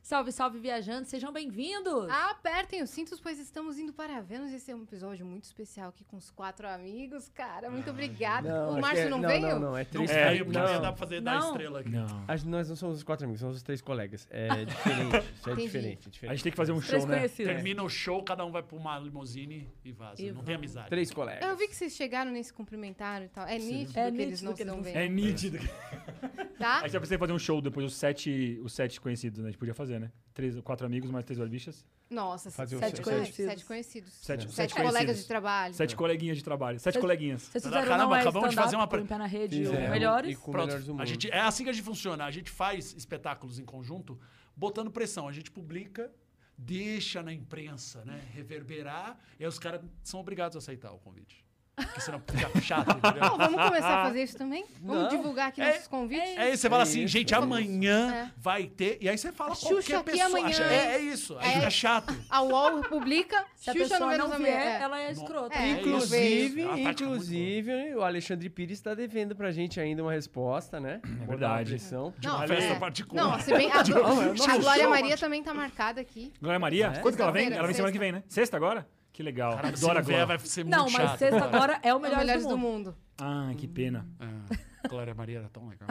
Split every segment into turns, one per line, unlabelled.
Salve, salve, viajantes, sejam bem-vindos!
Ah, Apertem os cintos, pois estamos indo para Vênus. Esse é um episódio muito especial aqui com os quatro amigos, cara. Muito obrigada. o Márcio não,
não
veio?
Não, não, é
Não
três.
veio, porque não ia dar
não.
pra fazer
Não.
dar estrela aqui.
Não.
Acho que nós não somos os quatro amigos, somos os três colegas. É diferente. Isso é
Entendi.
diferente,
A
diferente.
gente tem que fazer um
Três
show, né?
É.
conhecidos.
Termina o show, cada um vai pra uma limusine e vaza.
E
não tem amizade.
Três colegas.
Eu vi que vocês chegaram nesse cumprimentário e tal. É nítido
É
que eles
nítido
não
que eles
estão
não
vendo,
É nítido.
tá?
A gente já pensei em fazer um show depois, os sete, os sete conhecidos, né? A gente podia fazer, né? Três, quatro amigos, mais três olbichas.
Nossa,
Fazer um
sete,
sete
conhecidos.
sete conhecidos.
Sete,
Sete
sete
colegas
conhecidos.
de trabalho.
Sete coleguinhas de trabalho. Sete
Sete-
coleguinhas.
Vocês fizeram
Tá, Caramba,
não é
acabamos de
stand-up,
fazer uma
põe
pre-
o pé na rede,
Fizemos,
o
E
melhores.
com
Pronto.
melhores do mundo.
A gente, é assim que a gente funciona. A gente faz espetáculos em conjunto, botando pressão. A gente publica, deixa na imprensa, né? Reverberar. E aí os caras são obrigados a aceitar o convite. Porque senão fica chato,
Não,
entendeu?
vamos começar a fazer isso também? Vamos divulgar aqui
É-
nossos convites?
É isso, você
É
fala assim,
isso,
gente,
é
amanhã
É.
vai ter. E aí você fala
A Xuxa
qualquer
aqui
pessoa.
amanhã.
É, é isso. Aí
É.
fica chato.
A UOL publica,
Se a
Xuxa não
pessoa
vê
não
nos
vier,
amanhã. É.
ela é escrota.
É,
isso.
Inclusive,
É uma tática muito
inclusive, o Alexandre Pires está devendo pra gente ainda uma resposta, né? É
verdade.
Pressão.
De uma
Não,
festa
é.
particular.
Não, se bem a,
não.
a Glória
Show,
Maria
mas-
também tá marcada aqui.
Glória Maria?
Ah, é?
Quando que ela vem?
Sexta-feira,
Ela vem semana que
sexta.
vem, né? Sexta agora? Que legal.
Cara, se
Adoro a
não vier,
Glória.
vai ser muito
Não, mas
chato.
sexta agora é o
É o
melhor
Melhores
do
do
mundo.
Mundo.
Ah, que pena.
Ah, Glória Maria era tão legal.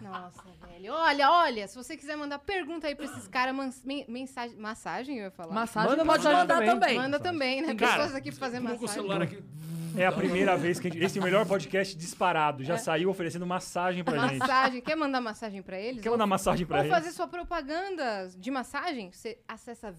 Nossa, velho. Olha, olha, se você quiser mandar pergunta aí pra esses caras, mans- men- mensagem. Massagem, eu ia falar.
Massagem
Manda
pode
massagem
mandar
também.
também.
Manda também, né?
Cara,
Pessoas aqui pra fazer
Pluga o
massagem.
celular aqui.
É a primeira vez que a gente. Esse é o melhor podcast disparado. Já saiu oferecendo massagem pra gente.
É. Massagem. Quer mandar massagem pra eles?
Quer mandar massagem pra
Ou
gente?
fazer sua propaganda de massagem? Você acessa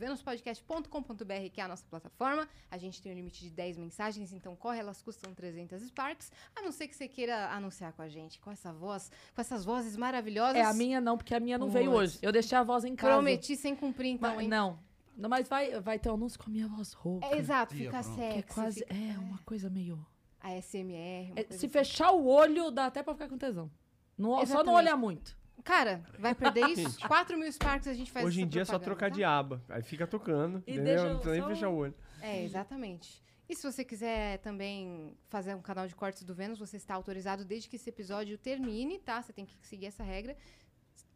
venuspodcast.com.br, que é a nossa plataforma. A gente tem um limite de 10 mensagens, então corre, elas custam 300 Sparks. A não ser que você queira anunciar com a gente, com essa voz, com essas vozes maravilhosas.
É, a minha não, porque a minha não veio
Putz.
hoje. Eu deixei a voz em casa.
Prometi sem cumprir, então,
Mas,
hein?
não. Não, Mas vai, vai ter um anúncio com a minha voz rouca.
É, exato,
Dia,
fica
pronto.
sexy.
que é quase.
fica-
É, uma coisa meio.
A SMR. Uma
É,
coisa
se
assim.
fechar o olho, dá até pra ficar com tesão. Não- só não
Exatamente.
olhar muito.
Cara, vai perder isso? 4 mil Sparks a gente faz
Hoje em
essa
dia é só
propaganda, então?
trocar de aba. Aí fica tocando,
E
entendeu?
deixa
não precisa
só
nem
o-
fechar o olho.
tá? É, exatamente. E se você quiser também fazer um canal de cortes do Vênus, você está autorizado desde que esse episódio termine, tá? Você tem que seguir essa regra.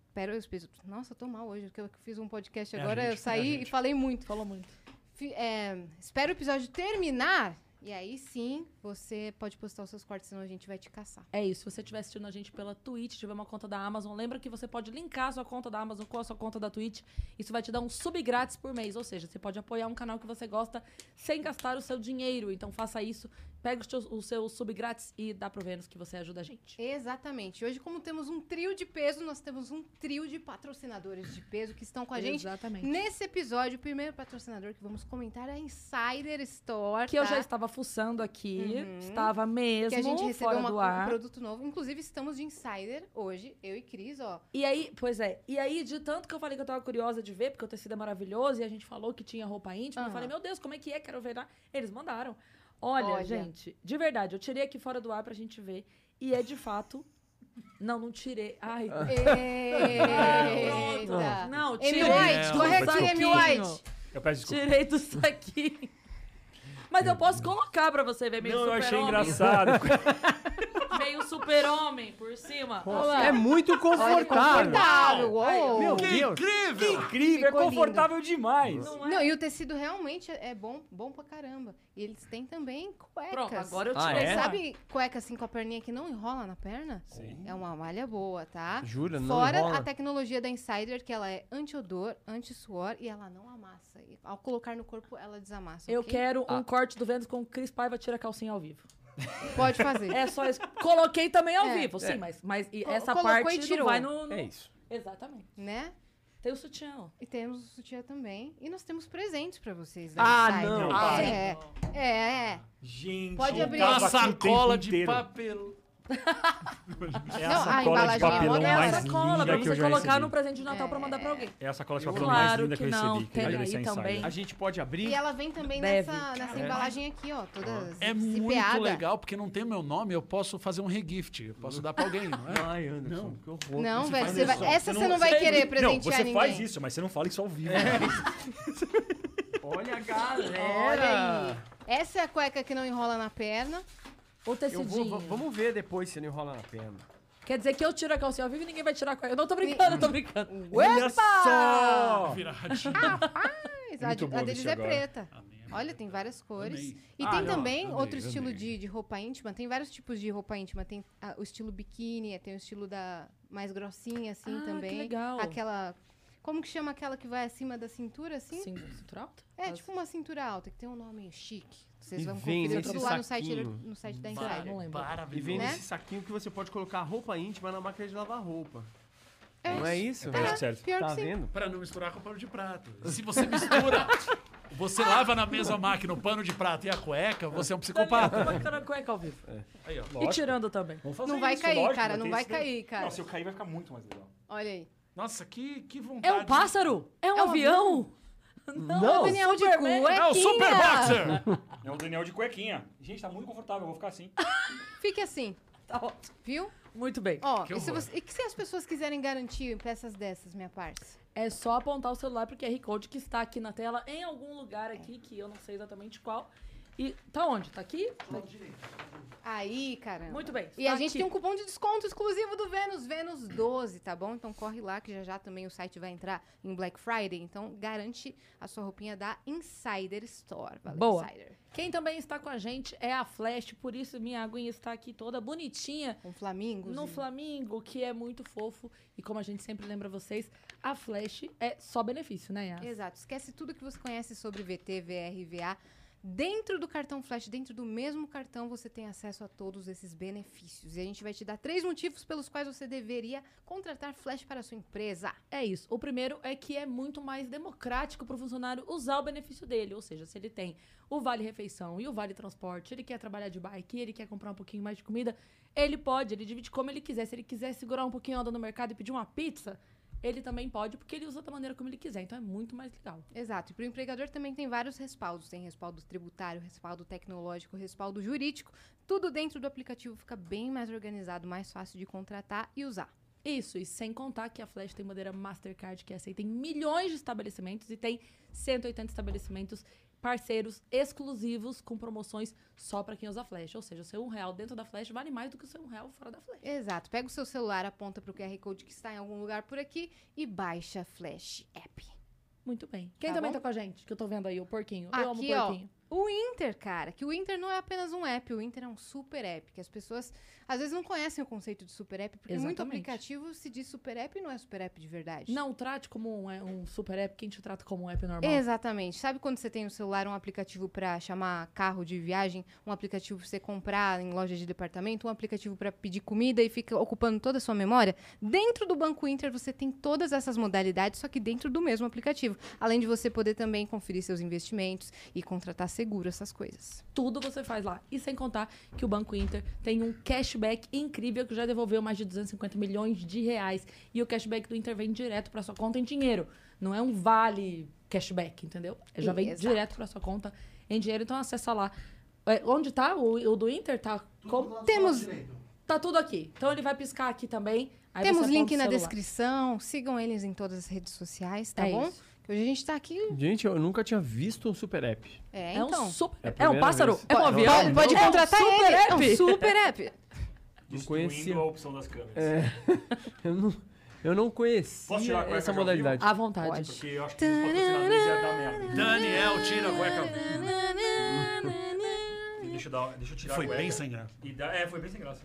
Espero eu espero. Nossa, eu tô mal hoje, porque eu fiz um podcast
É a
agora,
gente,
eu
é a
saí
gente.
e falei muito.
Falou muito.
Fi- é, espero o episódio terminar. E aí sim, você pode postar os seus cortes, senão a gente vai te caçar.
É isso. Se você estiver assistindo a gente pela Twitch, tiver uma conta da Amazon, lembra que você pode linkar a sua conta da Amazon com a sua conta da Twitch. Isso vai te dar um sub grátis por mês. Ou seja, você pode apoiar um canal que você gosta sem gastar o seu dinheiro. Então faça isso. Pega os teus- o seu sub grátis e dá pro Vênus que você ajuda a gente.
Exatamente. Hoje, como temos um trio de peso, nós temos um trio de patrocinadores de peso que estão com a gente.
Exatamente.
Nesse episódio, o primeiro patrocinador que vamos comentar é a Insider Store.
Que eu
tá?
já estava fuçando aqui.
Uhum.
Estava mesmo
Que a gente recebeu
fora
uma-
do
um
ar.
produto novo. Inclusive, estamos de Insider hoje, eu e Cris, ó.
E aí, pois é, e aí de tanto que eu falei que eu tava curiosa de ver, porque o tecido é maravilhoso, e a gente falou que tinha roupa íntima,
Aham.
eu falei, meu Deus, como é que é? Quero ver lá. Eles mandaram. Olha,
Olha.
gente, de verdade, eu tirei aqui fora do ar pra gente ver, e é de fato... Não, não tirei. Ai,
Eita!
não,
Amy
tirei.
White,
do
corre aqui,
um
saquinho.
Amy White.
Eu peço desculpa.
Tirei do saquinho. Mas eu posso colocar pra você ver meio
Não, eu
super-homem.
achei engraçado.
Meio super-homem por cima.
lá.
É muito confortável.
Confortável, uou.
Meu
Que
Deus.
incrível! incrível!
Ficou
é confortável demais.
Não é?
Não, e o tecido realmente é é bom, bom pra caramba. E eles têm também cuecas.
Pronto, agora eu
Ah,
tirei.
é?
é Sabe cueca assim com a perninha que não enrola na perna? Sim. É uma malha boa, tá?
Jura? Não
Fora
enrola?
a tecnologia da Insider, que ela é anti-odor, anti-suor e ela não amassa. E ao colocar no corpo, ela desamassa.
Eu
ok?
quero um corte do Vênus com o Cris Paiva tira a calcinha ao vivo.
Pode fazer.
É só isso. Coloquei também ao
É.
vivo, sim, mas, mas e
Co-
essa
colocou e
parte não
tirou.
vai no... no-
É isso.
Exatamente.
Né?
Tem o sutiã, ó.
E temos o sutiã também. E nós temos presentes pra vocês. da
Ah,
Insider.
não,
É, é, é.
Gente,
Pode
eu
abrir.
tava
Uma
Tava
aqui o tempo
sacola de
inteiro.
papel.
É
Não,
a
a
sacola de
embalagem
papelão
é
é a
mais
sacola pra
linda que eu
você
já
colocar num
recebi.
presente de Natal pra mandar pra alguém.
É a sacola de
Eu
papelão mais
claro
linda que eu
que não,
recebi. que eu
tem
adorei
aí
essa
também.
A gente pode abrir?
E ela vem também
Deve.
nessa, nessa
É.
embalagem aqui, ó, toda
É muito
cipeada.
legal, porque não tem meu nome, eu posso fazer um regift. Eu posso dar pra alguém, não é?
Ai, Anderson, que horror.
Não,
Você
velho,
faz
você vai-
isso?
essa você não vai querer presentear
Não, você
ninguém.
faz isso, mas você não fala isso ao
É.
vivo.
Olha a
Olha
galera!
Essa é a cueca que não enrola na perna.
Ou
Eu vou,
tecidinho.
va- vamos ver depois se não enrola na perna.
Quer dizer que eu tiro a calcinha ao vivo e ninguém vai tirar a cueca. Eu não tô brincando, eu tô brincando.
Olha só!
Viradinho.
Ah.
Rapaz, a,
Muito
de- a
boa
deles
vestir
é
agora.
preta.
Amém,
Olha, tem várias cores.
Amei.
E
Ah,
tem
não,
também
amei,
outro estilo
amei.
de, de roupa íntima. Tem vários tipos de roupa íntima. Tem ah, o estilo biquíni, tem o estilo da mais grossinha, assim,
Ah, que
também.
legal.
Aquela... Como que chama aquela que vai acima da cintura, assim?
Sim, cintura alta?
É, tipo uma cintura alta, que tem um nome chique. Vocês
E
vão
vem
conferir
nesse
tudo lá no site,
saquinho.
no site da
Mara-
Vai.
Insider.
não lembro.
E vem
Maravilhoso.
Né?
nesse saquinho que você pode colocar roupa íntima na máquina de lavar roupa.
É.
Não é isso?
Parece que serve.
Pior
Tá
que sim.
vendo?
Pra não misturar com o pano de prato. Se você mistura, você lava na mesma máquina o pano de prato e a cueca, você é um
Opa!
psicopata.
Colocando a cueca ao vivo.
É.
Aí, ó.
E tirando também.
Vamos fazer
Não vai
isso, é
cair,
lógico,
cara, não
ter
vai
esse daí.
cair, cara.
Não, se eu cair vai ficar muito mais legal.
Olha aí.
Nossa, que, que vontade.
É um pássaro? É um
É um
avião?
Não,
é
Daniel de
Superman.
cueca.
É o Super Boxer!
É o Daniel de cuequinha. Gente, tá muito confortável, eu vou ficar assim.
Fique assim,
Tá ótimo.
viu?
Muito bem.
Ó,
Que
e se,
horror.
você- e que se as pessoas quiserem garantir peças dessas, minha parça?
É só apontar o celular pro QR Code que está aqui na tela, em algum lugar aqui, que eu não sei exatamente qual. E tá onde? Tá aqui?
Aí, caramba.
Muito bem.
E a
tá
gente
aqui.
tem um cupom de desconto exclusivo do Vênus, Vênus 12, tá bom? Então corre lá que já já também o site vai entrar em Black Friday. Então garante a sua roupinha da Insider Store. Valeu,
Boa.
Insider.
Quem também está com a gente é a Flash, por isso minha aguinha está aqui toda bonitinha
Com Flamingos.
no
e-
Flamingo, que é muito fofo. E como a gente sempre lembra vocês, a Flash é só benefício, né, Yas?
Exato. Esquece tudo que você conhece sobre VT, VR, VA. Dentro do cartão Flash, dentro do mesmo cartão, você tem acesso a todos esses benefícios. E a gente vai te dar três motivos pelos quais você deveria contratar Flash para a sua empresa.
É isso. O primeiro é que é muito mais democrático para o funcionário usar o benefício dele. Ou seja, se ele tem o Vale Refeição e o Vale Transporte, ele quer trabalhar de bike, ele quer comprar um pouquinho mais de comida, ele pode, ele divide como ele quiser. Se ele quiser segurar um pouquinho a onda no mercado e pedir uma pizza, ele também pode, porque ele usa da maneira como ele quiser. Então é muito mais legal.
Exato. E para o empregador também tem vários respaldos. Tem respaldo tributário, respaldo tecnológico, respaldo jurídico. Tudo dentro do aplicativo fica bem mais organizado, mais fácil de contratar e usar.
Isso, e sem contar que a Flash tem bandeira Mastercard que é aceita em milhões de estabelecimentos e tem 180 estabelecimentos parceiros exclusivos com promoções só para quem usa Flash. Ou seja, o seu um real dentro da Flash vale mais do que o seu um real fora da Flash.
Exato. Pega o seu celular, aponta para o QR Code que está em algum lugar por aqui e baixa Flash App.
Muito bem. Quem
Tá
também
bom?
tá com a gente? Que eu tô vendo aí, o porquinho. eu amo o
Aqui, ó.
porquinho.
O Inter, cara, que o Inter não é apenas um app, o Inter é um super app, que as pessoas às vezes não conhecem o conceito de super app, porque muito
Exatamente.
aplicativo se diz super app e não é super app de verdade.
Não trate como um, é, um super app, quem te trata como um app normal.
Exatamente. Sabe quando você tem no celular um aplicativo pra chamar carro de viagem, um aplicativo pra você comprar em loja de departamento, um aplicativo pra pedir comida e fica ocupando toda a sua memória? Dentro do Banco Inter você tem todas essas modalidades, só que dentro do mesmo aplicativo. Além de você poder também conferir seus investimentos e contratar seguro, essas coisas.
Tudo você faz lá. E sem contar que o Banco Inter tem um cashback incrível que já devolveu mais de 250 milhões de reais. E o cashback do Inter vem direto para sua conta em dinheiro. Não é um vale cashback, entendeu? É, Já vem
Exato.
direto para sua conta em dinheiro. Então acessa lá. É, onde tá? O, o do Inter tá como?
Temos
Tá tudo aqui. Então ele vai piscar aqui também. aí você
Temos
aponta
link
o
na
celular.
descrição, sigam eles em todas as redes sociais, tá
É
bom?
isso.
Que Hoje a gente tá aqui.
Gente, eu nunca tinha visto um super app.
É,
É
então.
um super.
É a
É, um
primeira
pássaro?
vez.
É um
Pode-
avião?
pode-
Pode
é um
contratar
super
ele.
app.
É um super app.
Não
Destruindo
conhecia.
a opção das câmeras.
É.
Eu não, eu não conhecia
Posso tirar a cueca
essa
já ao
modalidade.
Ah,
À vontade.
Porque eu acho que os patrocinadores iam dar merda.
Daniel, tira a cueca.
Deixa eu, dar, deixa eu tirar
Foi
a cueca.
bem sem graça.
E dá- é, foi bem sem graça.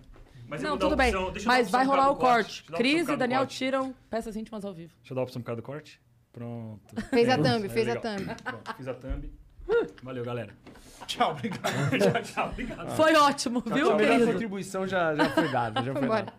Mas eu
Não,
vou dar
tudo
a
bem.
opção- deixa eu dar a
Mas
opção
vai
por causa
rolar o
do
corte.
corte. Deixa eu dar a opção por
Cris
causa
e
do
Daniel
corte.
tiram peças íntimas ao vivo.
Deixa eu dar a opção por causa do corte. Pronto.
Fez a
Aí,
thumb, fez a
legal.
thumb.
Bom, fiz a thumb.
Hum.
Valeu, galera.
Tchau, obrigado.
tchau, tchau. Obrigado.
Foi ótimo, viu,
a melhor
querido?
contribuição já, já foi dada. Já foi
Vambora.
dada.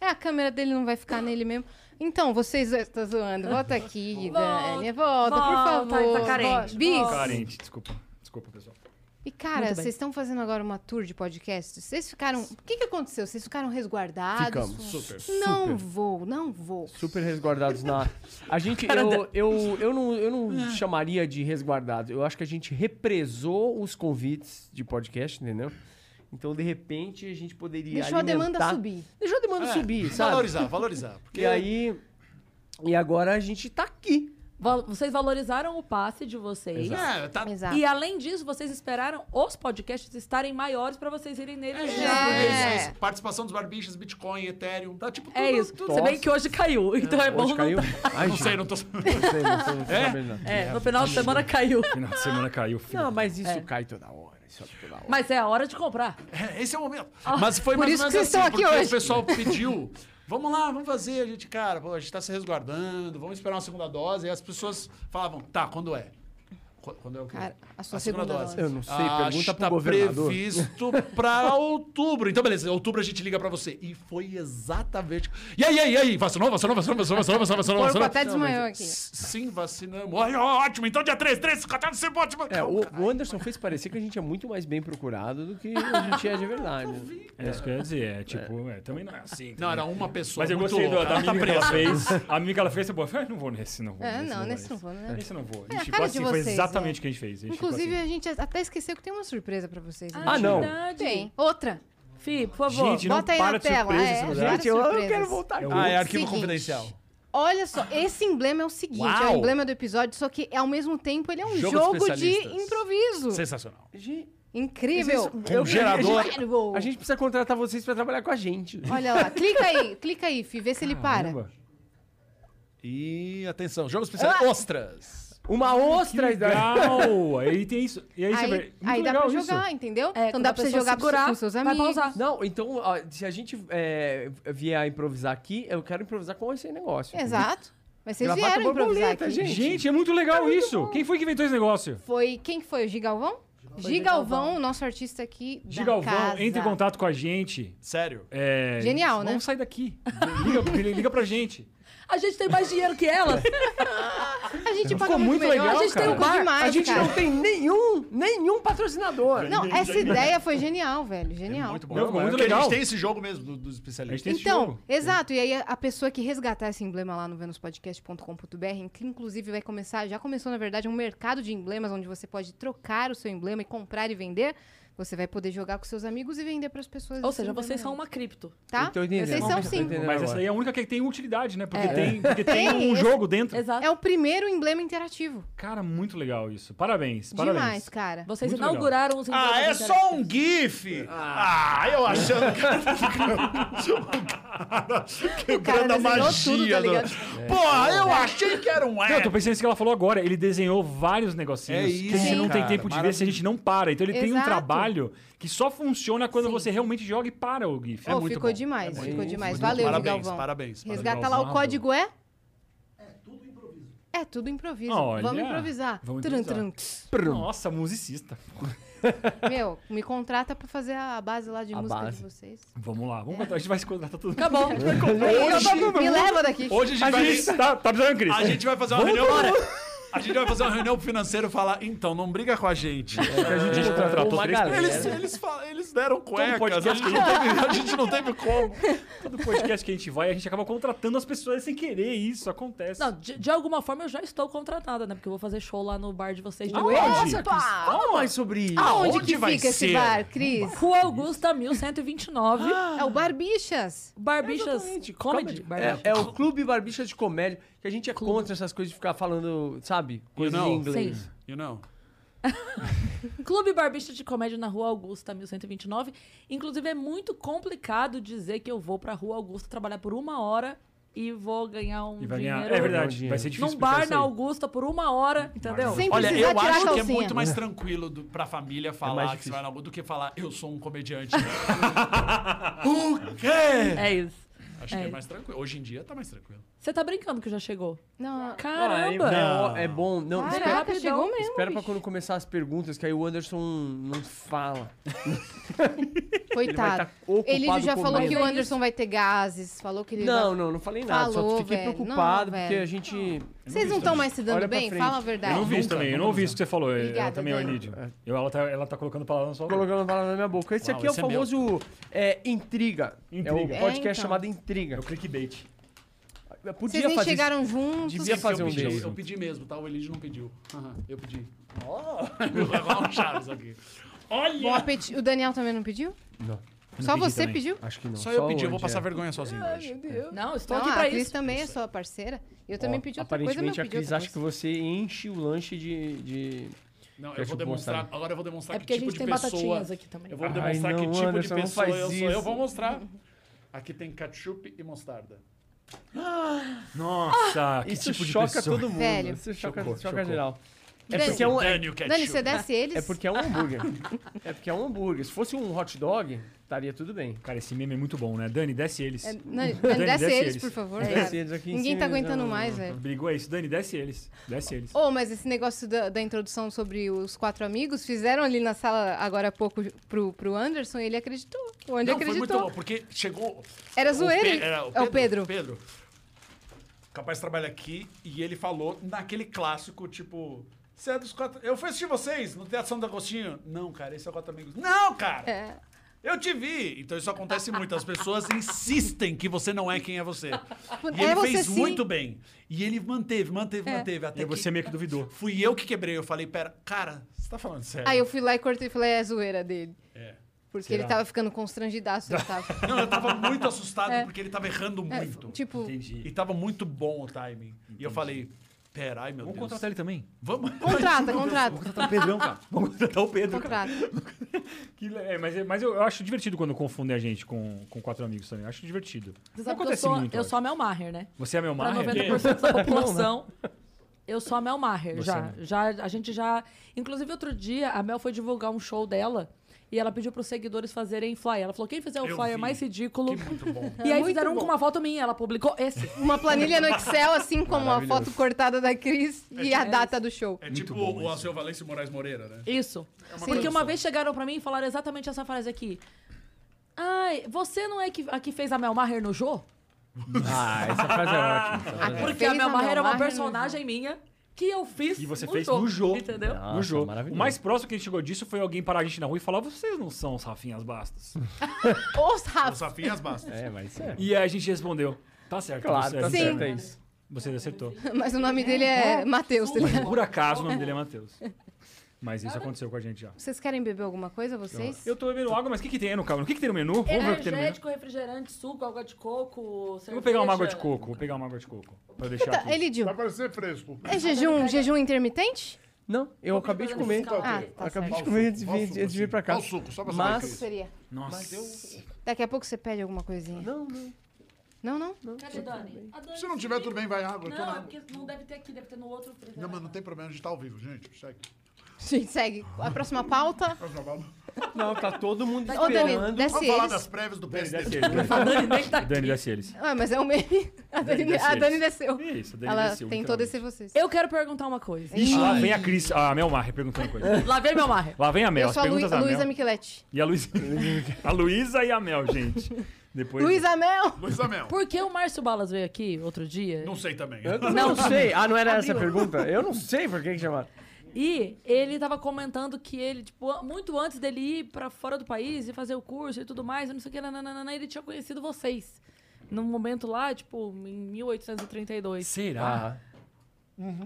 É, a câmera dele não vai ficar nele mesmo. Então, vocês dois estão zoando. Volta aqui,
Volta,
Dani. Volta,
volta,
por favor.
tá carente,
Bis.
volta.
Carente, desculpa. Desculpa, pessoal.
E, cara,
Muito bem.
vocês estão fazendo agora uma tour de podcast? Vocês ficaram. O que, que aconteceu? Vocês ficaram resguardados?
Ficamos, super,
Ah, Não
super.
vou, não vou.
Super resguardados na. A gente. Eu, eu, eu não, eu não chamaria de resguardados. Eu acho que a gente represou os convites de podcast, entendeu? Então, de repente, a gente poderia.
Deixou a demanda
alimentar-
subir.
Deixou a demanda
É,
subir, sabe?
Valorizar, valorizar. Porque
E aí. E agora a gente tá aqui.
Val- Vocês valorizaram o passe de vocês.
É, tá,
Exato.
E além disso, vocês esperaram os podcasts estarem maiores pra vocês irem neles
É,
juntos.
É.
isso, isso. Participação dos barbichas, Bitcoin, Ethereum. Tá tipo tudo.
É isso.
Nossa.
Se bem que hoje caiu, então é bom
Hoje
não.
caiu. Ai,
não
gente,
sei, não tô.
não sei, não sei, não tô
É?
sabendo, não.
É, no final de semana caiu.
Final de semana caiu, filho.
Não, mas
É.
isso cai toda hora. Isso cai toda hora.
Mas é a hora de comprar.
É, esse é o momento. Mas foi
Ah, por
mais
isso
ou
que
menos
vocês
assim,
estão aqui
porque
hoje.
o pessoal pediu. Vamos lá, vamos fazer. A gente, cara, pô, a gente tá se resguardando, vamos esperar uma segunda dose. E as pessoas falavam, tá, quando é? Qu- Quando é o quê?
Cara, a sua segunda dose.
Eu não sei,
Acho
pergunta
que tá
pro governador.
previsto pra outubro. Então, beleza, outubro a gente liga pra você. E foi exatamente. E aí, e aí, e aí? Vacinou, vacinou, vacinou, vacinou, vacinou, vacinou,
O
vacinou.
corpo
vacinou.
até desmanhou aqui.
S- Sim, vacinamos. Ai, ó, ótimo. Então, dia 3, 3, 14, você pode.
É, o, o Anderson fez parecer que a gente é muito mais bem procurado do que a gente é de verdade.
É isso que eu ia dizer. É tipo, é, também não é assim.
Não,
também.
era uma pessoa.
Mas eu
muito
gostei do-
louca.
da
Ela tá
mímica que ela
presa.
fez. A mímica que ela fez, é boa. Ah, não vou nesse, não vou.
É,
nesse,
não, nesse não
vou.
vou, né?
Nesse não vou.
É, a
E, tipo
cara de
assim, foi
vocês,
exatamente
né?
o que a gente fez. E, tipo
Inclusive,
assim,
a gente até esqueceu que tem uma surpresa pra vocês. né?
Ah, não.
Verdade.
Tem. Outra.
Fi, por favor.
Gente, não
Bota aí na
para de
tela.
surpresa
é,
esse lugar.
várias
Gente, eu, eu
surpresas.
quero voltar.
É o-
Ah, é arquivo
Seguinte.
confidencial.
Olha só, esse emblema é o seguinte, é o
Uau!
emblema do episódio, só que ao mesmo tempo ele é um
Jogo
jogo,
dos
de
especialistas.
improviso.
Sensacional.
Gente,
Incrível.
vocês-
Um gerador.
A gente precisa contratar vocês pra trabalhar com a gente.
Olha lá, clica aí, clica aí, Fih, vê se ele para.
Caramba.
E atenção, jogos especiais. Ostras.
Uma ostra.
Que legal! aí tem isso. E aí, você vê.
Aí,
Muito
aí dá
legal
pra
isso.
jogar, entendeu?
É,
então
quando
dá
a
pra você
pessoa
jogar
segurar,
com seus
vai
amigos.
pausar.
Não, então, ó, se a gente é, vier a improvisar aqui, eu quero improvisar com esse negócio.
Exato. Mas vocês
Gravata
vieram improvisar
borboleta,
aqui.
gente.
Gente, é muito legal isso. Quem foi que inventou esse negócio?
Foi, quem que foi? O Gigalvão? Gigalvão, o nosso artista aqui da
Gigalvão,
casa.
entre em contato com a gente.
Sério.
É,
Genial, né?
Vamos sair daqui. Liga, liga pra gente.
A gente tem mais dinheiro que elas.
A gente paga
Ficou
muito,
muito
melhor,
legal,
a gente tem um
cara.
cu demais,
a gente
cara.
não tem nenhum, nenhum patrocinador.
Não, essa ideia foi genial, velho. Genial.
Muito bom.
Não, ficou
É
muito
porque A
legal.
gente tem esse jogo mesmo do- dos
A gente
especialistas.
tem esse
Então,
jogo.
exato. E aí a- a pessoa que resgatar esse emblema lá no venuspodcast.com.br, que inclusive vai começar, já começou na verdade um mercado de emblemas onde você pode trocar o seu emblema e comprar e vender. Você vai poder jogar com seus amigos e vender pras pessoas.
Ou
esse
seja,
emblema
vocês são
aí,
uma cripto.
tá?
Eu tô entendendo.
Vocês
Não,
são
Então, mas eu tô
sim.
entendendo
Mas essa
agora.
aí é a única que tem utilidade, né? Porque,
É.
tem, porque tem
Tem,
um
esse-
jogo dentro.
Exato.
É o primeiro emblema interativo.
Cara, muito legal isso. Parabéns,
Demais,
parabéns.
cara.
Vocês
Muito
inauguraram os
Ah, é
empregos
só um GIF! Ah, eu achando que
desenhou tudo,
quebrando a
tá
magia. do...
ligado?
Pô, eu achei que era um
Não, eu tô
app.
pensando nisso que ela falou agora. Ele desenhou vários negocinhos
É
que a gente
isso,
não tem
cara,
tempo de ver se a gente não para. Então ele tem um
Exato.
trabalho que só funciona quando você realmente joga e para o GIF.
É
Pô,
muito
ficou
bom.
demais,
É
ficou
muito
demais.
bom.
Valeu,
parabéns,
Gigalvão.
parabéns.
Resgata lá, o
Gigalvão.
código é? É tudo improviso.
Olha.
Vamos improvisar.
Vamos
Tran,
improvisar.
tran,
Nossa, musicista.
Meu, me contrata pra fazer a base lá de
A
música
base.
de vocês.
Vamos lá, vamos contratar. A gente vai se contratar todo mundo.
Acabou.
Me leva daqui.
Hoje a gente,
A
vai,
gente tá, tá precisando, Cris.
Né?
a gente vai fazer uma reunião. A gente vai fazer uma reunião pro financeiro e falar, então, não briga com a gente.
a gente,
gente contratou
uma
três
galera.
Eles, eles, falam- eles deram
um
cuecas, a
podcast
gente, não teve, a gente não teve como.
Todo podcast que a gente vai, a gente acaba contratando as pessoas sem querer. Isso acontece.
Não, de, de alguma forma eu já estou contratada, né? Porque eu vou fazer show lá no bar de vocês.
Ah,
de
Aonde?
Nossa, Cris, fala
é
mais sobre isso.
Onde
Aonde
que
vai
fica esse
ser?
bar, Cris?
Rua Augusta 1129.
É o Barbichas.
Barbichas
Ah, é Exatamente,
Comedy. Barbichas.
É, é o Clube Barbicha de Comédia, que a gente é contra essas coisas de ficar falando, sabe? Coisas
não.
em inglês.
Sim.
You know?
é.
Clube Barbista de Comédia na Rua Augusta, 1129. Inclusive, é muito complicado dizer que eu vou pra Rua Augusta trabalhar por uma hora e vou ganhar um
E vai ganhar.
dinheiro
É
Ganhar um
verdade.
dinheiro.
Vai ser difícil.
num bar na
explicar isso
Augusta por uma hora, entendeu?
Sem
Olha,
precisar
eu
tirar a
acho que é
calcinha.
muito mais tranquilo do, pra família
mais
falar que você
difícil.
vai na rua do que falar, eu sou um comediante. o quê?
É isso.
Acho que
É.
é mais tranquilo. Hoje em dia tá mais tranquilo.
Você tá brincando que já chegou.
Não,
Caramba!
Ah, é- é,
Não.
ó- é bom. Não, espera,
caraca,
rapidão.
chegou mesmo.
espera pra
bicho.
quando começar as perguntas, que aí o Anderson não fala. Ele vai
Coitado.
estar ocupado
Ele já falou
comendo.
que o Anderson vai ter gases, falou que ele
Não,
vai...
não, não falei nada.
Falou,
só fiquei
velho.
preocupado
Não,
porque
velho.
a gente.
Vocês não estão mais se dando
Olha pra
bem?
frente.
Fala a
Eu
verdade.
não vi isso
Nunca,
também, eu
nunca
não vi
vi.
isso que você falou. Obrigada, ela
Obrigada,
também é
Dani.
orlídeo. Eu, ela, tá, ela tá colocando palavras na sua boca.
Colocando a palavra na minha boca. Esse
Uau,
aqui é o
esse é meu.
famoso é, Intriga. É o
Intriga.
podcast
É, então.
chamado
É
Intriga.
o clickbait.
Eu
Vocês
podia
nem
fazer
chegaram juntos.
Devia fazer
eu
um
pedi,
deles.
Eu pedi mesmo, tá? O Elidio não pediu. Aham, eu pedi. Oh. Agora um Chaves aqui.
Bom
Olha!
apetite. O Daniel também não pediu?
Não.
Só
pedi
você
também.
pediu?
Acho que não.
Só eu pedi, eu vou
hoje,
passar
é.
vergonha sozinho hoje.
Não, estou
Não,
Então aqui
a
pra
Cris
isso.
também é sua parceira. E eu também
Ó,
pedi outra coisa, mas
Aparentemente
eu
a
pedi
Cris
outra
acha que
coisa.
você enche o lanche de. de...
Não, eu
Fecha
vou
o bom,
demonstrar.
sabe?
Agora eu vou demonstrar
É porque a
que tipo
gente tem
de pessoa.
batatinhas aqui também.
Eu vou
tipo, Ai,
demonstrar que
não,
tipo de
Anderson, não
pessoa
faz
eu sou. Eu
isso.
vou mostrar. Aqui tem ketchup e mostarda.
Nossa, que
Isso
tipo de
choca
pessoa.
todo mundo.
Velho.
Isso choca,
Chocou,
choca
chocou.
geral.
Dani-
É porque é, um, é,
Dani, o ketchup.
Dani, você desce eles?
é porque é um hambúrguer. é porque é um hambúrguer. Se fosse um hot dog, estaria tudo bem.
Cara, esse meme é muito bom, né? Dani, desce eles.
É, Dani, Dani, desce eles, por favor.
Desce
cara.
eles aqui em
Ninguém
cima,
tá
eles
aguentando
não-
mais, velho.
Brigou, é isso. Dani, desce eles. Desce eles.
Ô, mas esse negócio da, da introdução sobre os quatro amigos, fizeram ali na sala agora há pouco pro, pro Anderson e ele acreditou. O Andy
Não, foi muito
acreditou.
bom, porque chegou.
Era
o
zoeira.
Pe-
ele-
era
é o Pedro.
Pedro. Capaz trabalha aqui e ele falou naquele clássico, tipo. Você é dos quatro. Eu fui assistir vocês no Teatro Santo Agostinho. Não, cara, esse é o Quatro Amigos. Não, cara!
É.
Eu te vi! Então isso acontece muito. As pessoas insistem que você não é quem é você. E
É
ele
você
fez
sim. É.
muito bem. E ele manteve, manteve, manteve.
E
Até
aí
que
você meio que duvidou.
fui eu que quebrei. Eu falei, pera, cara, você tá falando sério?
Aí eu fui lá e cortei e falei, é a zoeira dele.
É.
Porque
Será?
ele tava ficando constrangidaço. ele tava.
Não, eu tava muito assustado porque ele tava errando muito.
É. tipo,
E
Entendi.
tava muito bom o timing. E eu falei, pera, ai meu
Vamos
Deus.
contratar ele também.
Vamos.
contrata, contrata,
Contratar o Pedrão, cara. Vamos contratar o Pedro. cara.
contrata.
Que le- é, mas é- mas eu, eu acho divertido quando confundem a gente com, com quatro amigos também. Eu acho divertido.
Você
Não
sabe que eu sou,
muito,
eu
acho.
sou a Mel Maher, né?
Você é meu
Pra
mar?
90% da população. Eu sou a Mel Maher,
É né? Você é.
já.
não.
já. A gente já... Inclusive, outro dia, a Mel foi divulgar um show dela e ela pediu pros seguidores fazerem flyer. Ela falou, quem fizer o
Eu
flyer
vi.
mais ridículo...
É,
Que muito bom.
E aí
É Muito
fizeram um
bom.
com uma foto minha, ela publicou esse.
Uma planilha no Excel, assim como a
Maravilhoso.
foto cortada da Cris e a data do show.
É tipo
bom
o Alceu Valencio Moraes Moreira, né?
Isso.
É
uma
Porque
produção.
uma vez chegaram pra mim e falaram exatamente essa frase aqui. Ai, você não é que- a que fez a Mel Maher no Jô?
Ah, essa frase é ótima. essa frase é
Porque
Fez
a Mel
a
Maher era uma
Mel Maher no
personagem minha que eu fiz
E você
no
fez
Jô,
no Jô.
Entendeu?
ótima.
no jogo.
Nossa,
O mais próximo que a gente chegou disso foi alguém parar a gente na rua e falar: vocês não são os Rafinhas Bastos.
Os
O
Rafa.
Safinhas Bastos.
É, mas é.
e aí a gente respondeu: tá certo,
Claro,
você,
tá
Sim.
certo, é isso.
você acertou.
Mas o nome dele é Matheus, tá ligado?
Por acaso o nome dele é Matheus. Mas isso aconteceu com a gente já.
Vocês querem beber alguma coisa, vocês?
Eu tô bebendo água, mas o que, que tem aí no cabra? O que, que tem no menu? É. Vamos ver o que tem no menu.
Energético, refrigerante, suco, água de coco, cerveja.
Eu vou pegar uma água de coco, vou pegar uma água de coco. Pra deixar
Tá,
aqui.
Elidio,
parecer fresco.
é jejum, jejum intermitente?
Não, eu acabei de comer.
Tá ok.
Ah, tá
acabei
certo.
de comer antes de vir, antes de vir pra cá.
Qual suco? Só pra
Mas-
saber.
Seria.
Nossa.
Daqui a pouco você pede alguma coisinha.
Não, não.
Não, não?
Cadê Dani? A Dani?
tiver, tudo bem, vai água.
Não, é porque não deve ter aqui, deve ter no outro.
Não, mas não tem problema, a gente tá ao vivo, gente. Segue.
Gente, segue. A próxima pauta.
Não, tá todo mundo
Ô, Dani,
esperando.
desce
Vamos falar
eles.
das prévias do
Dani, desce
PSD.
eles.
Dani nem tá
Dani, desce eles.
Ah, mas é um meme. A
Dani
Dani,
desce
a Dani
eles.
desceu.
Isso, Dani
Ela
desceu.
tentou descer vocês.
Eu quero perguntar uma coisa.
Ixi, lá vem a Cris, a Mel Maher perguntando coisa.
Lá vem meu Maher.
Lá vem a Mel,
Eu
as
sou a Lu-
perguntas da Mel.
Luísa Micheletti.
E a Luísa. a Luísa e a Mel, gente. Depois.
Luísa Mel!
Luísa Mel.
Por que o Márcio Balas veio aqui outro dia?
Não sei também.
Eu não sei. Ah, não era essa a pergunta? Eu não sei por que que chamaram.
E ele tava comentando que ele, tipo, a- muito antes dele ir pra fora do país e fazer o curso e tudo mais, e não sei o que, nananana, ele tinha conhecido vocês. Num momento lá, tipo, em 1832.
Será?
Ah.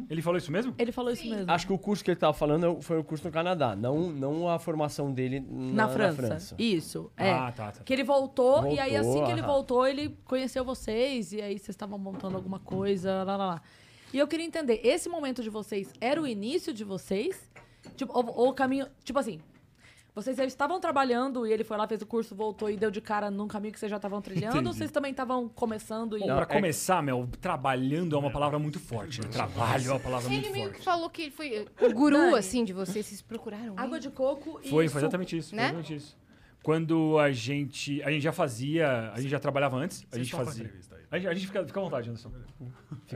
Ele falou isso mesmo?
Ele falou isso mesmo.
Acho que o curso que ele tava falando foi o curso no Canadá, não, não a formação dele na,
Na França. Isso, é.
Ah, tá, tá.
Que ele voltou, e aí
Voltou,
assim que ele
aham.
voltou, ele conheceu vocês, e aí vocês estavam montando alguma coisa, lá, lá, lá. E eu queria entender, esse momento de vocês era o início de vocês? Tipo, ou, ou o caminho. Tipo assim, vocês já estavam trabalhando e ele foi lá, fez o curso, voltou e deu de cara num caminho que vocês já estavam trilhando, ou
Entendi.
vocês também estavam começando e.
Bom,
Não,
pra
é-
começar, Mel, trabalhando é uma palavra muito forte. né? Trabalho é uma palavra muito
Ele meio que
forte.
falou que ele foi o guru,
Dani.
assim, de vocês. Vocês procuraram
Água
ele?
de coco e.
Foi, foi
suco.
exatamente isso. Foi
Né?
exatamente isso. Quando a gente. A gente já fazia. A gente já trabalhava antes. A gente
topam a
fazia.
entrevista aí.
A gente, a gente fica, fica à vontade, Anderson.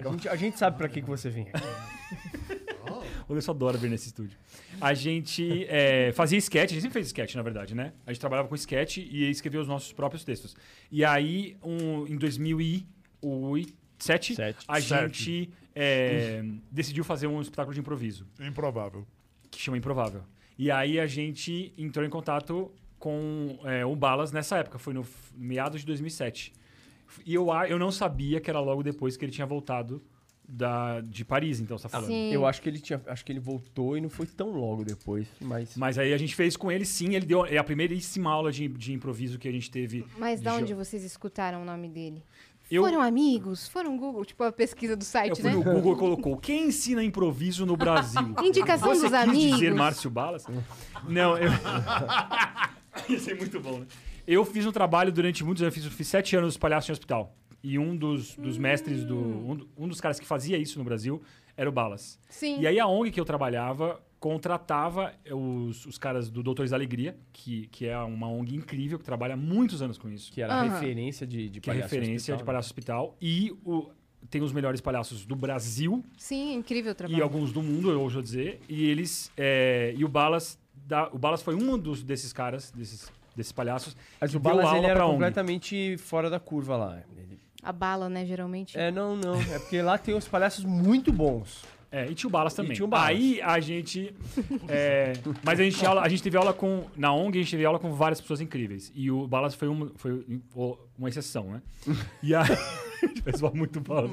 A gente, a gente sabe pra que, que você vem aqui.
O Anderson adora vir nesse estúdio. A gente é, fazia sketch, a gente sempre fez sketch, na verdade, né? A gente trabalhava com sketch e escrevia os nossos próprios textos. E aí, um, em 2007,
Sete.
a
Sete.
gente é, decidiu fazer um espetáculo de improviso,
Improvável.
que chama Improvável. E aí a gente entrou em contato com é, o Balas nessa época, foi no f- meados de 2007. E eu, a- eu não sabia que era logo depois que ele tinha voltado da, de Paris, então, você tá falando.
Ah, Sim.
Eu acho que ele tinha. Acho que ele voltou e não foi tão logo depois. Mas.
Mas aí a gente fez com ele sim, ele deu é a primeiríssima aula de, de improviso que a gente teve.
Mas da
de
onde
jo-
vocês escutaram o nome dele?
eu,
Foram amigos? Foram Google? Tipo a pesquisa do
eu
site,
fui
né?
no É, Google e colocou quem ensina improviso no Brasil?
Indicação
Você
dos
quis
amigos.
dizer Márcio Balas? Não, eu Ia ser muito bom, né? Eu fiz um trabalho durante muitos anos, eu fiz, eu fiz sete anos palhaço em hospital. E um dos, dos mestres do
Hum.
um, do- um dos caras que fazia isso no Brasil era o Balas.
Sim.
E aí a ONG que eu trabalhava contratava os, os caras do Doutores da Alegria, que, que é uma ONG incrível, que trabalha há muitos anos com isso.
Que era
Aham.
referência de, de
que é referência
né?
de Palhaço Hospital. E o- tem os melhores palhaços do Brasil
Sim, incrível
e
trabalho.
alguns do mundo, eu ouso dizer. E eles. é, e o Balas. dá- o Balas foi um dos, desses caras, desses, desses palhaços.
Mas
que
o
deu
Balas ele
aula
era
pra ONG.
completamente fora da curva lá. Ele-
A bala, né, geralmente.
É, não, não. É porque lá tem uns palhaços muito bons.
É, e tinha o Balas também.
tinha o Balas.
Aí a gente. é, mas a gente, tinha aula- a gente teve aula com. Na ONG, a gente teve aula com várias pessoas incríveis. E o Balas foi, um, foi um- uma exceção, né? E aí. a gente fez zoar muito o Balas.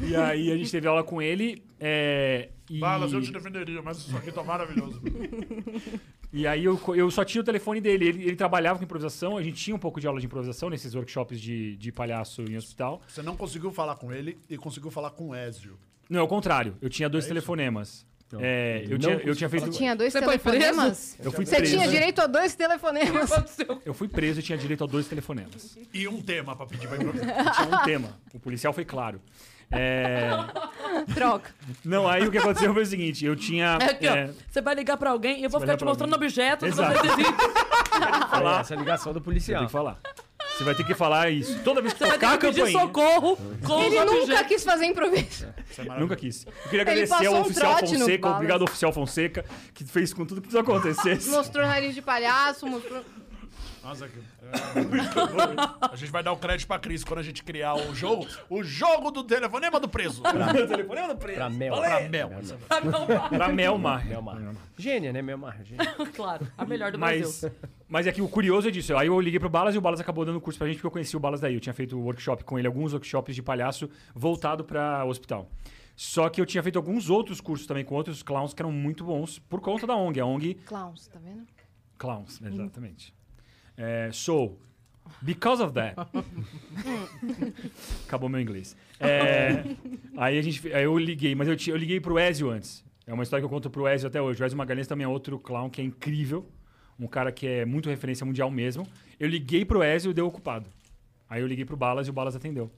e aí a gente teve aula com ele. é, e...
Balas, eu te defenderia, mas isso aqui tá maravilhoso.
E aí eu, co- eu só tinha o telefone dele. Ele, ele trabalhava com improvisação, a gente tinha um pouco de aula de improvisação nesses workshops de, de palhaço em hospital.
Você não conseguiu falar com ele e conseguiu falar com o Ezio.
Não, é o contrário. Eu tinha dois telefonemas. É, eu,
Então, não
tinha,
conseguiu
eu tinha
Você
feito.
tinha dois
Você foi
telefonemas?
Eu fui
Você
preso.
tinha direito a dois telefonemas.
Eu fui preso e tinha direito a dois telefonemas.
E um tema pra pedir pra improvisar.
Eu tinha um tema. O policial foi claro. É,
Troca.
Não, aí o que aconteceu foi o seguinte: eu tinha.
É aqui,
é,
ó. Você vai ligar pra alguém e eu vou
Você
ficar
vai
te
ligar pra
mostrando
alguém.
objetos.
Exato.
Você, decide-
Ah.
Falar. Essa ligação do
Você
policial.
tem que falar. Você vai ter que falar isso. Toda vez que
você vai
tocar
ter
a
que pedir
campainha.
socorro com
Ele
os
nunca
objetos.
quis fazer improviso.
Isso é maravilhoso.
Nunca quis. Eu queria
Ele
agradecer
passou
ao
um
oficial
trote no
Fonseca,
Balas.
obrigado oficial Fonseca, que fez com tudo que isso acontecesse.
Mostrou nariz de palhaço, mostrou...
Nossa, que... é, muito bom. a gente vai dar o crédito pra Cris quando a gente criar o jogo. O jogo do telefonema do preso.
Meu telefonema preso.
Pra Mel.
Pra Mel.
Pra não
Pra Melmar.
Melmar. Gênia, né, Melmar? Gênia.
Claro, a melhor do
Mas,
Brasil.
mas é que o curioso é disso. Aí eu liguei pro Balas e o Balas acabou dando curso pra gente porque eu conheci o Balas daí. Eu tinha feito um workshop com ele, alguns workshops de palhaço voltado pra hospital. Só que eu tinha feito alguns outros cursos também com outros clowns que eram muito bons por conta da ONG. A ONG
Clowns, tá vendo?
Clowns, exatamente. É, so, because of that. Acabou meu inglês. É, aí a gente, fe- aí eu liguei, mas eu, ti- eu liguei pro Ezio antes. É uma história que eu conto pro Ezio até hoje. O Ezio Magalhães também é outro clown que é incrível. Um cara que é muito referência mundial mesmo. Eu liguei pro Ezio e deu ocupado. Aí eu liguei pro Balas e o Balas atendeu.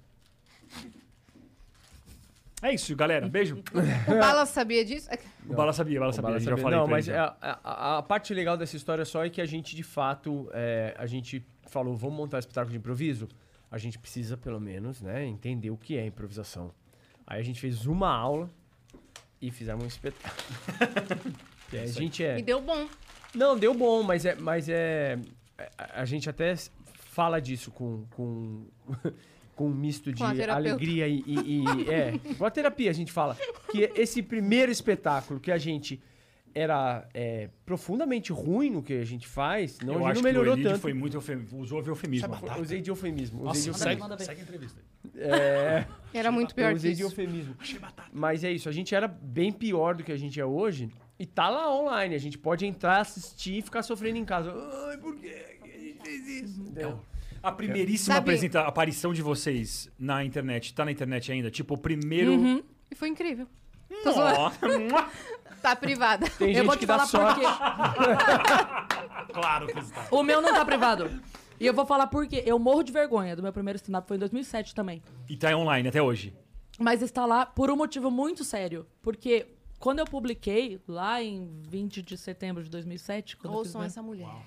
É isso, galera. Beijo.
O Bala sabia disso? É
O Balas sabia, o Balas sabia.
Bala
a gente
saber.
já falei
Não,
pra
mas é,
ele né?
a,
já.
a- a parte legal dessa história só é que a gente, de fato, é, a gente falou, vamos montar um espetáculo de improviso? A gente precisa, pelo menos, né, entender o que é improvisação. Aí a gente fez uma aula e fizemos um espetáculo. Que a gente é...
E deu bom.
Não, deu bom, mas é. Mas é a, a gente até s- fala disso com. com com um misto de
Com a terapeuta.
alegria e, e- e- é com a terapia a gente fala que esse primeiro espetáculo que a gente era é, profundamente ruim no que a gente faz não
eu
a gente não
acho que o
melhorou
Elide
tanto
foi muito eufem... usou eufemismo.
Eu usei de eufemismo usei de
Nossa,
eufemismo.
segue,
Manda ver.
segue a entrevista. aí.
É,
Era muito
eu
pior que
usei de
isso.
eufemismo mas é isso a gente era bem pior do que a gente é hoje e tá lá online a gente pode entrar assistir e ficar sofrendo em casa ai por quê que a gente fez isso Entendeu?
Uhum. É A primeiríssima
Tá Sabe-
apresenta- aparição de vocês na internet, tá na internet ainda? Tipo, o primeiro.
E foi incrível. Uhum. Tô zoando.
Ó, mua.
Tá privada.
Tem
Eu
gente
vou te
que dá
falar por
sorte.
quê.
Claro que está.
O meu não tá privado. E eu vou falar por quê. Eu morro de vergonha do meu primeiro stand-up. Foi em 2007 também.
e tá online até hoje.
Mas está lá por um motivo muito sério. Porque Quando eu publiquei, lá em 20 de setembro de 2007, quando eu fiz
Ouçam
meu-
essa mulher.
Uau.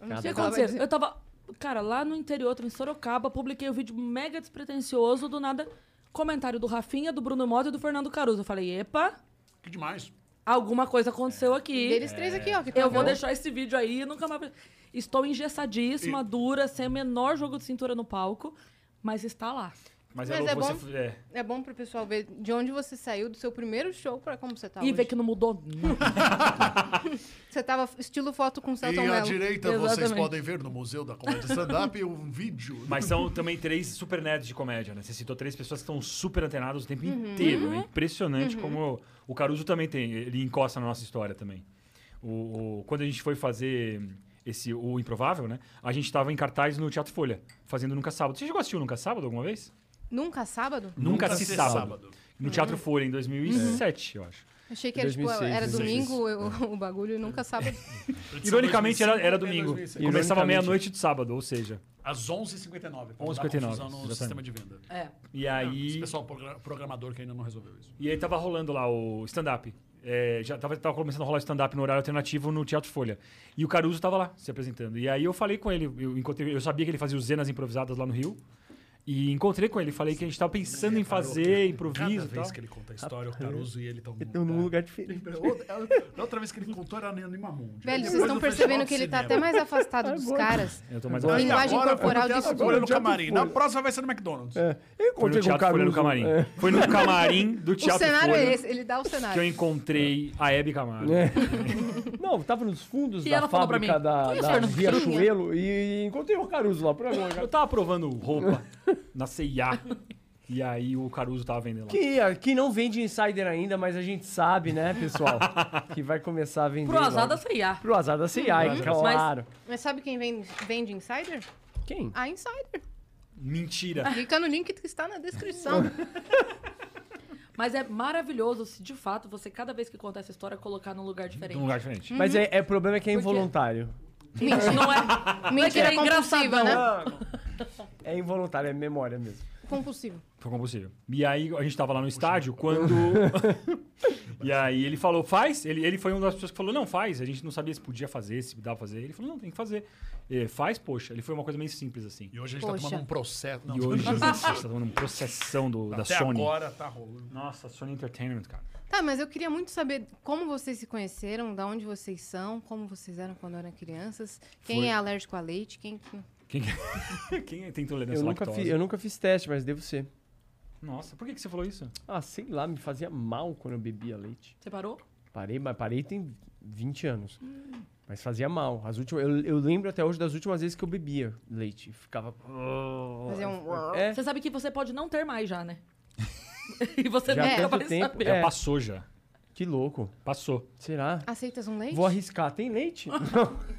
Eu não
Cada
O que
sei o ela
coisa.
vai
aconteceu?
dizer.
Eu tava, cara, lá no interior, em Sorocaba, publiquei um vídeo mega despretensioso, do nada, comentário do Rafinha, do Bruno Mota e do Fernando Caruso. Eu falei, epa,
Que demais.
alguma coisa aconteceu aqui.
Deles três aqui, ó. Que
Eu
tão-
vou deixar esse vídeo aí, nunca mais. Estou engessadíssima, dura, sem o menor jogo de cintura no palco, mas está lá.
Mas,
Mas
louco
é
você
bom?
f- é.
É bom pro pessoal ver de onde você saiu do seu primeiro show pra como você tá
e
hoje.
ver que não mudou nada.
Você tava estilo foto com o Celton
e à
Mello.
direita vocês
Exatamente.
podem ver no Museu da Comédia Stand-Up um vídeo.
Mas são também três super nerds de comédia, né? Você citou três pessoas que estão super antenadas o tempo
Uhum.
inteiro. É impressionante como. O Caruso também tem, ele encosta na nossa história também. O, o- quando a gente foi fazer esse O Improvável, né? A gente tava em cartaz no Teatro Folha, fazendo Nunca Sábado. Você já assistiu Nunca Sábado alguma vez?
Nunca sábado?
Nunca, se
Ser
sábado. No Teatro Folha, em 2007, eu acho.
Achei que era, tipo,
2006,
era
2006.
domingo
É.
eu- o bagulho e nunca sábado.
Ironicamente, era, era
2005,
domingo.
2006.
Começava
Ironicamente.
meia-noite de sábado, ou seja.
Às 11h59. pra não dar
11h59,
confusão no
exatamente.
sistema de venda.
É.
E
Esse
aí.
pessoal progra- programador que ainda não resolveu isso.
E aí tava rolando lá o stand-up. É, já tava, tava começando a rolar stand-up no horário alternativo no Teatro Folha. E o Caruso tava lá se apresentando. E aí eu falei com ele, eu, encontrei, eu sabia que ele fazia os Zenas improvisadas lá no Rio. E encontrei com ele, falei que a gente tava pensando em fazer
Cada
improviso e tal.
vez que ele conta a história, o Caruso e ele estão
Então, num lugar diferente.
Na outra vez que ele contou era tipo, no Animamundi.
Velho, vocês estão percebendo que ele tá até mais afastado dos caras.
Eu tô mais
Agora-
afastado.
Linguagem corporal disso
tudo.
Agora no camarim. Na próxima vai ser no McDonald's.
Eu
Foi no
encontrei com o
Teatro Folha
Caruso.
no camarim.
É.
Foi no camarim do
O
Teatro
cenário
Folha
é esse, ele dá o
que eu
cenário.
encontrei a Hebe Camargo.
É. Não, tava nos fundos
E
da
ela falou pra
fábrica
mim,
da,
"Conhece
da
Fernando
Riachuelo e encontrei o Caruso lá. Pra
Eu tava provando roupa na C&A. E aí o Caruso tava vendendo lá.
que, que não vende insider ainda, mas a gente sabe, né, pessoal? que vai começar a vender.
Pro azar Hum,
logo.
da CIA.
Pro azar da CIA,
Uhum.
claro.
Mas sabe quem vende, vende Insider?
Quem?
Uhum.
A Insider.
Mentira.
Clica no link que está na descrição.
Mas é maravilhoso se, de fato, você, cada vez que conta essa história, colocar num lugar diferente.
Num um lugar diferente.
Mas é, é- o problema é que é
Por quê?
involuntário.
Não é?
Mentira
Vai que ele é
compulsiva,
engraçadão.
né?
Ah, É involuntário, é memória mesmo.
Compulsivo.
Foi combustível. E aí a gente tava lá no estádio quando. e aí ele falou, faz? Ele, ele foi uma das pessoas que falou, não, faz. A gente não sabia se podia fazer, se dava pra fazer. Ele falou, não, tem que fazer. Eh, faz, poxa. Ele foi uma coisa meio simples assim.
E hoje a gente
Poxa.
tá tomando um processo. Não,
E hoje a gente tá tomando um processão do, da
até
Sony.
agora tá rolando.
Nossa, Sony Entertainment, cara.
Tá, mas eu queria muito saber como vocês se conheceram, da onde vocês são, como vocês eram quando eram crianças, quem
Foi.
é alérgico a leite, quem... que-
Quem, quem é- tem tolerância
Eu
à
nunca,
lactose?
fiz, eu nunca fiz teste, mas devo ser.
Nossa, por que, que você falou isso?
Ah, sei lá, me fazia mal quando eu bebia leite.
Você parou?
Parei, mas parei tem 20 anos.
Hum.
Mas fazia mal. As últimas, eu, eu lembro até hoje das últimas vezes que eu bebia leite. Ficava.
Fazer um...
É,
Você sabe que você pode não ter mais já, né? e você
Já
há
nunca
tanto
vai
tempo.
saber.
Já
É.
passou já.
que louco.
Passou.
Será?
Aceitas um leite?
Vou arriscar. Tem leite?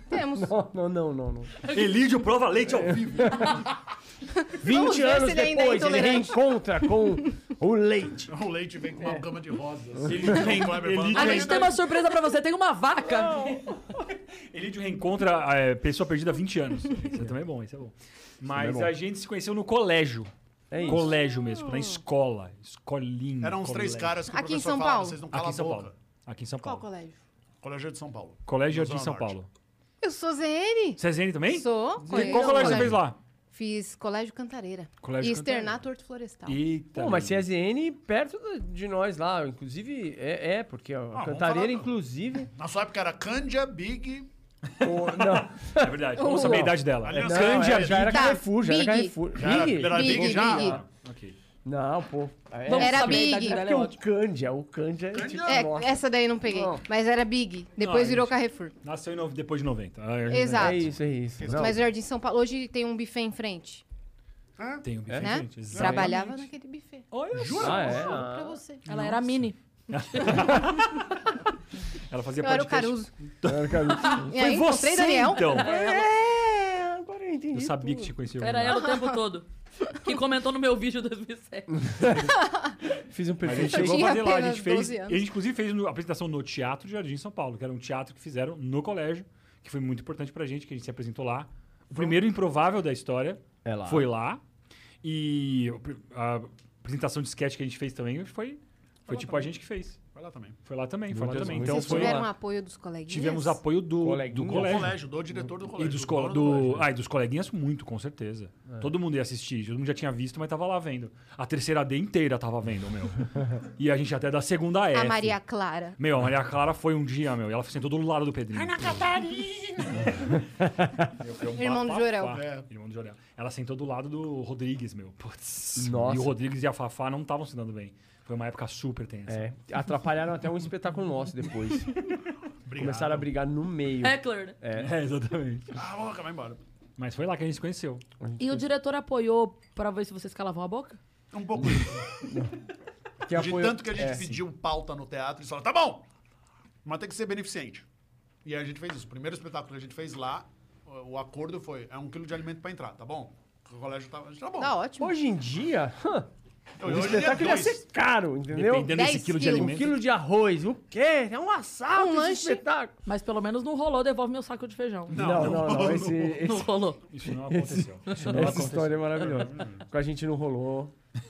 Temos.
não, não, não, não. não.
Elídio prova leite
É.
ao vivo.
20
ver
anos
se ele ainda é
depois, ele
intolerante.
reencontra com o leite.
O leite vem com uma
É.
gama de rosas.
Ele tem- ele
A
tem-
gente tem uma surpresa pra você. Tem uma vaca.
Elidio reencontra é, pessoa perdida há 20 anos. Isso é também é bom, isso é bom. Mas
bom.
a gente se conheceu no colégio.
É isso.
Colégio mesmo,
Ah.
na escola. Escolinha.
Eram uns três
colégio.
caras que o
Aqui em
professor
São
falava,
Paulo.
vocês não
Aqui
calam
em
a
São
boca.
Paulo. Aqui em São
Qual
Paulo.
colégio?
Colégio de São Paulo.
Colégio Jardim
Zona
São
Norte.
Paulo.
Eu sou ZN.
Cezene também?
Sou.
E Qual colégio você fez lá?
Fiz Colégio Cantareira.
Colégio
e externato horto florestal.
Eita.
Pô, mas é CSN
menino.
perto do- de nós lá, inclusive, é, é, porque ó, a
Ah, vamos
Cantareira,
falar, não.
inclusive.
Na sua época era Candia, Big...
o- não,
É verdade. Vamos saber a idade dela.
Aliás,
não
Cândia,
era, já era
Big.
Carrefour, já era
Tá, Big.
Carrefour.
é, Já era,
Big?
era Big,
tá- Big,
já?
Big.
Ok.
Não, pô. É,
Vamos
Era
saber a
Big.
idade dela,
é porque
é
o
ótimo.
Cândia, o Cândia é tipo.
É,
nossa,
essa daí eu não peguei.
Não.
Mas era Big. Depois
Não,
virou
gente.
Carrefour.
Nasceu em nove- depois de 90. Ah, é-
Exato.
É isso, é isso. Não,
Mas o Jardim São Paulo. Hoje tem um buffet em frente.
Tem um bife,
É?
Né?
gente. exatamente.
Trabalhava naquele buffet.
Olha só.
Ah, é?
Pra
Ah,
você.
Ela era mini.
Ela fazia
Eu era o
podcast.
Caruso.
era Caruso.
E aí encontrei Daniel.
então.
É, agora eu entendi.
Eu sabia que
tudo.
tinha conhecido.
Era ela o tempo todo. Que comentou no meu vídeo de 2007.
Uhum. Fiz um
A
perfil
Eu
gente chegou
fake.
a
tinha
fazer lá, a
apenas
gente fez.
12
A
anos.
gente inclusive fez no- a apresentação no Teatro Jardim São Paulo, que era um teatro que fizeram no colégio, que foi muito importante pra gente, que a gente se apresentou lá. O primeiro improvável da história
É lá.
foi lá. E o pr- a apresentação de sketch que a gente fez também foi. Foi tipo a gente que fez.
Foi lá também.
Foi lá também, foi
Meu
lá
Deus,
também.
muito
Então
Vocês
foi
tiveram
lá.
apoio dos coleguinhas?
Tivemos apoio do
Coleguinha.
do
Do
colégio.
colégio, do diretor do
E
colégio.
dos,
do é,
co
dono
do,
colégio.
ah, e dos coleguinhas, muito, com certeza.
É.
Todo mundo ia assistir, todo mundo já tinha visto, mas tava lá vendo. A terceira D inteira tava vendo, meu. e a gente até da segunda F.
É,
A Maria Clara.
Meu, a Maria Clara foi um dia, meu, e ela sentou do lado do Pedrinho. Ana Catarina!
Irmão do Jorel.
um É.
Irmão do Jorel. Ela sentou do lado do Rodrigues, meu. Putz.
Nossa.
E o Rodrigues e a Fafá não estavam se dando bem. Foi uma época super tensa.
É, atrapalharam até um espetáculo nosso depois.
Obrigado.
Começaram a brigar no meio.
Heckler, né?
É, exatamente.
Ah, vamos acabar embora.
Mas foi lá que a gente se conheceu.
E o diretor apoiou pra ver se vocês calavam a boca?
Um pouco isso.
Que
De
apoio-
tanto que a gente
é,
pediu pauta no teatro, eles falaram, tá bom, mas tem que ser beneficente. E aí a gente fez isso. O primeiro espetáculo que a gente fez lá, o o acordo foi, é um quilo de alimento pra entrar, tá bom? O colégio tá, tá bom.
Tá ótimo.
Hoje em dia, hã,
Eu-
o
hoje em dia
espetáculo ia
dois.
ser caro, entendeu?
Dependendo desse
10
quilo de
quilos.
Um
alimento.
quilo de arroz, o quê? É um assalto
Um
um
lanche.
espetáculo.
Mas pelo menos não rolou, devolve meu saco de feijão.
Não, não, não. esse,
Não
esse-
rolou.
Isso não aconteceu. Isso não
essa
aconteceu.
história é maravilhosa. Com a gente não rolou.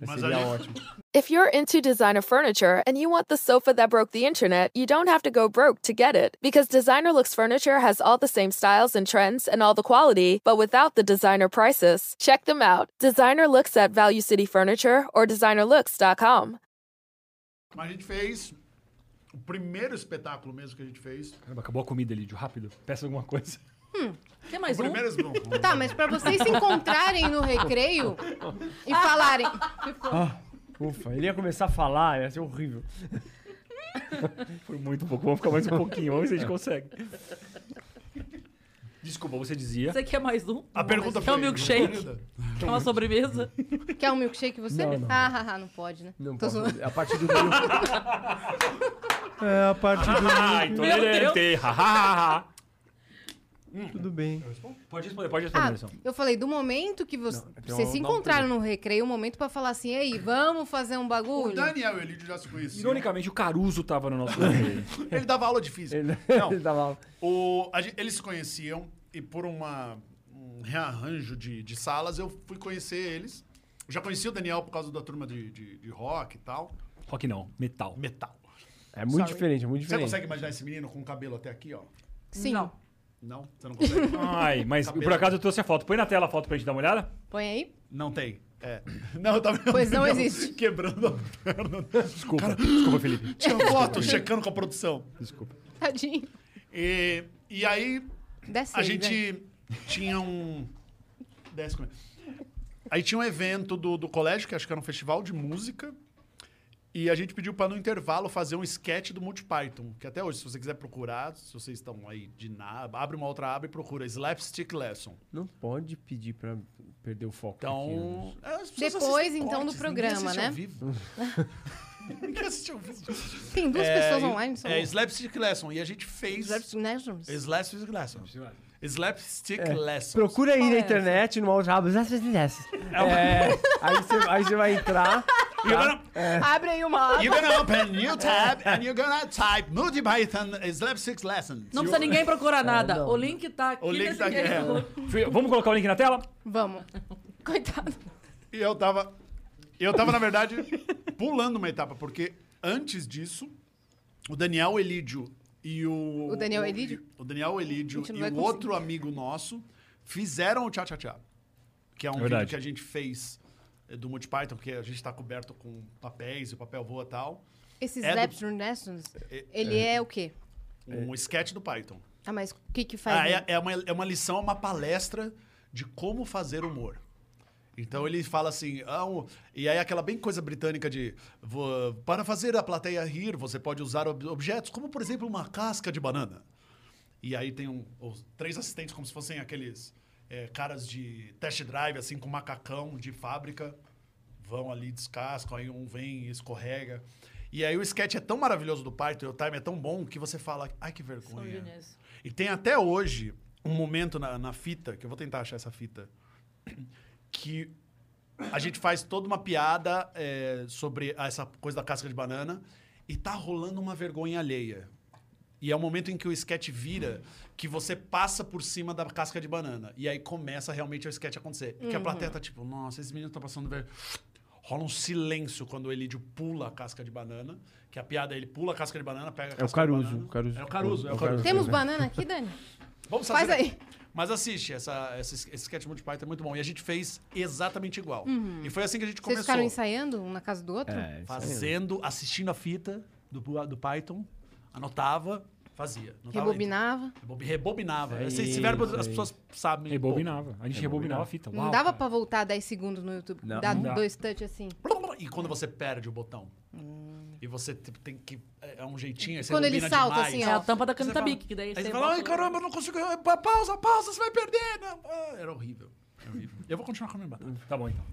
Mas é
Seria
a gente-
ótimo.
If you're into designer furniture and you want the sofa that broke the internet, you don't have to go broke to get it. Because Designer Looks Furniture has all the same styles and trends and all the quality, but without the designer prices. Check them out. Designer Looks at Value City Furniture or designerlooks.com.
Mas a gente fez o primeiro espetáculo mesmo que a gente fez.
Caramba, acabou a comida, Lídio. Rápido. Peça alguma coisa.
Quer mais
O
um?
primeiro é espetáculo.
Tá, mas pra vocês se encontrarem no recreio e falarem.
Ufa, ele ia começar a falar, ia ser horrível.
Foi muito pouco. Vamos ficar mais um pouquinho. Vamos ver se a gente consegue. Desculpa, você dizia.
Você quer mais um?
A pergunta
Quer
foi...
um milkshake?
é
Quer uma sobremesa?
Quer um milkshake você?
Não, não.
Ah, ah, ah, não pode, né?
Não
Tô
posso.
zoando.
A parte do Rio. é, a parte
Ah, intolerante. Ha, ha, ha, ha.
do. Tudo bem.
Pode responder, pode responder,
Ah,
Anderson.
eu falei, do momento que vo-
Não, tem
vocês
uma-
se
dá um
encontraram no recreio, um momento pra falar assim, ei, vamos fazer um
O
bagulho?
Daniel e o Elidio já se conheciam.
Ironicamente, o Caruso tava no nosso meio.
Ele dava aula de física.
Ele,
Não,
ele tava.
O- a gen- eles se conheciam e por uma- um rearranjo de, de salas eu fui conhecer eles. Eu já conheci o Daniel por causa da turma de, de- de rock e tal.
Rock não, metal.
Metal.
É muito
Sorry.
diferente, é muito
Você
diferente.
consegue imaginar esse menino com o cabelo até aqui, ó?
Sim.
Não.
Não? Você não consegue?
Ai, mas
Cabelo.
por acaso eu trouxe a foto. Põe na tela a foto pra gente dar uma olhada.
Põe aí.
não tem. É. Não, eu tava
Pois não
eu-
existe.
Quebrando a perna.
Desculpa, desculpa, Felipe.
Tinha um foto checando com a produção.
Desculpa.
Tadinho. né?
E, e aí
Desce
a
aí, vai.
gente tinha um. Desce comigo. Aí tinha um evento do, do colégio, que acho que era um festival de música. E a gente pediu para no intervalo fazer um sketch do MultiPython, que até hoje, se você quiser procurar, se vocês estão aí de nada, abre uma outra aba e procura Slapstick Lesson.
Não pode pedir pra perder o foco. aqui, né?
Então.
Anderson.
é, as pessoas
Depois,
assistem
então, do
cortes,
programa,
ninguém assiste
né?
Ao vivo. ninguém assiste ao vivo.
Tem duas
É,
pessoas
e-
online. São...
É Slapstick Lesson. E a gente fez.
Né, Jones?
Slapstick Lesson. Slapstick Lesson.
Procura aí
Qual
na
é
internet, numa outra aba. É, aí, você, aí você vai entrar.
E agora-
É.
Abre aí uma aba.
You're gonna open new tab and you're gonna type MultiPython Slapstick Lessons.
Não precisa ninguém procurar nada.
É, não.
o link tá aqui
O link
nesse
tá aqui, é.
texto.
Fui- Vamos colocar o link na tela?
Vamos. Coitado.
E eu tava. Eu tava, na verdade, pulando uma etapa, porque antes disso, o Daniel Elídio e o.
O Daniel Elídio?
O Daniel Elídio
A gente
e
não
o
vai conseguir.
outro amigo nosso fizeram o Tchá Tchá Tchá. Que é um
Verdade.
vídeo que a gente fez eh, do MultiPython, porque a gente tá coberto com papéis e o papel voa e tal.
Esse
É do-
Slaps Nessons, ele é. o quê?
Um sketch do Python.
Ah, mas o que que faz?
Ah, é,
ele?
é uma, é uma lição, é uma palestra de como fazer humor. Então ele fala assim, ah, um- e aí aquela bem coisa britânica de "Vo- para fazer a plateia rir, você pode usar ob- objetos, como por exemplo uma casca de banana. E aí tem um- os três assistentes como se fossem aqueles é, caras de test drive, assim, com macacão de fábrica. Vão ali, descascam, aí um vem e escorrega. E aí o sketch é tão maravilhoso do Python, e o time é tão bom, que você fala, ai que
São
vergonha.
geniais.
E tem até hoje um momento na, na fita, que eu vou tentar achar essa fita, que a gente faz toda uma piada é, sobre essa coisa da casca de banana e tá rolando uma vergonha alheia. E é o momento em que o sketch vira, que você passa por cima da casca de banana. E aí começa realmente o sketch acontecer. E que a plateia tá tipo, nossa, esses meninos estão passando ver... Rola um silêncio quando o Elídio pula a casca de banana. Que a piada é ele pula a casca de banana, pega a
É o
casca de
Caruso.
banana.
o Caruso.
É o Caruso, é o Caruso.
Temos banana aqui, Dani?
Vamos
Faz
fazer- um-
aí.
Mas assiste, essa, esse, esse sketch muito Python é muito bom. E a gente fez exatamente igual. E foi assim que a gente
Uhum. Vocês
começou.
ficaram ensaiando um na casa do outro?
É, isso aí.
Fazendo, assistindo a fita do, do Python, anotava, fazia. Anotava,
Rebobinava.
Rebobi- Rebobinava.
Isso
Esse,
aí,
esse verbo
isso
as
aí.
pessoas sabem. um
Rebobinava. A gente
Rebobinava.
rebobinava a fita.
é Não
Uau,
dava
cara.
pra voltar 10 segundos no YouTube.
Não.
dar
Não dá.
dois touch assim.
pouco. E quando você perde o botão. E você te- tem que. É é um jeitinho. aí Você
Hum. Quando ele
rebobina
salta,
demais.
assim,
É
ó.
a tampa da
Você
caneta
fala-
Bic, que daí
Aí você
você
fala, ai
bota-
caramba, eu não consigo. eu- pa- Pausa, pausa, você vai perder. Não, ah, Era horrível. Era horrível. Eu vou continuar comendo batata.
Tá bom, então.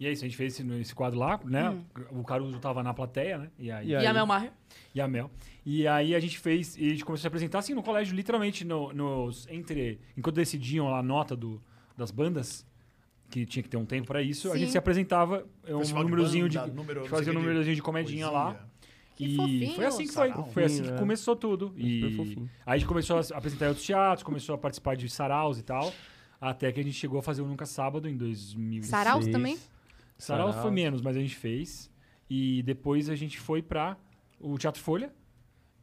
E é isso, a gente fez esse, esse quadro lá, né? O Caruso tava na plateia, né? E aí,
E
E a Ah, Mel Maher?
e a Mel. E aí a gente fez, e a gente começou a se apresentar assim no colégio, literalmente, no- nos, entre. Enquanto decidiam lá a nota do, das bandas, que tinha que ter um tempo pra isso, a
Sim.
gente se apresentava é, um
Festival de
númerozinho de.
banda, número, não sei
fazia um
o que de
númerozinho de comedinha lá.
poesia.
Que
e
fofinho,
foi assim que foi.
sarau.
Foi assim
Fofinho,
que
é.
começou tudo.
Super
E
fofinho.
aí a gente começou a se apresentar em outros teatros, começou a participar de saraus e tal. Até que a gente chegou a fazer o Nunca Sábado em 2006.
Saraus também?
Sarau
Sarau.
foi menos, mas a gente fez. E depois a gente foi pra o Teatro Folha.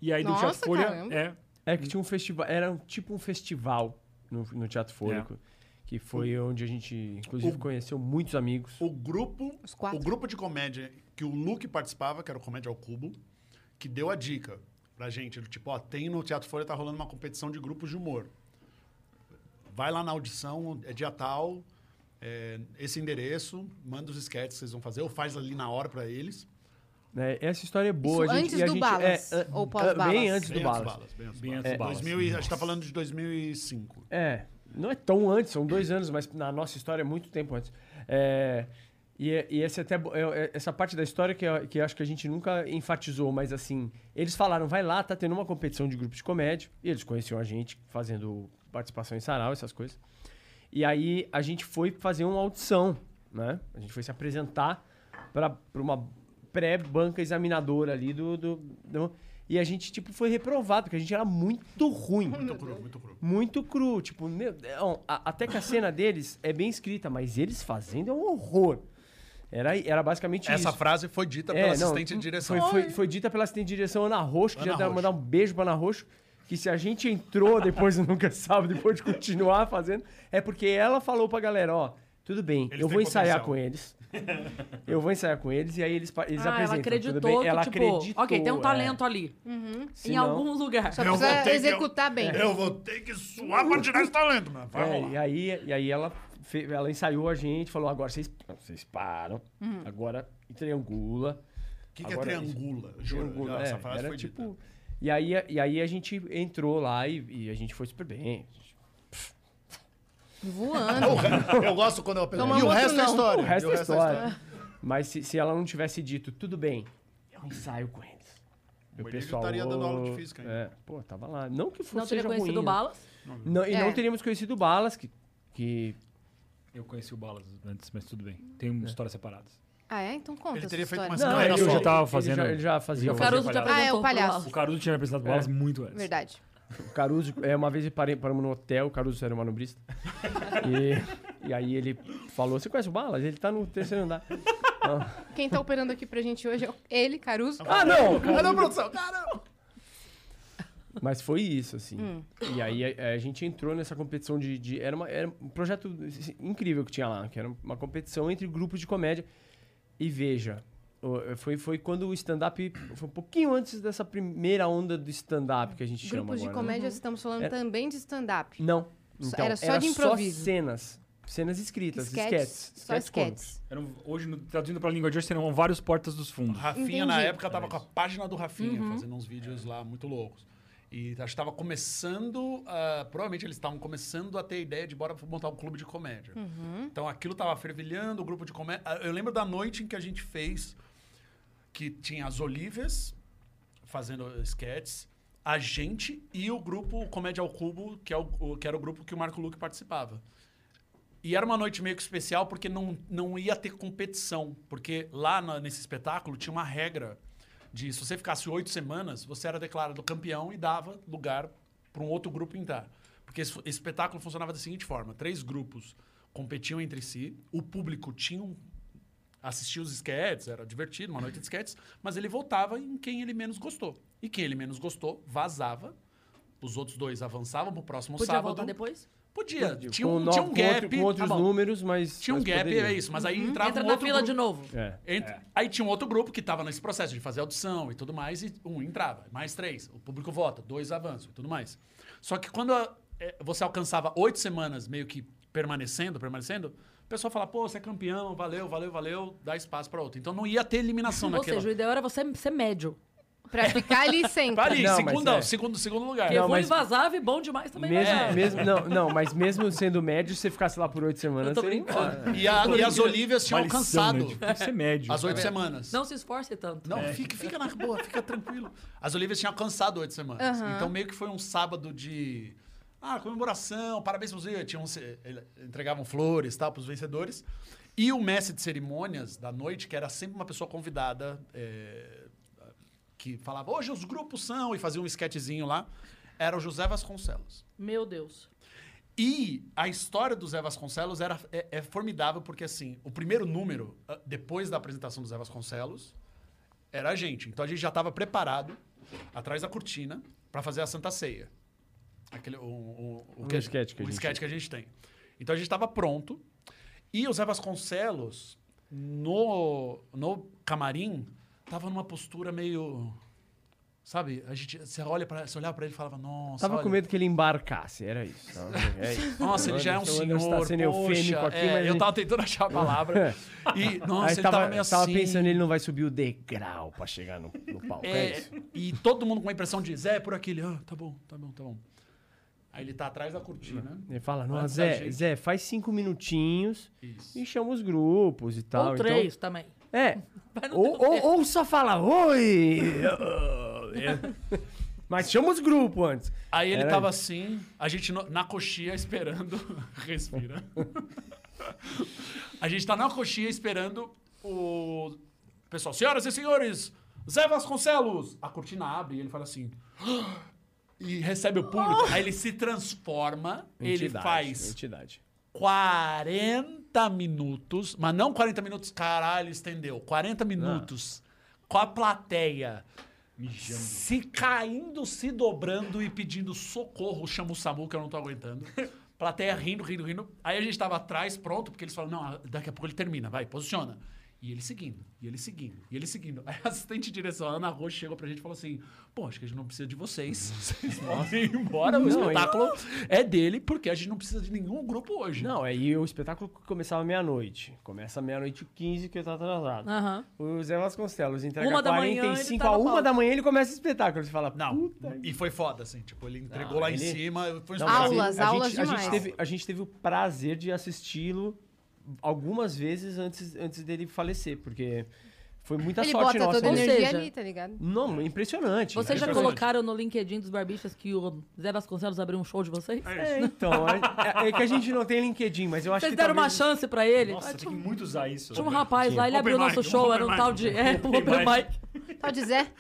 E aí do
Nossa,
Teatro Folha.
caramba.
É,
É que tinha um festival. Era um- tipo um festival no, no Teatro Fônico. Que foi onde a gente, inclusive,
É. o-
conheceu muitos amigos.
O grupo,
Os quatro.
o grupo de comédia que o Luke participava, que era o Comédia ao Cubo, que deu a dica pra gente, do tipo, ó, tem no Teatro Folha tá rolando uma competição de grupos de humor. Vai lá na audição, é dia tal, é, esse endereço, manda os sketches que vocês vão fazer, ou faz ali na hora pra eles.
né? Essa história é boa.
Isso
a gente,
antes
e a
do
gente-
Balas,
é, an-
ou pós-Balas?
Bem antes
Bem
do
antes
Balas.
bem antes do
Bem
Balas.
antes do Balas.
2000 e- a gente tá falando de 2005.
É, não é tão antes, são dois anos, mas na nossa história é muito tempo antes. É, e é- e essa, até, bo- é- é- essa parte da história que, eu- que eu acho que a gente nunca enfatizou, mas assim, eles falaram, vai lá, tá tendo uma competição de grupos de comédia, e eles conheciam a gente fazendo participação em sarau, essas coisas. E aí a gente foi fazer uma audição, né? A gente foi se apresentar para uma pré-banca examinadora ali do, do, do- E a gente, tipo, foi reprovado, porque a gente era muito ruim
Muito cru, muito cru.
muito cru. Tipo, meu, é, ó, a- até que a cena deles é bem escrita, mas eles fazendo é um horror. Era, era basicamente
Essa
isso.
frase foi dita
É,
pela
não,
assistente de direção.
Foi, foi, foi dita pela assistente de direção Ana Roxo, que
Ana
já dá
Roxo.
mandar um beijo pra Ana Roxo, que se a gente entrou depois do Nunca Sabe, depois de continuar fazendo, é porque ela falou pra galera, ó, tudo bem,
Eles
eu
têm
vou ensaiar
potencial.
com eles. Eu vou ensaiar com eles e aí eles, pa- eles
Ah, ela
apresentam.
acreditou
tudo bem?
que,
ela
tipo,
acreditou.
ok, tem um
é.
talento ali,
Se
em
não-
algum lugar.
Só
Eu vou
precisa
ter que-
executar Tá bem.
Eu vou ter que suar pra tirar esse talento, mano. Vai
É,
rolar.
e aí, e aí ela, fe- ela ensaiou a gente, falou: agora vocês, vocês param,
Uhum.
agora triangula.
O que, que é
Agora,
triangula? Juro,
triangula
essa
é,
frase
era
foi dita.
tipo. E aí, e aí a gente entrou lá e, e a gente foi super bem.
Voando.
Eu gosto quando ela
Toma
pergunta. E o
outro
resto é
não.
história.
O resto
E
é história. Mas se, se ela não tivesse dito, tudo bem, eu ensaio com eles. E O
Mas ele
pessoal.
estaria dando aula de
"Ô",
física ainda.
É, pô, tava lá. Não que fosse.
Não teria
seja
conhecido
ruim,
o
né?
Balas.
Não, e
É.
não teríamos conhecido o Balas, que. que
eu conheci o Balas antes, mas tudo bem. Tem uma história separada.
Ah, é? Então conta
Ele
essa
teria feito
história.
uma Não,
ele
era
já-
só- eu já
tava
ele
fazendo-
já- Ele já fazia.
eu
O
já
fazia
Caruso te
palhaço.
apresentou
Ah, é, o
pro Balas.
Um
palhaço.
O Caruso tinha me apresentado o Balas muito antes.
Verdade.
O Caruso, é, uma vez parei, paramos no hotel, o Caruso era manobrista. E, e aí ele falou: Você conhece o Balas? Ele tá no terceiro andar.
Quem tá operando aqui pra gente hoje é o- ele, Caruso.
ah, não!
Cadê a produção? Caramba!
Mas foi isso, assim.
Hum.
E aí a, a gente entrou nessa competição de. de- era, uma- era um projeto assim, incrível que tinha lá, que era uma competição entre grupos de comédia. E veja, o- foi, foi quando o stand-up. Foi um pouquinho antes dessa primeira onda do stand-up que a gente chama
Grupos de
agora, né?
comédia, estamos falando
Era-
também de stand-up.
Não.
Só-
Então,
era só de improviso.
cenas. Cenas escritas,
Sketches.
esquetes.
Só sketches.
Eram- hoje, no- traduzindo pra língua de hoje, serão vários portas dos fundos.
Rafinha,
Entendi.
na época, tava com a página do Rafinha, fazendo uns vídeos lá muito loucos. E acho que tava começando. ah, provavelmente eles estavam começando a ter a ideia de bora montar um clube de comédia. Então aquilo tava fervilhando, o grupo de comédia. Ah, Eu lembro da noite em que a gente fez que tinha as Olívias fazendo sketches, a gente e o grupo Comédia ao Cubo, que, é o- o- que era o grupo que o Marco Luque participava. E era uma noite meio que especial porque não, não ia ter competição. Porque lá na- nesse espetáculo tinha uma regra de se você ficasse oito semanas, você era declarado campeão e dava lugar para um outro grupo entrar. Porque esse, fu- esse espetáculo funcionava da seguinte forma: três grupos competiam entre si, o público tinha um
assistia os sketches, era divertido, uma noite de sketches, mas ele voltava em quem ele menos gostou. E quem ele menos gostou vazava. Os outros dois avançavam pro próximo
Podia
sábado.
voltar depois?
Podia.
Tipo,
Tinha
com
um,
no-
tinha um
com outro-
gap.
com outros
Tá bom.
número, mas.
Tinha um
mas
gap,
poderia.
é isso. Mas aí entrava
Uhum. Entra
um
na
outro
fila
grupo.
de novo.
É.
Entra- Aí tinha um outro grupo que estava nesse processo de fazer audição e tudo mais, e um entrava, mais três, o público vota, dois avançam e tudo mais. Só que quando a- eh, você alcançava oito semanas meio que permanecendo, permanecendo, o pessoal fala, pô, você é campeão, valeu, valeu, valeu, dá espaço para outro. Então não ia ter eliminação
Ou
naquela.
seja, o ideal era você ser médio.
Pra ficar ali sempre.
Tá ali,
Não, mas
segundão,
é.
segundo, segundo lugar.
Não,
Eu vou
mas-
invasava e bom demais também.
Mesmo,
não é.
mesmo, não, não, mas mesmo sendo médio, se você ficasse lá por oito
Eu
semanas,
tô
você ia
brincando.
embora.
E, a- e as Olívias tinham
Uma lição,
alcançado
né? Tipo, tem que ser médio.
as oito semanas.
Não se esforce tanto.
Não, fica, fica na boa, fica tranquilo. As Olívias tinham alcançado oito semanas.
Aham.
Então, meio que foi um sábado de. Ah, comemoração, parabéns pros vencedores. Tinham, um ce- ele- entregavam flores e tal pros vencedores. E o mestre de cerimônias da noite, que era sempre uma pessoa convidada, é, que falava, hoje os grupos são, e fazia um sketchzinho lá, era o José Vasconcelos.
Meu Deus.
E a história do Zé Vasconcelos era, é, é formidável, porque assim, o primeiro número, ah, depois da apresentação do Zé Vasconcelos, era a gente. Então a gente já estava preparado, atrás da cortina, para fazer a Santa Ceia. Aquele, o, o, o
Um sketch que a
o
gente
sketch que a gente tem. Então a gente estava pronto. E o Zé Vasconcelos, no, no camarim, tava numa postura meio. Sabe? A gente, você, olha pra, você olhava para ele e falava, nossa.
Tava
olha,
com medo que ele embarcasse, era isso. Tava- é isso.
nossa, ele já é um
Anderson,
senhor.
Anderson tá sendo
poxa,
eufêmico aqui,
é,
mas
eu
ele-
tava tentando achar a palavra. E, nossa,
Aí
ele
tava,
tava, meio assim.
tava pensando, ele não vai subir o degrau pra chegar no, no palco. É,
é,
isso.
e todo mundo com a impressão de Zé é por aquele. Ah, tá bom, tá bom, tá bom. Aí ele tá atrás da cortina.
Ele fala, não,
Antes da
Zé,
gente.
Zé, faz cinco minutinhos
Isso.
e chama os grupos e tal.
Ou
então-
três também.
é.
Vai no
Ou,
teu
ou-
tempo.
ou só fala, oi! É. Mas chama os grupos antes.
Aí ele
Era
tava assim, a gente no- na coxia esperando. Respira. a gente tá na coxia esperando o. Pessoal, senhoras e senhores, Zé Vasconcelos! A cortina abre e ele fala assim. "Ah!" E recebe o público. Aí ele se transforma, ele
Entidade,
faz
Entidade.
40 minutos, mas não 40 minutos, caralho, estendeu. 40 minutos com a plateia
Mijando.
se caindo, se dobrando e pedindo socorro. Chama o Samu, que eu não tô aguentando. Plateia rindo, rindo, rindo. Aí a gente tava atrás, pronto, porque eles falam, não, daqui a pouco ele termina, vai, posiciona. E ele seguindo, e ele seguindo, e ele seguindo. Aí a assistente de direção, a Ana Rocha, chegou pra gente e falou assim, pô, acho que a gente não precisa de vocês. Vocês podem ir embora, o
Não,
espetáculo é dele, porque a gente não precisa de nenhum Um grupo hoje.
Não, aí o espetáculo começava meia-noite. Começa meia-noite e 15 que eu tava atrasado.
Aham.
O Zé Vasconcelos entrega
Uma da manhã,
45
ele tá
a
no
1
palco.
da manhã ele começa o espetáculo. Você fala,
Não,
puta
e foi foda, assim, tipo, ele entregou
Não,
lá
ele-
em cima, foi um
mas
espetáculo.
Aulas,
a gente-
aulas
a gente,
demais.
teve, a gente teve o prazer de assisti-lo algumas vezes antes, antes dele falecer, porque foi muita
Ele
sorte
bota
nossa.
toda a
né?
energia
Ou seja,
ali, tá ligado?
Não, impressionante.
Vocês já
Impressionante.
colocaram no LinkedIn dos barbistas que o Zé Vasconcelos abriu um show de vocês?
É, então, é, é que a gente não tem LinkedIn, mas eu acho
Vocês
que
deram uma
talvez-
chance pra ele? Ah,
Nossa, tem
tinha,
que
um-
muito usar isso. né?
tinha um rapaz lá, ele
Open
abriu o nosso
mic,
show,
open
era um
mic.
tal de. É, um
Open
open
mic.
mic.
Tal de Zé.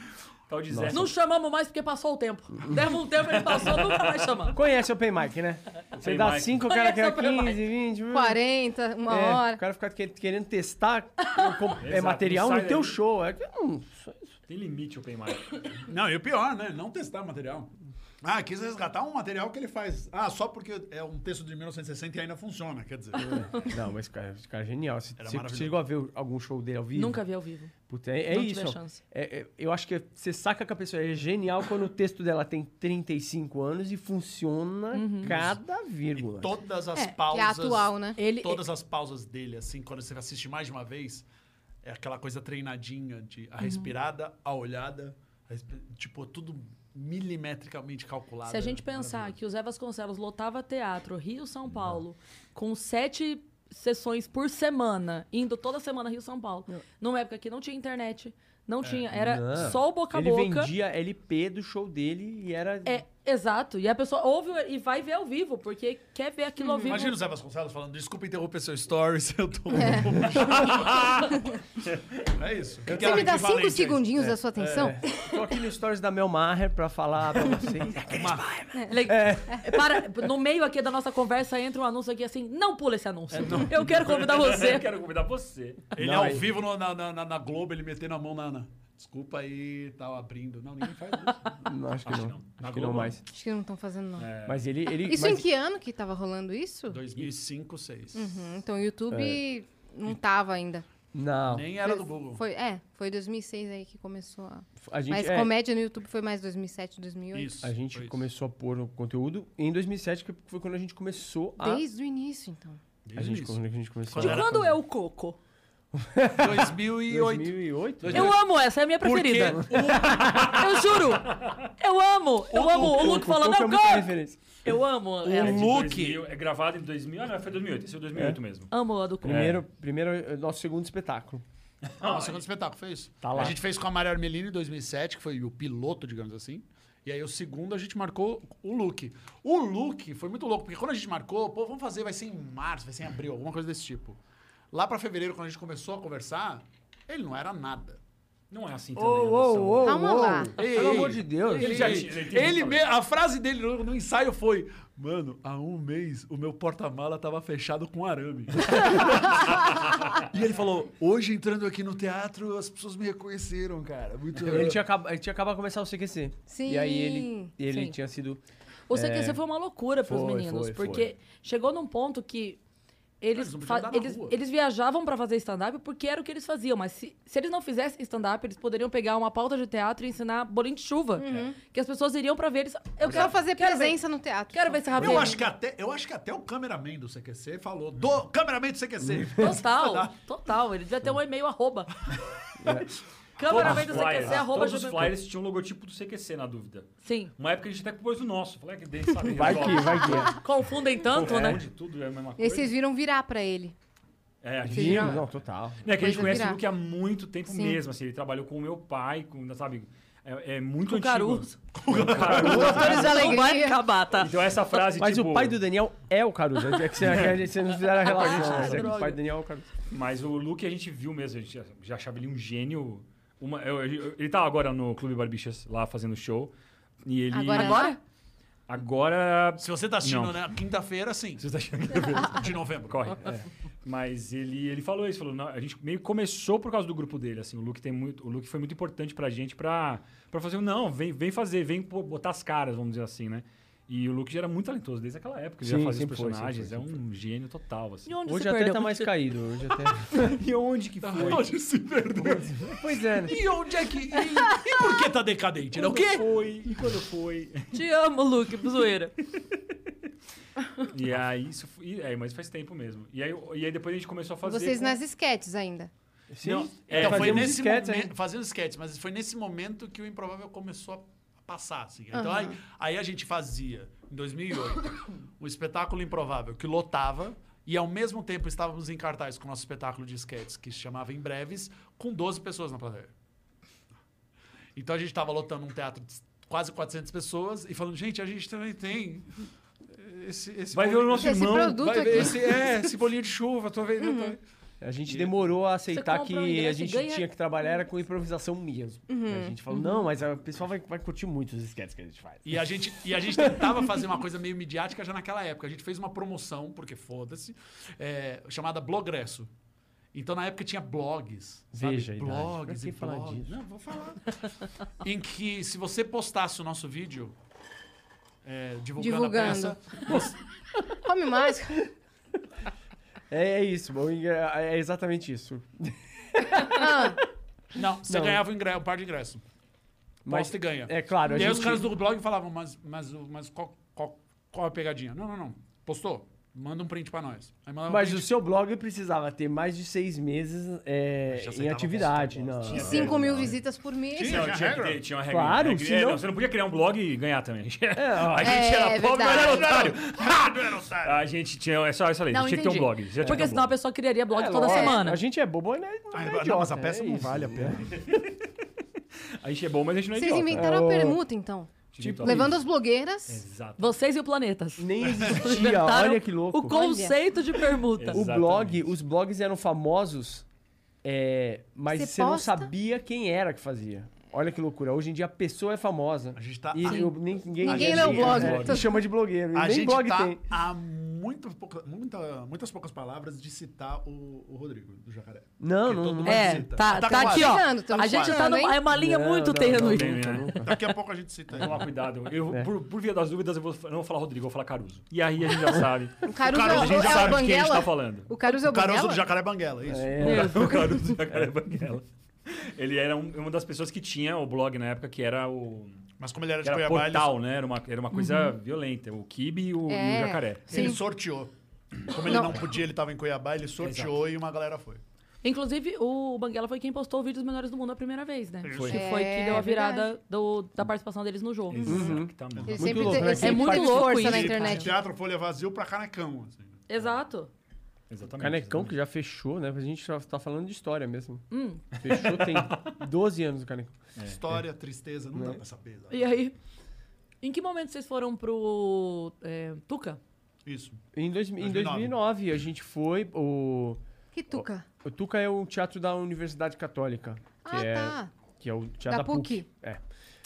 Tal de Zé.
Não chamamos mais porque passou o tempo. Demos um tempo, ele passou, nunca mais chamamos.
Conhece o Open Mic, né? Você
Open
dá
mic.
5, o cara quer
Conhece o Open
15, 20...
40, uma
é, O
hora.
cara fica que- querendo testar com- é,
Exato,
material
não
no
sai
teu
daí.
show. É que hum, só isso.
Tem limite o Open Mic.
Não, e o pior, né? Não testar material. Ah, quis resgatar um material que ele faz. Ah, só porque é um texto de 1960 e ainda funciona, quer dizer.
Não, mas esse cara, esse cara é genial. Você,
Era
você
maravilhoso.
chegou a ver o- algum show dele ao vivo?
Nunca vi ao vivo.
Puta, é, é
Não tive
isso.
a
ó.
chance.
É- é- eu acho que você saca que a pessoa é genial quando o texto dela tem 35 anos e funciona
Uhum.
cada vírgula.
Todas as
É, que
pausas.
é atual, né?
Ele,
Todas as pausas dele, assim, quando você assiste mais de uma vez, é aquela coisa treinadinha de a respirada, a olhada, a respi- tipo, tudo milimetricamente calculado.
Se a gente
É
pensar que o Zé Vasconcelos lotava teatro Rio São Paulo com sete sessões por semana, indo toda semana Rio São Paulo, numa época que não tinha internet, não tinha, era
Não.
só o boca a
Ah. Ele
boca.
vendia LP do show dele e era
É, Exato. E a pessoa ouve e vai ver ao vivo, porque quer ver aquilo ao vivo.
Imagina o Zé Vasconcelos falando, desculpa interromper seu stories, eu tô... um É, isso. Que que
Você
era
me dá
equivalente a
cinco
isso?
segundinhos da sua atenção?
Tô aqui no Stories da Mel Maher pra falar pra vocês.
Ele- É, Para, no meio aqui da nossa conversa entra um anúncio aqui assim, não pula esse anúncio. Eu quero convidar
Eu
você.
quero convidar você.
Ele
Não,
ao
aí-
vivo no- na, na, na- na Globo, ele metendo a mão na... na- Desculpa aí, tava abrindo. Não, ninguém faz isso.
Não, acho que
Acho
não.
que não. É. Na
Acho que não
Globo,
mais.
Acho que não estão fazendo, não.
Mas ele. ele
Isso
mas-
em que ano que tava rolando isso?
2005, 2006.
Uhum, Então o
É.
YouTube não tava ainda.
Não.
Nem era do Google.
Foi, é, foi 2006 aí que começou a...
A gente,
Mas
é,
comédia no YouTube foi mais 2007, 2008.
Isso.
a gente
foi isso.
começou a pôr o conteúdo em 2007, que foi quando a gente começou a.
Desde o início, então.
Desde
A gente,
isso.
quando a gente começou
Quando
a.
era-
Quando é o coco?
2008.
2008?
Eu amo essa, é a minha
Porque
preferida. Eu juro. Eu amo.
né?
Eu amo o Luke falando, é o coco.
referência.
Eu amo
É
ela.
de
Luke.
2000, É gravado em 2000. Ah, não, foi 2008. Esse é o 2008 mesmo.
Amo a do coco.
Primeiro, primeiro, é o nosso segundo espetáculo.
Não, o segundo espetáculo foi isso.
Tá lá.
A gente fez com a Maria Armelini em 2007, que foi o piloto, digamos assim. E aí o segundo a gente marcou o look. O look foi muito louco, porque quando a gente marcou, pô, vamos fazer, vai ser em março, vai ser em abril, alguma coisa desse tipo. Lá pra fevereiro, quando a gente começou a conversar, ele não era nada.
Não é assim
Ô,
também. a
ô,
noção.
ô,
Calma
ô.
lá.
Ei,
Pelo amor de Deus.
Ele já tinha- ele tem
Ele
muito
me- a frase dele no, no ensaio foi: Mano, há um mês o meu porta-mala tava fechado com arame. e ele falou: Hoje entrando aqui no teatro, as pessoas me reconheceram, cara. Muito
Ele tinha, acaba- ele tinha acabado de começar o CQC.
Sim.
E aí ele, ele
Sim.
tinha sido.
O CQC foi uma loucura pros
Foi,
meninos,
foi,
porque
foi.
chegou num ponto que eles,
Eles não
fa-
podiam andar na
eles,
rua.
eles viajavam pra fazer stand-up porque era o que eles faziam, mas se, se eles não fizessem stand-up, eles poderiam pegar uma pauta de teatro e ensinar bolinho de chuva,
Uhum.
que as pessoas iriam pra ver eles. Eu
Só
quero
fazer
quero ver-
presença no teatro.
Quero ver esse rabelo.
Eu acho, que até, eu acho que até o cameraman do CQC falou: do cameraman do CQC.
Total, total. Ele devia ter um e-mail arroba. Câmera vem do
Todos os flyers-
CQC, arroba
Todos os
jovem-
flyers tinham o logotipo do CQC na dúvida.
Sim.
Uma época a gente até propôs o nosso. Falei, ah, que desse, sabe?
Vai
resolve.
que, vai que. é.
Confundem tanto,
Pô,
né?
onde tudo é a
E
mesma
aí
coisa.
vocês viram virar pra ele.
É, a gente...
Sim.
Vimos, não, total.
É que a gente
Coisa
conhece
virar.
o Luke há muito tempo
Sim.
mesmo, assim. Ele trabalhou com o meu pai, com, sabe? É, é muito
Com
antigo.
Caruso.
Doutores da
Não vai
Alegria.
acabar, tá?
Então essa frase,
Mas
tipo...
o pai do Daniel é o Caruso. É que você- é que vocês não fizeram a relação. mas é que o pai do Daniel é o Caruso.
Mas o Luke a gente viu mesmo, a gente já- já achava ele um gênio. Uma- eu- eu- ele tá agora no Clube Barbichas, lá fazendo show. E ele...
Agora-
Agora?
Agora...
Se você tá assistindo
Não.
na quinta-feira, sim.
tá
Vocês acham
é
que eu vou-
De novembro.
Corre. Mas ele, ele falou isso, falou, "Não, a gente meio que começou por causa do grupo dele, assim, o Luke tem muito, o Luke foi muito importante pra gente pra, pra fazer, um, não, vem, vem fazer, vem pô- botar as caras, vamos dizer assim, né? E o Luke já era muito talentoso desde aquela época, ele
Sim,
já fazia os
sempre foi,
personagens,
sempre foi,
é um gênio total, assim.
E onde
Hoje
se
até
perdeu?
tá mais caído. Hoje até.
E onde que foi?
Hoje se perdeu.
Pois é, né?
E onde é que. E, e por que tá decadente? Né? O quê?
Foi, e quando foi?
Te amo, Luke, zoeira.
e aí, isso foi, e- é, mas faz tempo mesmo. E aí, e aí depois a gente começou a fazer...
Vocês
com-
nas esquetes ainda.
Sim.
Não, é,
então, foi
fazíamos
nesse
esquetes,
momento,
hein?
fazendo sketch, mas foi nesse momento que o improvável começou a passar, assim. Então aí, aí a gente fazia em 2008 um espetáculo improvável que lotava e ao mesmo tempo estávamos em cartaz com o nosso espetáculo de sketches que se chamava Em Breves, com 12 pessoas na plateia. Então a gente estava lotando um teatro de quase 400 pessoas e falando, gente, a gente também tem esse, esse
Vai ver o nosso
Esse
irmão.
produto
vai ver
aqui.
esse, é, esse bolinho de chuva, tô vendo. tô
Uhum.
vendo."
A gente demorou a aceitar
compra
que
um
a
ingresso e
gente
ganha- Uhum.
tinha que trabalhar era com improvisação mesmo. Né, A gente falou, não, mas a- o pessoal vai, vai curtir muito os esquetes que a gente faz.
E a, gente, e a gente tentava fazer uma coisa meio midiática já naquela época. A gente fez uma promoção, porque foda-se, é, chamada Blogresso. Então, na época, tinha blogs. sabe?
Veja a idade. Pra
Blogs
que
e
falar
blogs.
disso?
Não, vou falar. em que, se você postasse o nosso vídeo é, divulgando, a
Divulgando.
peça...
Come mais.
É, é isso, bom, é é exatamente isso.
Não, você
Não.
ganhava um, ingresso, um par de ingresso.
Mas
Posta e ganha.
é claro, a
e aí os
gente
caras do blog falavam, mas, mas, o- mas qual, qual, qual a pegadinha? Não, não, não. Postou? Manda um print pra nós. Aí mandava um
Mas
print.
o seu blog precisava ter mais de seis meses é,
Já
em
aceitava
atividade.
posto,
Não.
E 5 mil visitas por mês.
Tinha
Não, tinha que
regra?
ter, tinha uma regra.
Claro,
regra, é,
senão-
não, você não podia criar um blog e ganhar também.
ó.
a
É,
gente era pobre, mas era
verdade.
otário.
Ah, um
A gente tinha. É só essa lei.
Não,
tinha que ter um
entendi.
blog. Já tinha que ter
Porque
um
senão a
blog.
pessoa criaria blog toda
lógico,
semana.
A gente é bobo, né? Não, é
Ah,
idiota,
não, mas a peça
é
não
isso,
vale a pena.
né?
A gente é bom, mas a gente não é
Vocês
idiota.
inventaram
É,
a
ô.
permuta, então.
Direito ao
Levando
livro.
as blogueiras.
Exato.
Vocês e o Planetas.
Nem existia,
Inventaram
olha que louco.
O conceito de permuta.
O
Exatamente.
blog, os blogs eram famosos, é, mas
Você
você não
posta?
sabia quem era que fazia. Olha que loucura. Hoje em dia a pessoa é famosa.
A gente tá.
E
a-
eu- nem, ninguém,
A
Ninguém
gente-
lê o blog.
É,
Então,
chama de blogueiro.
A
nem
gente
blog
tá
tem.
há muito pouca- muita- muitas poucas palavras de citar o, o Rodrigo do Jacaré.
Não, não.
Porque todo
não.
mundo
É,
cita.
tá, tá,
quase.
aqui, ó.
chegando, tamo
a gente tá
chegando,
numa
hein?
é uma linha
Não,
muito
não,
tênue.
não,
Tem, né?
Então Daqui a pouco a gente cita ele.
Tomar cuidado. Eu,
É.
por, por via das dúvidas, eu vou, eu não vou falar Rodrigo, eu vou falar Caruso. E aí a gente já sabe.
O Caruso
Caruso,
é o-
a gente já
é o
sabe de quem a gente tá
Banguela.
falando.
O Caruso é o
O caroço
Banguela?
do Jacaré Banguela, isso.
É,
Meu,
O Caruso Jacaré Banguela. Ele era um- uma das pessoas que tinha o blog na época, que era o.
Mas como ele era
Que
de
era
Cuiabá, ele,
portal, né? Era uma, era uma coisa violenta. O Kibe e o, e o
É.
Jacaré.
ele
Sim.
sorteou. Como ele não. podia, ele tava em Cuiabá, ele sorteou e uma galera foi.
Inclusive, o Banguela foi quem postou o vídeo dos Menores do Mundo a primeira vez, né?
Foi.
Que foi que
É,
deu a
é
virada do- da participação deles no jogo.
Exatamente.
Ele
Muito
sempre,
louco,
te-
né?
ele
É
sempre
muito
teve
louco
força
isso,
na
cara.
De
internet.
teatro Folha Vazio pra Canecão. assim.
Exato.
Exatamente.
Canecão que já fechou, né? A gente só tá falando de história mesmo.
Hum.
Fechou tem 12 anos o Canecão.
História, tristeza, não dá pra saber. sabe?
E aí, em que momento vocês foram pro é, Tuca?
Isso.
Em, dois, em
2009.
2009 a gente foi o
Que tuca.
o Tuca é o teatro da Universidade Católica, que
Ah,
é
tá.
que é o teatro da,
Da PUC.
É.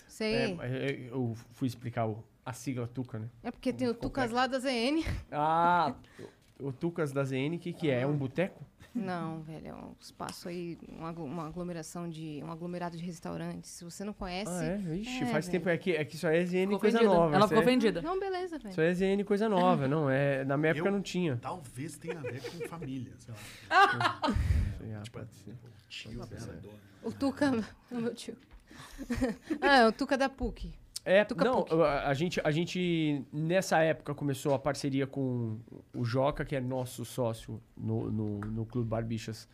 Sei.
É, é, é, eu fui explicar o- a sigla Tuca, né?
É porque tem o Tucas lá da ZN.
Ah, o o Tucas da ZN, que, que é? É um boteco?
Não, velho, é um espaço aí, uma aglo- uma aglomeração de. um aglomerado de restaurantes. Se você não conhece.
Ah, é? Ixi,
É,
faz
velho.
tempo. É que, é que só é ZN
Ficou
coisa
ofendida.
nova.
Ela
isso
ficou
é-
ofendida.
Não, beleza, velho.
Só é ZN coisa nova, não. É, na minha época
Eu-
não tinha.
Tipo,
Talvez tenha a ver com família, sei lá.
tipo,
Ah, pode ser.
Tio, né?
O Tuca. o meu tio. ah, o Tuca da PUC.
É,
Tuca
não,
Puc.
a, a gente, a gente, nessa época, começou a parceria com o Joca, que é nosso sócio no, no, no Clube Barbixas,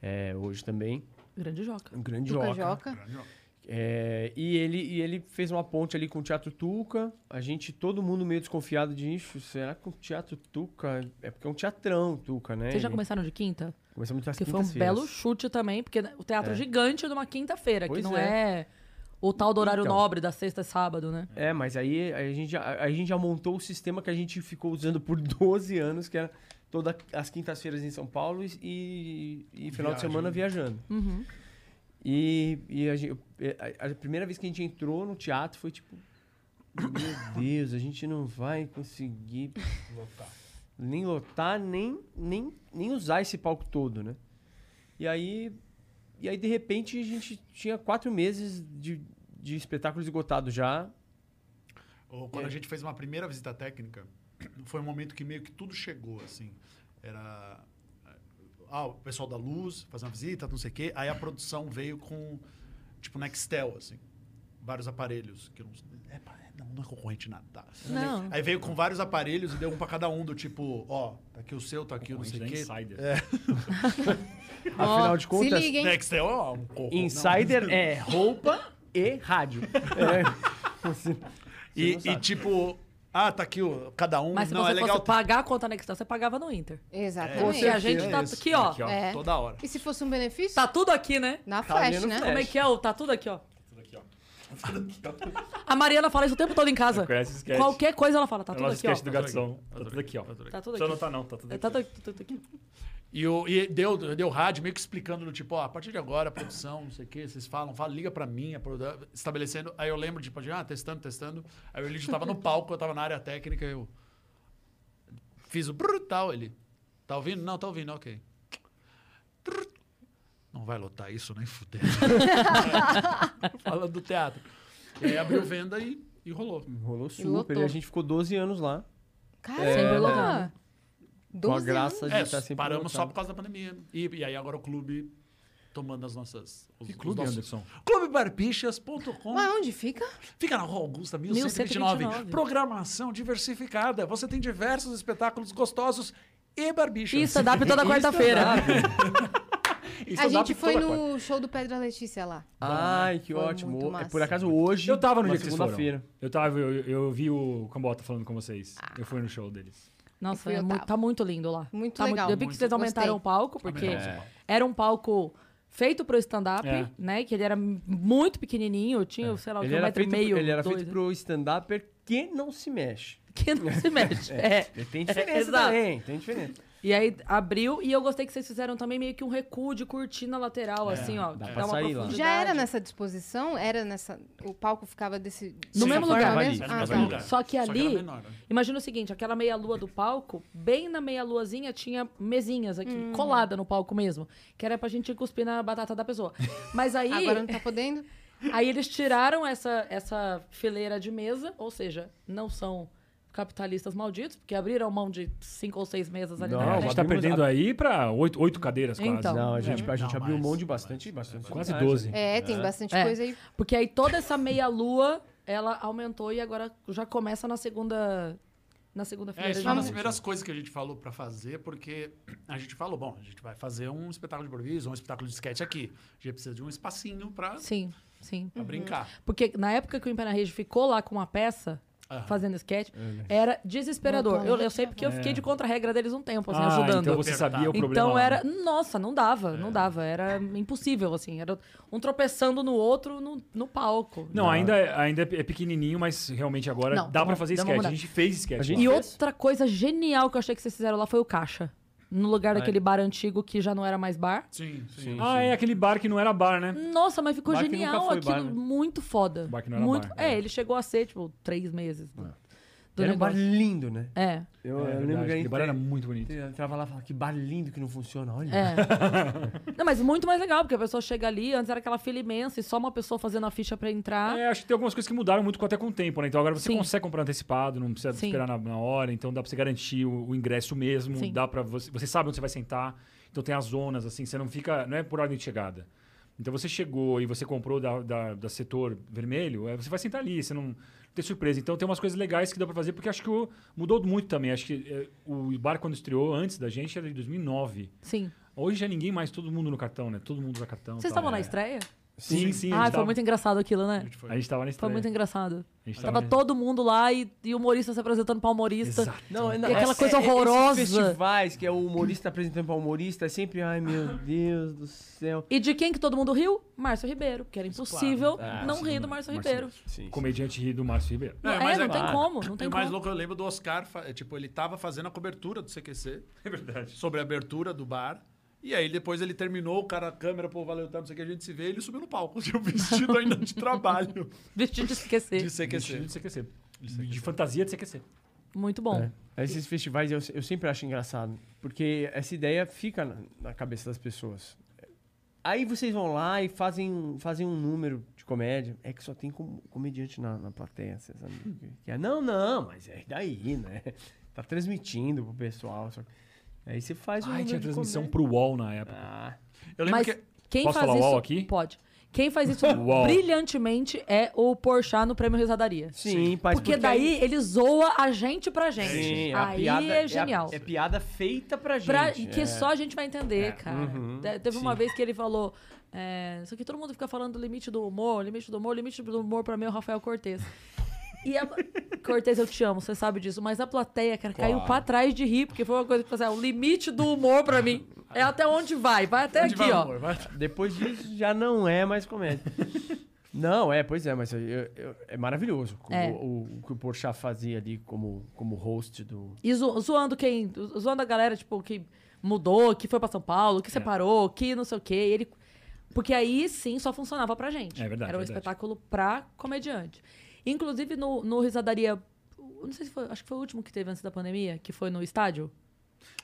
é, hoje também.
Grande Joca.
Um grande
Tuca
Joca.
Joca.
É, e, ele, e ele fez uma ponte ali com o Teatro Tuca. A gente, todo mundo meio desconfiado de isso. Será que o Teatro Tuca. É porque é um teatrão, Tuca, né?
Vocês já
Ele-
começaram de quinta?
Começou muito às
Que foi um
quintas-feiras.
belo chute também, porque o teatro gigante é numa quinta-feira, que
Pois
não é. o tal do horário
Então.
nobre da sexta e sábado, né?
É, mas aí a gente, já, a gente já montou o sistema que a gente ficou usando por 12 anos, que era todas as quintas-feiras em São Paulo e, e- e final de
Viagem.
semana viajando. E, e a, gente- é, a- a primeira vez que a gente entrou no teatro foi tipo: Meu Deus, a gente não vai conseguir nem lotar, nem, nem, nem usar esse palco todo, né? E aí, e aí de repente, a gente tinha quatro meses de, de espetáculo esgotado já.
Ou quando a gente fez uma primeira visita técnica, foi um momento que meio que tudo chegou, assim. Era... Ah, o pessoal da Luz faz uma visita, não sei o quê. Aí a produção veio com, tipo, Nextel, assim. Vários aparelhos. Que eu não, é, pá, não, não é concorrente nada, tá?
Não.
Aí veio com vários aparelhos e deu um pra cada um, do tipo, ó, tá aqui o seu, tá aqui o não
Concorrente
sei o
é
da
quê.
Insider.
Afinal de
Se
contas, né?
liga, hein?
Nextel é um pouco.
insider é roupa e rádio. É, você- você
E,
não
e
sabe.
tipo, ah, tá aqui o, cada um.
Mas se
não,
você
é legal.
fosse pagar a conta Nextel, você pagava no Inter.
Exatamente.
E
é
a gente tá
isso.
aqui, ó.
Aqui, ó.
É.
Toda hora.
E se fosse um benefício?
Tá tudo aqui, né?
Na
Tá ali
flash,
no
né?
flash.
Como é que é? o Tá tudo aqui, ó.
Tudo aqui, ó.
A Mariana fala isso o tempo todo em casa.
Conhece o sketch.
Qualquer coisa ela fala, tá
É o
tudo
nosso
aqui, ó.
sketch do Gatsão. Tá tudo aqui, ó.
Tá tudo
Só
aqui.
não tá, não. Tá tudo
É,
aqui.
tá tudo aqui, tudo aqui.
E, o, e deu, deu rádio meio que explicando, do tipo, ó, a partir de agora, a produção, não sei o quê, vocês falam, fala, liga pra mim, a produ- estabelecendo. Aí eu lembro, tipo, de, ah, testando, testando. Aí o Elidio tava no palco, eu tava na área técnica, eu fiz o brrr, tal, ele. Tá ouvindo? Não, tá ouvindo, ok. Trrr. Não vai lotar isso, nem fudendo. Falando do teatro. E aí abriu venda e, e rolou.
Rolou super.
lotou.
E a gente ficou 12 anos lá.
Sempre
Caramba!
lotado.
Com a
12
graça de
É,
tá
estar sempre
paramos só por
lotado.
causa da pandemia. E, e aí agora o clube tomando as nossas. Os,
Que
os
clube,
nossos-
Anderson?
Clubebarbichas.com.
Mas onde fica?
Fica na Rua Augusta, 1129.
1129.
Programação diversificada. Você tem diversos espetáculos gostosos e barbichas.
E stand-up toda quarta-feira.
né?
Isso
A
dá
gente
pra
foi
toda
no
quarta.
show do Pedro e a Letícia lá.
Ai, que
Foi muito
ótimo. É,
massa.
por acaso hoje.
Eu tava no
uma
dia que vocês foram.
segunda-feira.
Eu tava, eu, eu vi o Cambota falando com vocês.
Ah.
Eu fui no show deles.
Nossa,
Fui
é
eu
muito-
tava.
tá muito Tá lindo lá.
Muito
tá
legal.
Eu vi que vocês aumentaram
Gostei.
o palco, porque era um palco feito pro stand-up,
É.
né? Que ele era muito pequenininho, eu tinha, sei lá,
Ele
um
era,
metro e
feito,
meio.
ele era
dois,
feito pro stand-upper que não se mexe.
Que não se mexe. é.
Ele tem diferença
exato.
também, tem diferença.
E aí abriu, e eu gostei que vocês fizeram também meio que um recuo de cortina lateral, assim, ó.
dá
que
pra
uma
sair lá.
profundidade.
Já era né? nessa disposição? Era nessa. O palco ficava desse.
No
dessa
mesmo
forma
lugar.
mesmo?
Era no
Ah,
mesmo
tá.
lugar.
Só que
Só que era
ali-
menor, né?
Imagina o seguinte, aquela meia lua do palco, bem na meia luazinha tinha mesinhas aqui,
Hum.
colada no palco mesmo, que era pra gente cuspir na batata da pessoa. Mas aí,
Agora não tá podendo?
aí eles tiraram essa, essa fileira de mesa, ou seja, não são capitalistas malditos, porque abriram mão de cinco ou seis mesas ali
Não,
na
a
frente.
gente tá
Então, abrimos
perdendo
a-
aí pra oito, oito cadeiras quase.
Então.
Não, é a gente, a gente
Não,
abriu
mas-
mão de bastante, bastante.
Quase
lugares,
12.
É, tem bastante
É.
coisa aí.
Porque aí toda essa meia lua, ela aumentou e agora já começa na segunda na segunda
É,
fileira
isso
de
foi uma
Ah,
mesa.
das primeiras coisas que a gente falou pra fazer, porque a gente falou, bom, a gente vai fazer um espetáculo de improviso, um espetáculo de sketch aqui. A gente precisa de um espacinho pra,
Sim, sim.
pra brincar.
Porque na época que o Impé na Rede ficou lá com uma peça,
Aham.
fazendo sketch, era desesperador.
Botão,
Eu,
já
eu sei
tinha
porque eu fiquei
né? É.
de contra-regra deles um tempo, assim,
Ah,
ajudando.
então você
Apertar.
sabia o
Então
problema. lá. né? É.
era. Nossa, não dava, não dava. Era impossível, assim. Era um tropeçando no outro no, no palco.
Não, ainda, é- ainda é pequenininho, mas realmente agora
Não,
dá
tá
pra
bom,
fazer
dá uma
sketch. A
mudada.
gente fez sketch.
A gente-
E
lá.
outra coisa genial que eu achei que vocês fizeram lá foi o caixa. No lugar daquele bar antigo que já não era mais bar.
Sim, sim.
Sim.
Ah, é aquele bar que não era bar, né?
Nossa, mas ficou
Bar que
genial
nunca foi
aquilo.
bar, né?
Muito foda.
Bar que não era
muito...
bar,
É,
é.
ele chegou a ser, tipo, três meses do, do
Era um bar
negócio.
lindo, né?
É,
Eu,
É
eu lembro
verdade,
que a
aquele
gente
bar era muito bonito.
eu entrava lá e falava, que bar lindo que não funciona, olha.
é. não, mas muito mais legal, porque a pessoa chega ali, antes era aquela fila imensa e só uma pessoa fazendo a ficha pra entrar.
É, acho que tem algumas coisas que mudaram muito com- até com o tempo, né? Então agora você
Sim.
consegue comprar antecipado, não precisa
Sim.
esperar na, na hora, então dá pra você garantir o, o ingresso mesmo,
Sim.
dá para você, você sabe onde você vai sentar. Então tem as zonas assim, você não fica, não é por ordem de chegada. Então você chegou e você comprou da, da, da setor vermelho, é, você vai sentar ali, você não, não tem surpresa. Então tem umas coisas legais que dá pra fazer, porque acho que o- mudou muito também. Acho que é, o bar quando estreou antes da gente era de 2009.
Sim.
Hoje já ninguém mais, todo mundo no cartão, né? Todo mundo usa cartão.
Vocês
tal.
estavam na
É.
estreia?
Sim, sim. a
ah,
gente
foi
tava-
muito engraçado aquilo, né?
A gente tava na
Foi
estreia.
muito engraçado.
A gente
Tava todo mundo lá e, e o humorista se apresentando pra humorista.
Exato.
Não, é- não,
E aquela
é-
coisa
é- é- esses
horrorosa.
festivais que é o humorista apresentando pra humorista, é sempre, ai meu Deus do céu.
E de quem que todo mundo riu? Márcio Ribeiro, porque era impossível
Ah,
não rir do Márcio
É, Márcio
Ribeiro.
Sim,
Comediante ri do Márcio Ribeiro.
Não, é
é,
mais
não tem
legal.
como, não tem
e o mais
como.
louco, eu lembro do Oscar, fa- é, tipo, ele tava fazendo a cobertura do CQC. É verdade. Sobre a abertura do bar. E aí depois ele terminou, o cara, a câmera, pô, valeu tanto, não sei o que, a gente se vê, ele subiu no palco, tipo, vestido ainda de trabalho
Vestido de esquecer.
de
Vestido
CQC.
de CQC. De fantasia de CQC.
Muito
É.
bom.
é? Esses festivais eu, eu sempre acho engraçado, porque essa ideia fica na, na cabeça das pessoas. Aí vocês vão lá e fazem, fazem um número de comédia. É que só tem com- comediante na, na plateia, vocês sabem o que- que é. Não, não, mas é daí, né? Tá transmitindo pro pessoal. só que- Aí você faz um
Ai, tinha
número de
transmissão
comédia.
pro UOL na época.
Ah,
Eu lembro
Mas
que...
quem
Posso
faz
falar
isso
UOL aqui?
pode. Quem faz isso
UOL.
brilhantemente é o Porchat no Prêmio Risadaria.
sim, faz é
Porque daí ele zoa a gente pra gente.
Sim, a
Aí
piada
é genial.
É, a- é piada feita pra gente.
Pra- e que
é.
só a gente vai entender, cara.
Uhum,
Te- Teve
sim.
uma vez que ele falou. É, isso aqui todo mundo fica falando do limite do humor, limite do humor, limite do humor pra mim é o Rafael Cortez. E a, Cortez, eu te amo, você sabe disso, mas a plateia, cara, caiu pra trás de rir, porque foi uma coisa que falou assim, ah, o limite do humor pra mim é até onde vai, vai até
Onde
aqui,
vai o
ó.
humor? Vai-
Depois disso já não é mais comédia. Não, é, pois é, mas eu- eu- é maravilhoso o-
É.
o, o que o Porchat fazia ali como, como host do...
E zo- zoando quem. Zoando a galera, tipo, que mudou, que foi pra São Paulo, que
É.
separou, que não sei o quê. Ele... Porque aí sim só funcionava pra gente.
É verdade,
Era um
verdade.
espetáculo pra comediante. Inclusive no, no Risadaria. Não sei se foi. Acho que foi o último que teve antes da pandemia, que foi no estádio.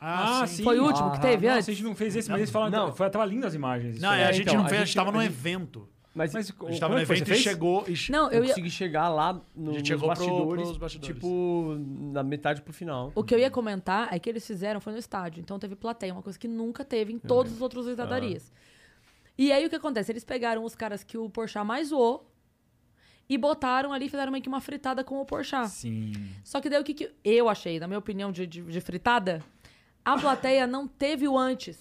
Ah, sim.
Foi um o último que
Ah,
teve
Nossa, a
antes?
gente não fez esse, mas eles falaram.
Não.
foi, tava lindo as imagens. isso
Não,
aí.
é, a
É,
gente
então,
não
a
fez, a
gente-
gente tava num
a gente-
evento.
Mas,
Mas
A gente
como
tava no
é que foi?
evento
Você
e
fez?
chegou... E...
Não,
eu
eu ia.
consegui chegar lá no,
gente
nos
chegou pro-
bastidores,
pros bastidores.
tipo, na metade pro final.
O que eu ia comentar é que eles fizeram foi no estádio. Então teve plateia, uma coisa que nunca teve em todos os outros riscadarias. E aí o que acontece? Eles pegaram os caras que o Porchat mais zoou e botaram ali, fizeram meio que uma fritada com o Porchat.
Sim.
Só que daí o que, que eu achei, na minha opinião de, de- de fritada, a plateia não teve o antes.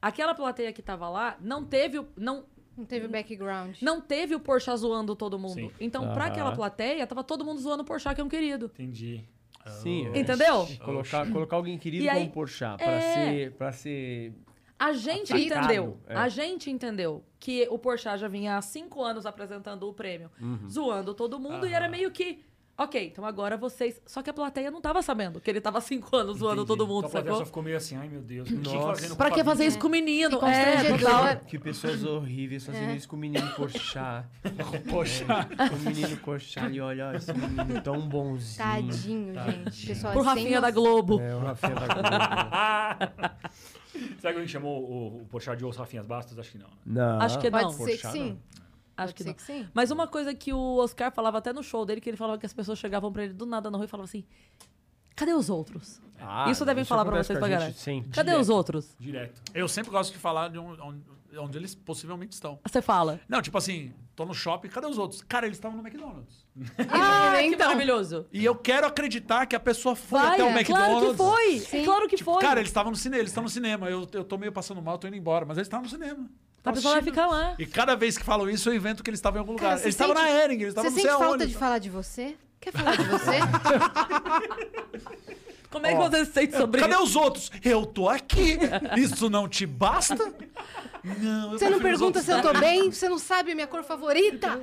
Aquela plateia que tava lá não teve o, não,
Não teve background.
não teve o Porchat zoando todo mundo.
Sim.
Então, pra
Aham.
aquela plateia, tava todo mundo zoando o Porchat, que é um querido.
Entendi.
Sim, é.
Ah,
Entendeu?
Colocar, colocar alguém querido
E aí-
como Porchat, pra,
É.
ser, pra ser
A gente
Atacado,
entendeu.
é.
A gente entendeu que o Porchat já vinha há cinco anos apresentando o prêmio,
Uhum.
zoando todo mundo, e era meio que. Ok, então agora vocês. Só que a plateia não tava sabendo que ele tava há cinco anos zoando
Entendi.
todo mundo,
Então, a plateia
sacou?
só ficou meio assim, ai meu Deus, o que
Nossa.
fazendo
Pra que fazer
Né?
isso com o menino?
Que
É,
constrangedor.
total.
Que pessoas horríveis fazendo
É.
isso com o menino Porchat.
Poxa.
O menino Porchat ali, olha, esse menino tão bonzinho.
Tadinho, gente. Pessoal,
Hum,
é
Pro
sem
Rafinha da
noção.
Globo.
É, o Rafinha da Globo.
Será que alguém chamou o, o Porchat de Os Rafinhas Bastos? Acho que não. né?
Não.
Acho que
Pode
não.
ser que
Porchat,
sim.
Acho
Pode
que
ser
não.
que sim.
Mas uma coisa que o Oscar falava até no show dele, que ele falava que as pessoas chegavam pra ele do nada na rua e falavam assim: cadê os outros?
Ah,
Isso devem falar pra
acontece
vocês
com a
pra
gente
galera.
sempre.
Cadê os outros?
Direto.
Eu sempre gosto de falar de onde, onde- onde eles possivelmente estão.
Você fala.
Não, tipo assim, tô no shopping, cadê os outros? Cara, eles estavam no McDonald's.
Ah, que
então.
maravilhoso.
E eu quero acreditar que a pessoa foi
Vai,
até o
é.
um McDonald's.
claro que foi.
Sim.
Claro que
Tipo,
foi.
cara, eles estavam no cinema, eles estão no cinema. Eu, eu tô meio passando mal, tô indo embora. Mas eles estavam no cinema.
a
Tavam
pessoa vai
assistindo.
ficar lá.
E cada vez que falam isso, eu invento que eles estavam em algum lugar.
Cara, você
eles estavam na
sente-
Hering, eles
Você
estavam não
sente
sei
falta
aonde.
de falar de você? Quer falar de você?
Como é que você se sente sobre
Cadê
isso?
os outros? Eu tô aqui. Isso não te basta? Não, eu
Você não
prefiro os
pergunta
outros
se eu tô
também.
bem? Você não sabe a minha cor favorita?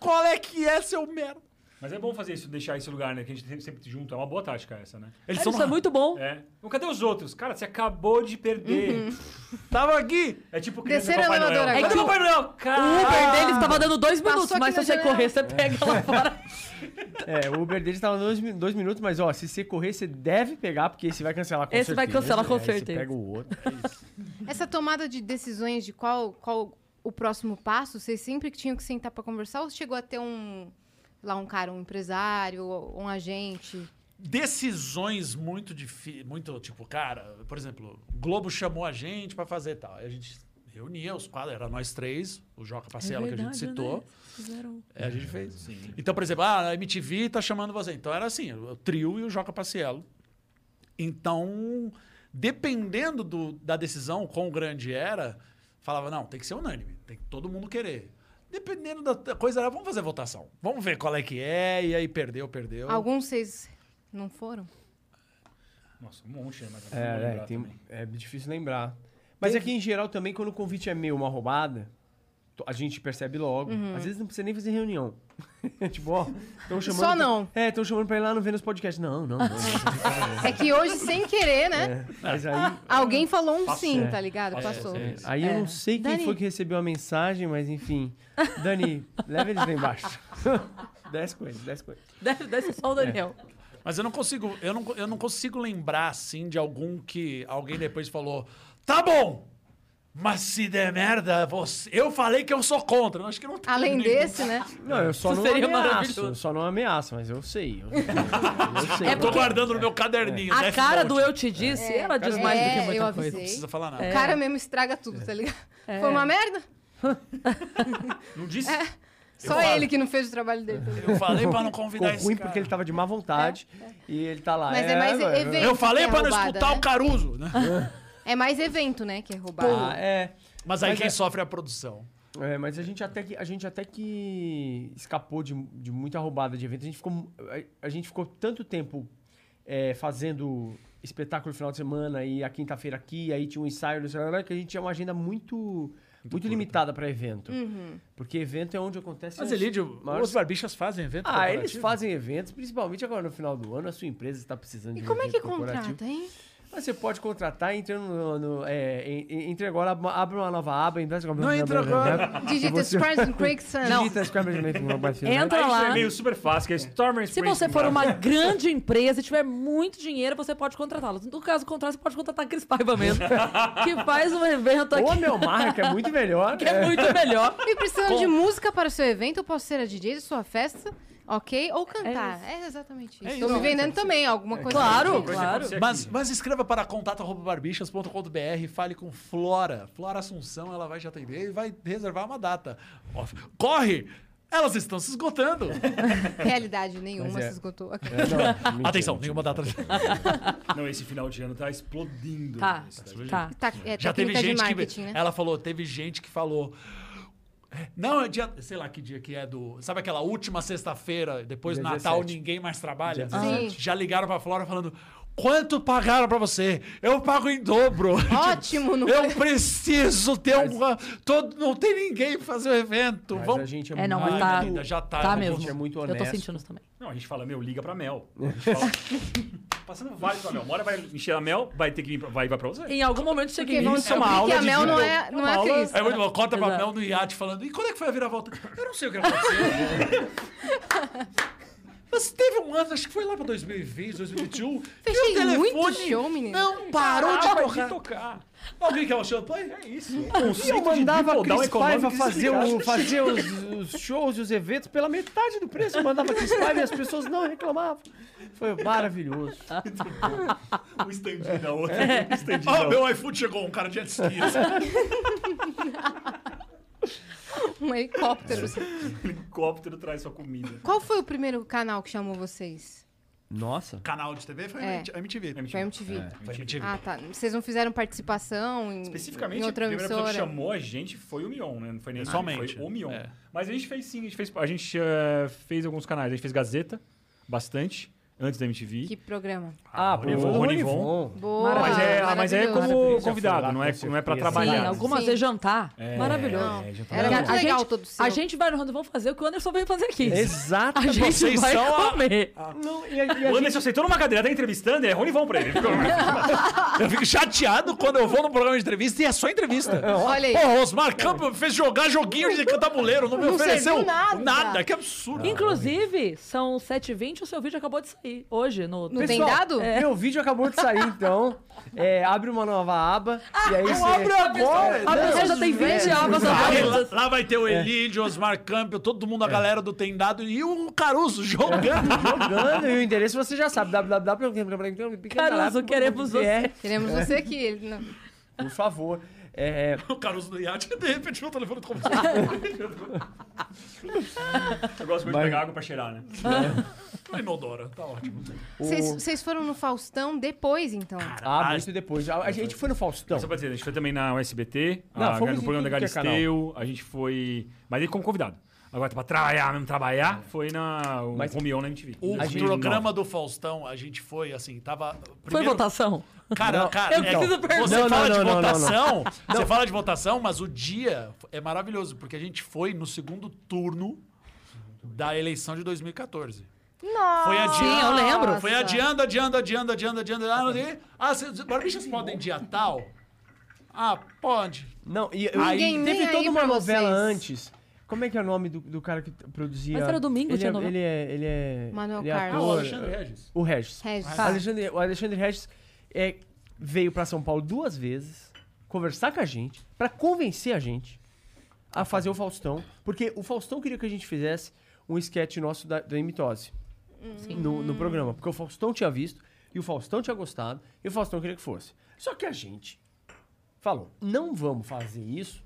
Qual é que é, seu merda?
Mas é bom fazer isso, deixar esse lugar, né? Que a gente sempre, sempre junto. É uma boa tática essa, né?
Eles
Cara,
tão
Isso é
na-
muito bom.
É. Mas cadê os outros? Cara, você acabou de perder.
Uhum.
Tava aqui.
É tipo criança
Desceram
do
a
Papai Noel.
elevadora
Cadê
agora.
o Papai Noel?
O
Cara,
Ah.
Uber deles tava dando dois minutos,
Passou aqui
mas se
na
você
janela.
correr,
É.
você pega lá fora.
É, o Uber deles tava dois, mi- dois minutos, mas ó, se você correr, você deve pegar, porque esse vai cancelar com
Esse
certeza.
vai cancelar com
Aí você
certeza.
pega o outro.
Essa tomada de decisões de qual, qual o próximo passo, vocês sempre que tinham que sentar pra conversar ou chegou a ter um lá um cara, um empresário, um agente?
Decisões muito difíceis. Muito, tipo, cara, por exemplo, o Globo chamou a gente pra fazer tal. Aí A gente reunia os quadros, era nós três, o Joca Pacela que a gente citou.
né?
É, a gente fez. Então, por exemplo, ah, a MTV tá chamando você. Então era assim, o trio e o Joca Paciello. Então, dependendo do- da decisão, quão grande era, falava, não, tem que ser unânime, tem que todo mundo querer. Dependendo da- da coisa, era, vamos fazer votação. Vamos ver qual é que é, e aí perdeu, perdeu.
Alguns vocês não foram?
Nossa, um monte, né? Mas eu não vou
É, é,
lembrar
tem-
também.
é difícil lembrar. Mas é que, em geral, também, quando o convite é meio uma roubada, to- a gente percebe logo. Às vezes não precisa nem fazer reunião. tipo, ó, estão chamando...
Só
pra-
não.
É, estão chamando pra ir lá no Vênus Podcast. Não, não, não.
É que hoje sem querer, né?
Mas aí...
Alguém falou um sim,
É.
tá ligado? Passou.
É,
Aí eu não sei quem
Dani.
foi que recebeu a mensagem, mas enfim. Dani, leva eles lá embaixo. dez coisas, dez coisas.
Desce, desce só o Daniel.
Mas eu não consigo, eu não, eu não consigo lembrar, assim, de algum que alguém depois falou, tá bom, mas se der merda, você... eu falei que eu sou contra. Eu acho que não tem
Além
ninguém.
desse, né?
Não, eu só
Isso
não
seria
ameaço.
maravilhoso.
Eu só não ameaço, mas eu sei. Eu, eu sei.
É
eu-
Tô guardando no meu caderninho.
A
Death
cara
Note.
do eu É. te disse, ela diz mais do que
É, eu
muita
avisei.
coisa.
Não precisa falar nada.
O cara mesmo estraga tudo, tá ligado? Foi uma merda?
Não disse?
É.
Só ele que não fez o trabalho dele. tá ligado?
Eu falei pra não
Ficou
convidar esse
ruim
cara.
porque ele tá- tava de má vontade e ele tá lá.
Mas é mais
velho,
evento.
Eu falei
que é
pra não
roubada,
escutar
né?
o Caruso, né?
É mais evento, né? Que é roubado.
Ah, é.
Mas aí
Mas
quem
é-
sofre é a produção.
É, mas a gente até que, a gente até que escapou de, de muita roubada de evento. A gente ficou, a, a gente ficou tanto tempo é, fazendo espetáculo no final de semana e a quinta-feira aqui, aí tinha um ensaio, não sei lá, que a gente tinha uma agenda muito, muito limitada para evento.
Hum. Uhum.
Porque evento é onde acontece...
Mas,
os
Elidio,
maiores-
os barbichas fazem evento
Ah, eles
corporativo?
fazem eventos, principalmente agora no final do ano, a sua empresa está precisando
E
de um
como é
evento
que
corporativo.
contrata, hein?
Mas você pode contratar, entra no. no- é, en- en- entre agora, ab- abre uma nova aba, investe
Não entra agora.
Digita
você-
Scrubs and Craig Sun.
Digita Scrabble
Entra
Aí
lá.
é meio super fácil, que é Stormer
Se você for uma grande empresa e tiver muito dinheiro, você pode contratá-los. No caso contrário, você pode contratar a Cris Paiva mesmo, que faz um evento
Ou a
aqui
Melmarra, que é muito melhor.
que é muito melhor.
E precisando de música para o seu evento, eu posso ser a DJ de sua festa, ok? Ou cantar. É, exatamente isso.
É
Tô
isso.
me vendendo também, alguma coisa.
Claro,
assim.
claro.
Mas, mas escreva para contato.barbichas.com.br, fale com Flora. Flora Assunção, ela vai te atender e vai reservar uma data. Ó, Corre! Elas estão se esgotando.
Realidade nenhuma
Mas é.
se esgotou.
Atenção, nenhuma data.
Não, esse final de ano tá explodindo.
Tá,
Isso
tá.
Tá, é,
Já teve
técnica de
gente que.
marketing, né?
Ela falou, teve gente que falou. Não, é dia. Sei lá que dia que é do. Sabe aquela última sexta-feira, depois do Natal,
17.
ninguém mais trabalha?
Sim. 17.
Já ligaram pra Flora falando. Quanto pagaram pra você? Eu pago em dobro.
Ótimo, não é?
Eu
foi?
preciso ter uma. Todo, não tem ninguém pra fazer o evento.
Mas a
Vamos.
gente é,
É, não,
muito...
mas
Ai,
tá.
querida, já tá,
Tá
mas a
mesmo.
gente é muito
Eu tô
honesto.
sentindo isso também.
Não, a gente fala, meu, liga pra Mel. A gente fala, passando vários pra Mel. Uma hora vai encher a Mel, vai ter que vir pra, vai, vai pra você.
Em algum momento chega
Porque
em mim
vão
e chama
descobrir
aula.
que a
de
Mel não
vida.
é, não é
Uma
a
aula-
Cris.
É muito bom. Conta pra
Exato.
Mel no iate falando. E quando é que foi a viravolta? Eu não sei o que aconteceu. Mas teve um ano, acho que foi lá pra 2020,
Fechei
2021, que o telefone
muito show, menino.
não parou
Ah, vai
de tocar.
te tocar.
Alguém quer um champanhe?
É isso.
E eu mandava a Cris Paiva fazer, o-
o
fazer os, os shows e os eventos pela metade do preço. Eu mandava a Cris Paiva e as pessoas não reclamavam. Foi maravilhoso.
um standinho da outra. Um standinho da
Ah,
outra.
meu iFood chegou, um cara de jet ski.
Um helicóptero.
Helicóptero traz sua comida.
Qual foi o primeiro canal que chamou vocês?
Nossa.
Canal de TV foi
É.
a MTV.
É
Foi a
mentira.
MTV.
Foi a MTV.
Ah, tá. Vocês não fizeram participação em,
Especificamente,
em outra
a primeira pessoa
emissora?
que chamou a gente foi o Mion, né? Não foi nem
Somente.
Foi o Mion.
É.
Mas a gente fez sim, a gente fez, a gente, eh, fez alguns canais. A gente fez Gazeta, bastante, antes da MTV.
Que programa?
Ah,
Rony
pô,
Von.
o Rony
Rony Von.
Von.
Boa!
Mas é, mas é
maravilhoso.
como
Já foi lá,
convidado, não é,
com
não é
certeza.
pra
Sim,
trabalhar.
algumas
Sim.
vezes jantar.
É,
Maravilhoso.
é, já tá
Era
bom.
muito
a
legal
gente-
todo seu.
A gente vai no Rondo, vamos fazer o que o Anderson veio fazer aqui. A
Exatamente.
gente
Vocês
vai
são a-
comer.
Ah, Não, e a, e a
O
gente...
Anderson sentou numa cadeira, tá entrevistando, é Rony Von pra ele.
Eu fico chateado quando eu vou no programa de entrevista e é só entrevista.
Olha aí.
Porra, Osmar Campos me fez jogar joguinho de tabuleiro, não me
Não
ofereceu
serviu nada.
que absurdo.
Inclusive, são 7h20 o seu vídeo acabou de sair. Hoje, no...
Não tem dado?
É.
Meu vídeo acabou de sair, então. É, abre uma nova aba. e aí você... né?
agora!
Ah, A pessoa já tem 20 abas
Aí lá,
abertas.
lá vai ter o Elídio, Osmar Campos, todo mundo, a galera do Tendado e o Caruso
É.
jogando.
Jogando e o endereço você já sabe. www.
Caruso, queremos você.
Queremos você aqui. Ele não-
Por favor. É,
o Caruso no iate, de repente meu telefone como
Eu gosto muito de
Mas-
pegar água pra cheirar, né?
inodora, tá ótimo.
Vocês vocês foram no Faustão depois, então?
ah, muito depois. A, a gente foi no Faustão.
Só pra dizer, a gente foi também na USBT,
Não,
a, no
fomos em
programa da
tudo que é
Galisteu, a gente foi. Mas ele como convidado. Agora, pra trabalhar mesmo, trabalhar, foi na. O
É. Mas-
Mas... Romion na MTV.
O
Em 2009.
programa do Faustão, a gente foi assim, tava.
Foi
primeiro-
votação?
Cara,
Não.
cara,
Eu preciso perguntar.
você
Não, não,
fala
não,
de
não, não, não.
votação, você fala de votação, mas o dia é maravilhoso, porque a gente foi no segundo turno da eleição de 2014.
Nossa!
Foi adiando.
Sim, eu lembro.
Foi adiando, adiando, adiando, adiando, adiando. Ah, não sei. Ah, cê- cê- barbichas podem dia tal? Ah, pode.
Não, e
Ninguém
aí,
nem
teve
aí
toda uma
pra
novela
vocês.
antes. Como é que é o nome do, do cara que t- produzia?
Mas era domingo,
ele
tinha
é,
novela.
Ele é. Ele é
Manuel
ele é
Carlos.
Ah, o
ator.
Alexandre Regis.
o Regis.
Regis.
O Alexandre, o Alexandre Regis é, veio pra São Paulo duas vezes conversar com a gente, pra convencer a gente a fazer o Faustão, porque o Faustão queria que a gente fizesse um sketch nosso da, da mitose no, no programa, porque o Faustão tinha visto e o Faustão tinha gostado e o Faustão queria que fosse. Só que a gente falou, não vamos fazer isso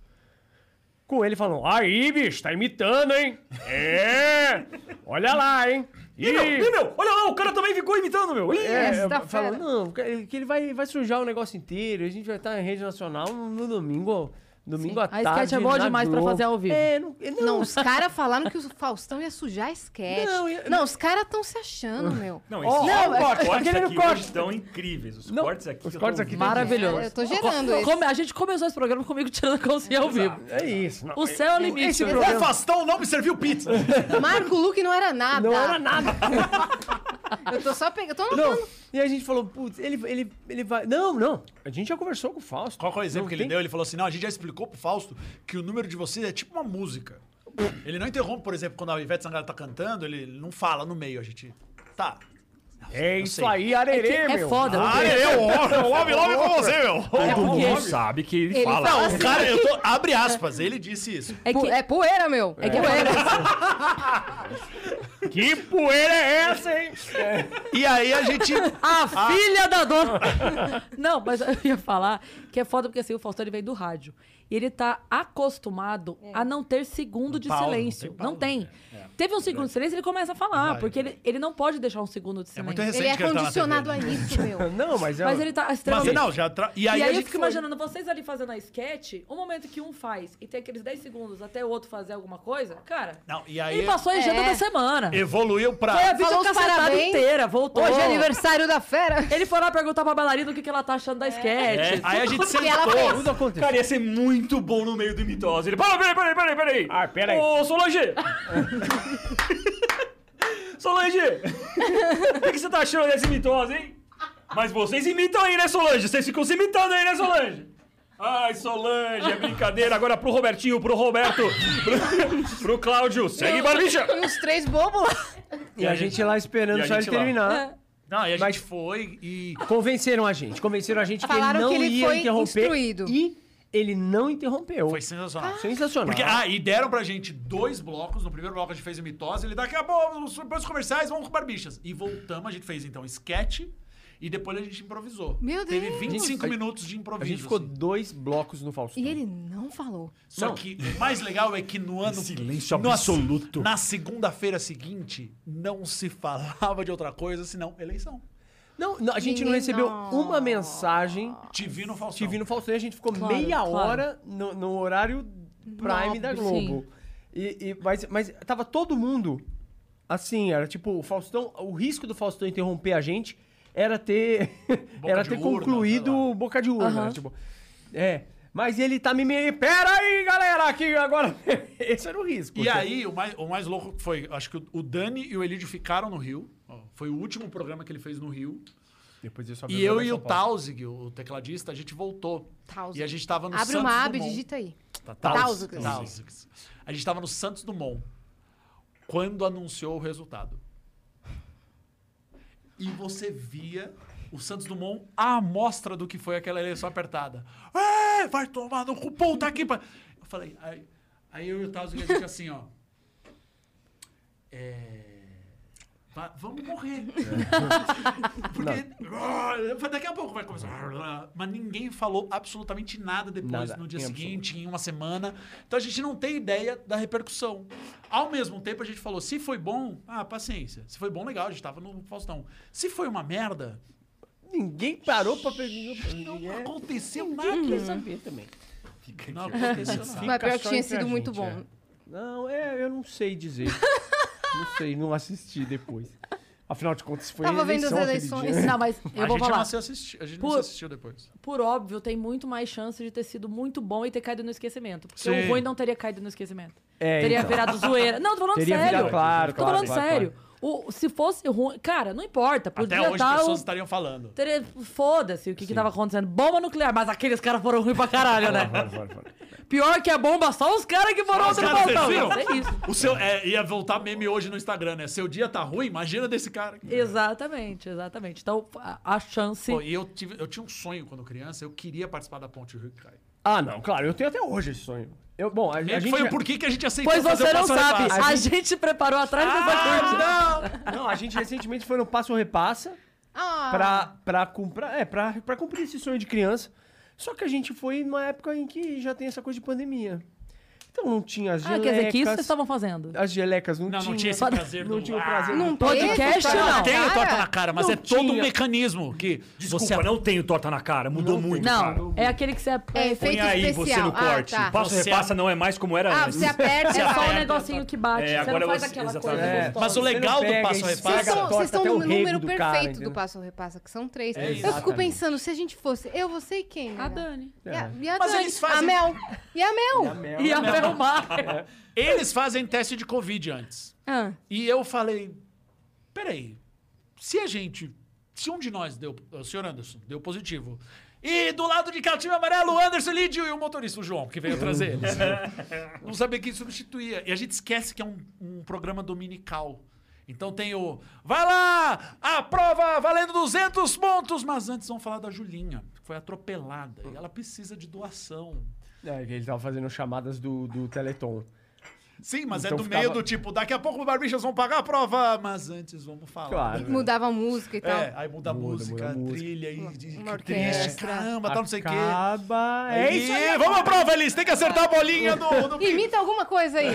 com ele falando, aí, bicho, tá imitando, hein? É! Olha lá, hein?
Ih, meu, ih, meu, olha lá, o cara também ficou imitando, meu. Ih,
É,
tá
Esta
eu falo,
fera.
não, que ele vai, vai sujar o negócio inteiro, a gente vai estar em rede nacional no, no domingo, domingo à
A
tarde.
sketch é boa
na
demais pra
Globo.
fazer ao vivo.
É, não, é,
Não,
não,
os caras falaram que o Faustão ia sujar sketch.
Não,
Não,
eu-
os caras estão se achando, meu.
Não, é
Ó,
esses
ó, o corte,
cortes
é aquele era o
aqui
corte.
hoje estão incríveis. Os
Não,
cortes aqui.
os
eu tô
cortes aqui
ouvindo.
tá
Maravilhoso.
É, eu tô gerando isso.
Come- A gente começou esse programa comigo tirando a calcinha ao vivo.
é isso. Não,
O céu é o limite.
Esse
né?
O
programa-
Faustão não me serviu pizza.
Marco Luque não era nada.
não era nada.
Eu tô só pegando. Eu tô
Não.
notando.
E a gente falou, putz, ele, ele, ele vai. Não, não. A gente já conversou com o Fausto.
Qual que é o exemplo
Não
que ele
tem-
deu? Ele falou assim: não, a gente já explicou pro Fausto que o número de vocês é tipo uma música. Ele não interrompe, por exemplo, quando a Ivete Sangalo tá cantando, ele não fala no meio, a gente. Tá.
É
Eu
isso
sei.
aí, arerê,
É que é
meu.
foda.
Ah, eu, love, love com você, meu.
é
Todo
porque-
mundo sabe que ele,
Ele
fala.
fala assim,
O cara, eu tô. Abre aspas, ele disse isso.
É
Pu-
que
É poeira, meu. É,
que é
poeira.
Que poeira é essa, hein? É,
E aí a gente.
Ah. A filha da dona! Não, mas eu ia falar Que é foda porque assim, o Faustão ele veio do rádio. E ele tá acostumado
É.
a não ter segundo de
Pausa, não
silêncio.
tem pausa,
Não tem.
é, é.
Teve um segundo de silêncio, ele começa a falar,
Vai,
porque Ele, ele não pode deixar um segundo de
É
silêncio.
muito recente
Ele é
que ele tá na TV,
condicionado
né?
a isso, meu.
Não, mas é.
Mas ele tá
Mas
extremamente.
não, já. tra- E aí,
e
a
aí eu
gente
fico
foi.
imaginando vocês ali fazendo a sketch, o momento que um faz e tem aqueles 10 segundos até o outro fazer alguma coisa, cara.
Não, e aí
Ele passou a janta
É.
da semana.
evoluiu pra.
Foi a
Falou os
videocacetada
parabéns.
inteira, voltou.
Hoje é aniversário É. da fera.
Ele foi lá perguntar pra bailarina o que, que ela tá achando da sketch.
É, Aí a gente
E ela
sentou.
fez.
Tudo aconteceu.
Cara, ia ser muito bom no meio do mitose. Ele, peraí, peraí, peraí, peraí, peraí.
Ah, peraí.
Ô, Solange! Solange! O que, que você tá achando dessa mitose, hein? Mas vocês imitam aí, né, Solange? Vocês ficam se imitando aí, né, Solange? Ai, Solange, é brincadeira. Agora pro Robertinho, pro Roberto, pro, pro Cláudio. Segue, barbicha!
Uns três bobos lá.
E a gente lá
E
esperando
a
só ele
gente lá.
terminar.
Não, e a
Mas-
gente foi e.
É.
Convenceram a gente. Convenceram a gente que ele
Falaram
não
que ele
ia
foi
interromper.
instruído.
E ele não interrompeu.
Foi sensacional.
sensacional.
Porque, ah, e deram pra gente dois blocos. No primeiro bloco a gente fez o mitose, ele daqui a pouco, os- depois os comerciais, vamos com barbichas. E voltamos, a gente fez então sketch e depois a gente improvisou.
Meu
Teve
Deus.
25
A gente-
minutos de improviso.
a gente ficou
assim.
dois blocos no Faustão.
E ele não falou.
Só
Não.
que o mais legal é que no ano.
silêncio
no-
absoluto.
Na segunda-feira seguinte, não se falava de outra coisa senão eleição.
Não, não, a gente não
Menino.
recebeu uma mensagem
Te vi no Faustão.
te vi no Faustão e a gente ficou
Claro,
meia
claro.
hora no, no horário prime
Nobre,
da Globo. E, e- mas, mas tava todo mundo assim, era tipo, o Faustão, o risco do Faustão interromper a gente era ter era
de
ter
urna,
concluído
sei lá.
boca de urna,
Aham.
né? tipo. É, mas ele tá me meio, pera aí, galera, aqui agora esse era o risco.
E
Então,
aí, o mais, o mais louco foi, acho que o- o Dani e o Elidio ficaram no Rio. Ó, Foi o último programa que ele fez no Rio.
depois disso,
E eu e o Tausig, o tecladista, a gente voltou.
Tausig.
E a gente tava no
Abre
Santos é
uma aba e
Dumont.
digita aí.
Tá,
Tausig.
Tausig. Tausig. A gente tava no Santos Dumont quando anunciou o resultado. E você via o Santos Dumont a amostra do que foi aquela eleição apertada. É, vai tomar no cupom, tá aqui pra... Eu falei... Aí, aí eu e o Tausig, a gente assim, ó... É... va- Vamos morrer.
É.
Porque ah, daqui a pouco vai começar. Mas ninguém falou absolutamente nada depois,
Nada,
no dia
em
seguinte, em uma semana. Então a gente não tem ideia da repercussão. Ao mesmo tempo, a gente falou: se foi bom, ah, paciência. Se foi bom, legal, a gente tava no Faustão. Se foi uma merda,
ninguém parou pra perguntar.
é
não
Ninguém
aconteceu
quer
Hum.
nada.
saber também.
Uhum.
Não aconteceu nada.
Mas pior que
só
tinha
entre
sido
a
muito
gente,
bom.
é. Não, é, eu não sei dizer. não sei, não assisti depois. Afinal de contas, foi
Tava vendo
eleição
as
aquele
eleições.
dia.
Não, mas eu
a
vou
gente é
falar.
não se assistiu, a gente não se
Pô.
assistiu depois.
Por óbvio, tem muito mais chance de ter sido muito bom e ter caído no esquecimento. Porque
Sim.
o ruim não teria caído no esquecimento.
É,
teria
então.
virado zoeira. Não, tô falando
Teria
sério.
virado, claro,
tô
claro,
falando
claro,
sério. O, se fosse ruim. Cara, não importa. Podia
Até hoje
dar
as
o-
pessoas estariam falando.
teria- Foda-se o que, que tava acontecendo. Bomba nuclear, mas aqueles caras foram ruins pra caralho, né?
Fora, fora, fora.
Pior que a bomba, só os caras que foram
Só os
outro
caras,
botão.
vocês viram?
É isso.
O seu, é, ia voltar meme hoje no Instagram, né? Seu dia tá ruim, imagina desse cara. aqui.
Exatamente, exatamente. Então, a, a chance.
Pô, e eu, tive, eu tinha um sonho quando criança, eu queria participar da ponte do Rio que cai.
Ah, não, claro, eu tenho até hoje esse sonho. Eu, bom, a, a
É,
gente.
foi
já-
o porquê que a gente aceitou
Pois
Então, fazer
você
o
não
passo a
sabe.
passo.
A gente preparou atrás dessa coisa.
Ah,
Não, a gente recentemente foi no Passo Repassa
Ah,
pra, pra, comprar, é, pra, pra cumprir esse sonho de criança. Só que a gente foi numa época em que já tem essa coisa de pandemia. Então não tinha as
Ah,
gelecas.
quer dizer, que isso vocês estavam fazendo?
As gelecas não,
não! Não,
tinha.
não tinha esse prazer
Não
do...
tinha o
Ah,
prazer.
Não
Podcast,
teve,
não.
cara.
Tem o torta na cara, mas
Não
é todo um
tinha.
mecanismo que
Desculpa,
você...
não tenho torta na cara. Mudou muito, cara.
Não, é aquele que você
É
aperta.
Põe
efeito
aí você
especial.
no corte.
Ah, tá.
Passa
Você-
repassa não é mais como era
Ah,
antes.
você aperta. e
É só um
aperta.
negocinho que bate.
É,
você
agora
não faz
você-
aquela
exatamente.
coisa.
É.
gostosa.
Mas o legal
Você não
do
pega
passo é a
e
repasso-
Vocês
esfrega
estão,
a torta
vocês estão
até
no
o rego
número
um do
perfeito
cara,
do
entendeu?
Passo Repassa, que são três.
É isso.
eu fico
Exatamente.
pensando, se a gente fosse, eu, você e quem?
A
né?
Ah, Dani.
E a, e a
Mas
Dani?
eles fazem-
A Mel. E a
É
Mel.
E a Mel Maia.
Eles fazem teste de Covid antes.
Ah,
E eu falei, peraí, se a gente, se um de nós deu, o senhor Anderson, deu positivo, e do lado de cá o time amarelo, o Anderson Lídio e o motorista, o João, que veio trazer eles. né?" Não sabia quem substituía. E a gente esquece que é um, um programa dominical. Então tem o, vai lá, a prova valendo 200 pontos, mas antes vamos falar da Julinha, que foi atropelada e ela precisa de doação.
É, que ele tava fazendo chamadas do, do Teleton.
Sim, mas é
Então
do
ficava-
meio do tipo, daqui a pouco os barbichas vão pagar a prova, mas antes vamos falar.
Claro.
Mudava a música e tal.
É, aí muda a
Muda,
música,
muda a
a
música.
trilha e, e
Uma
que triste,
orquestra.
caramba, tá não sei o quê.
Acaba. É
Aí,
isso aí.
Vamos à prova, Elis, tem que acertar a bolinha do... do...
Imita alguma coisa aí.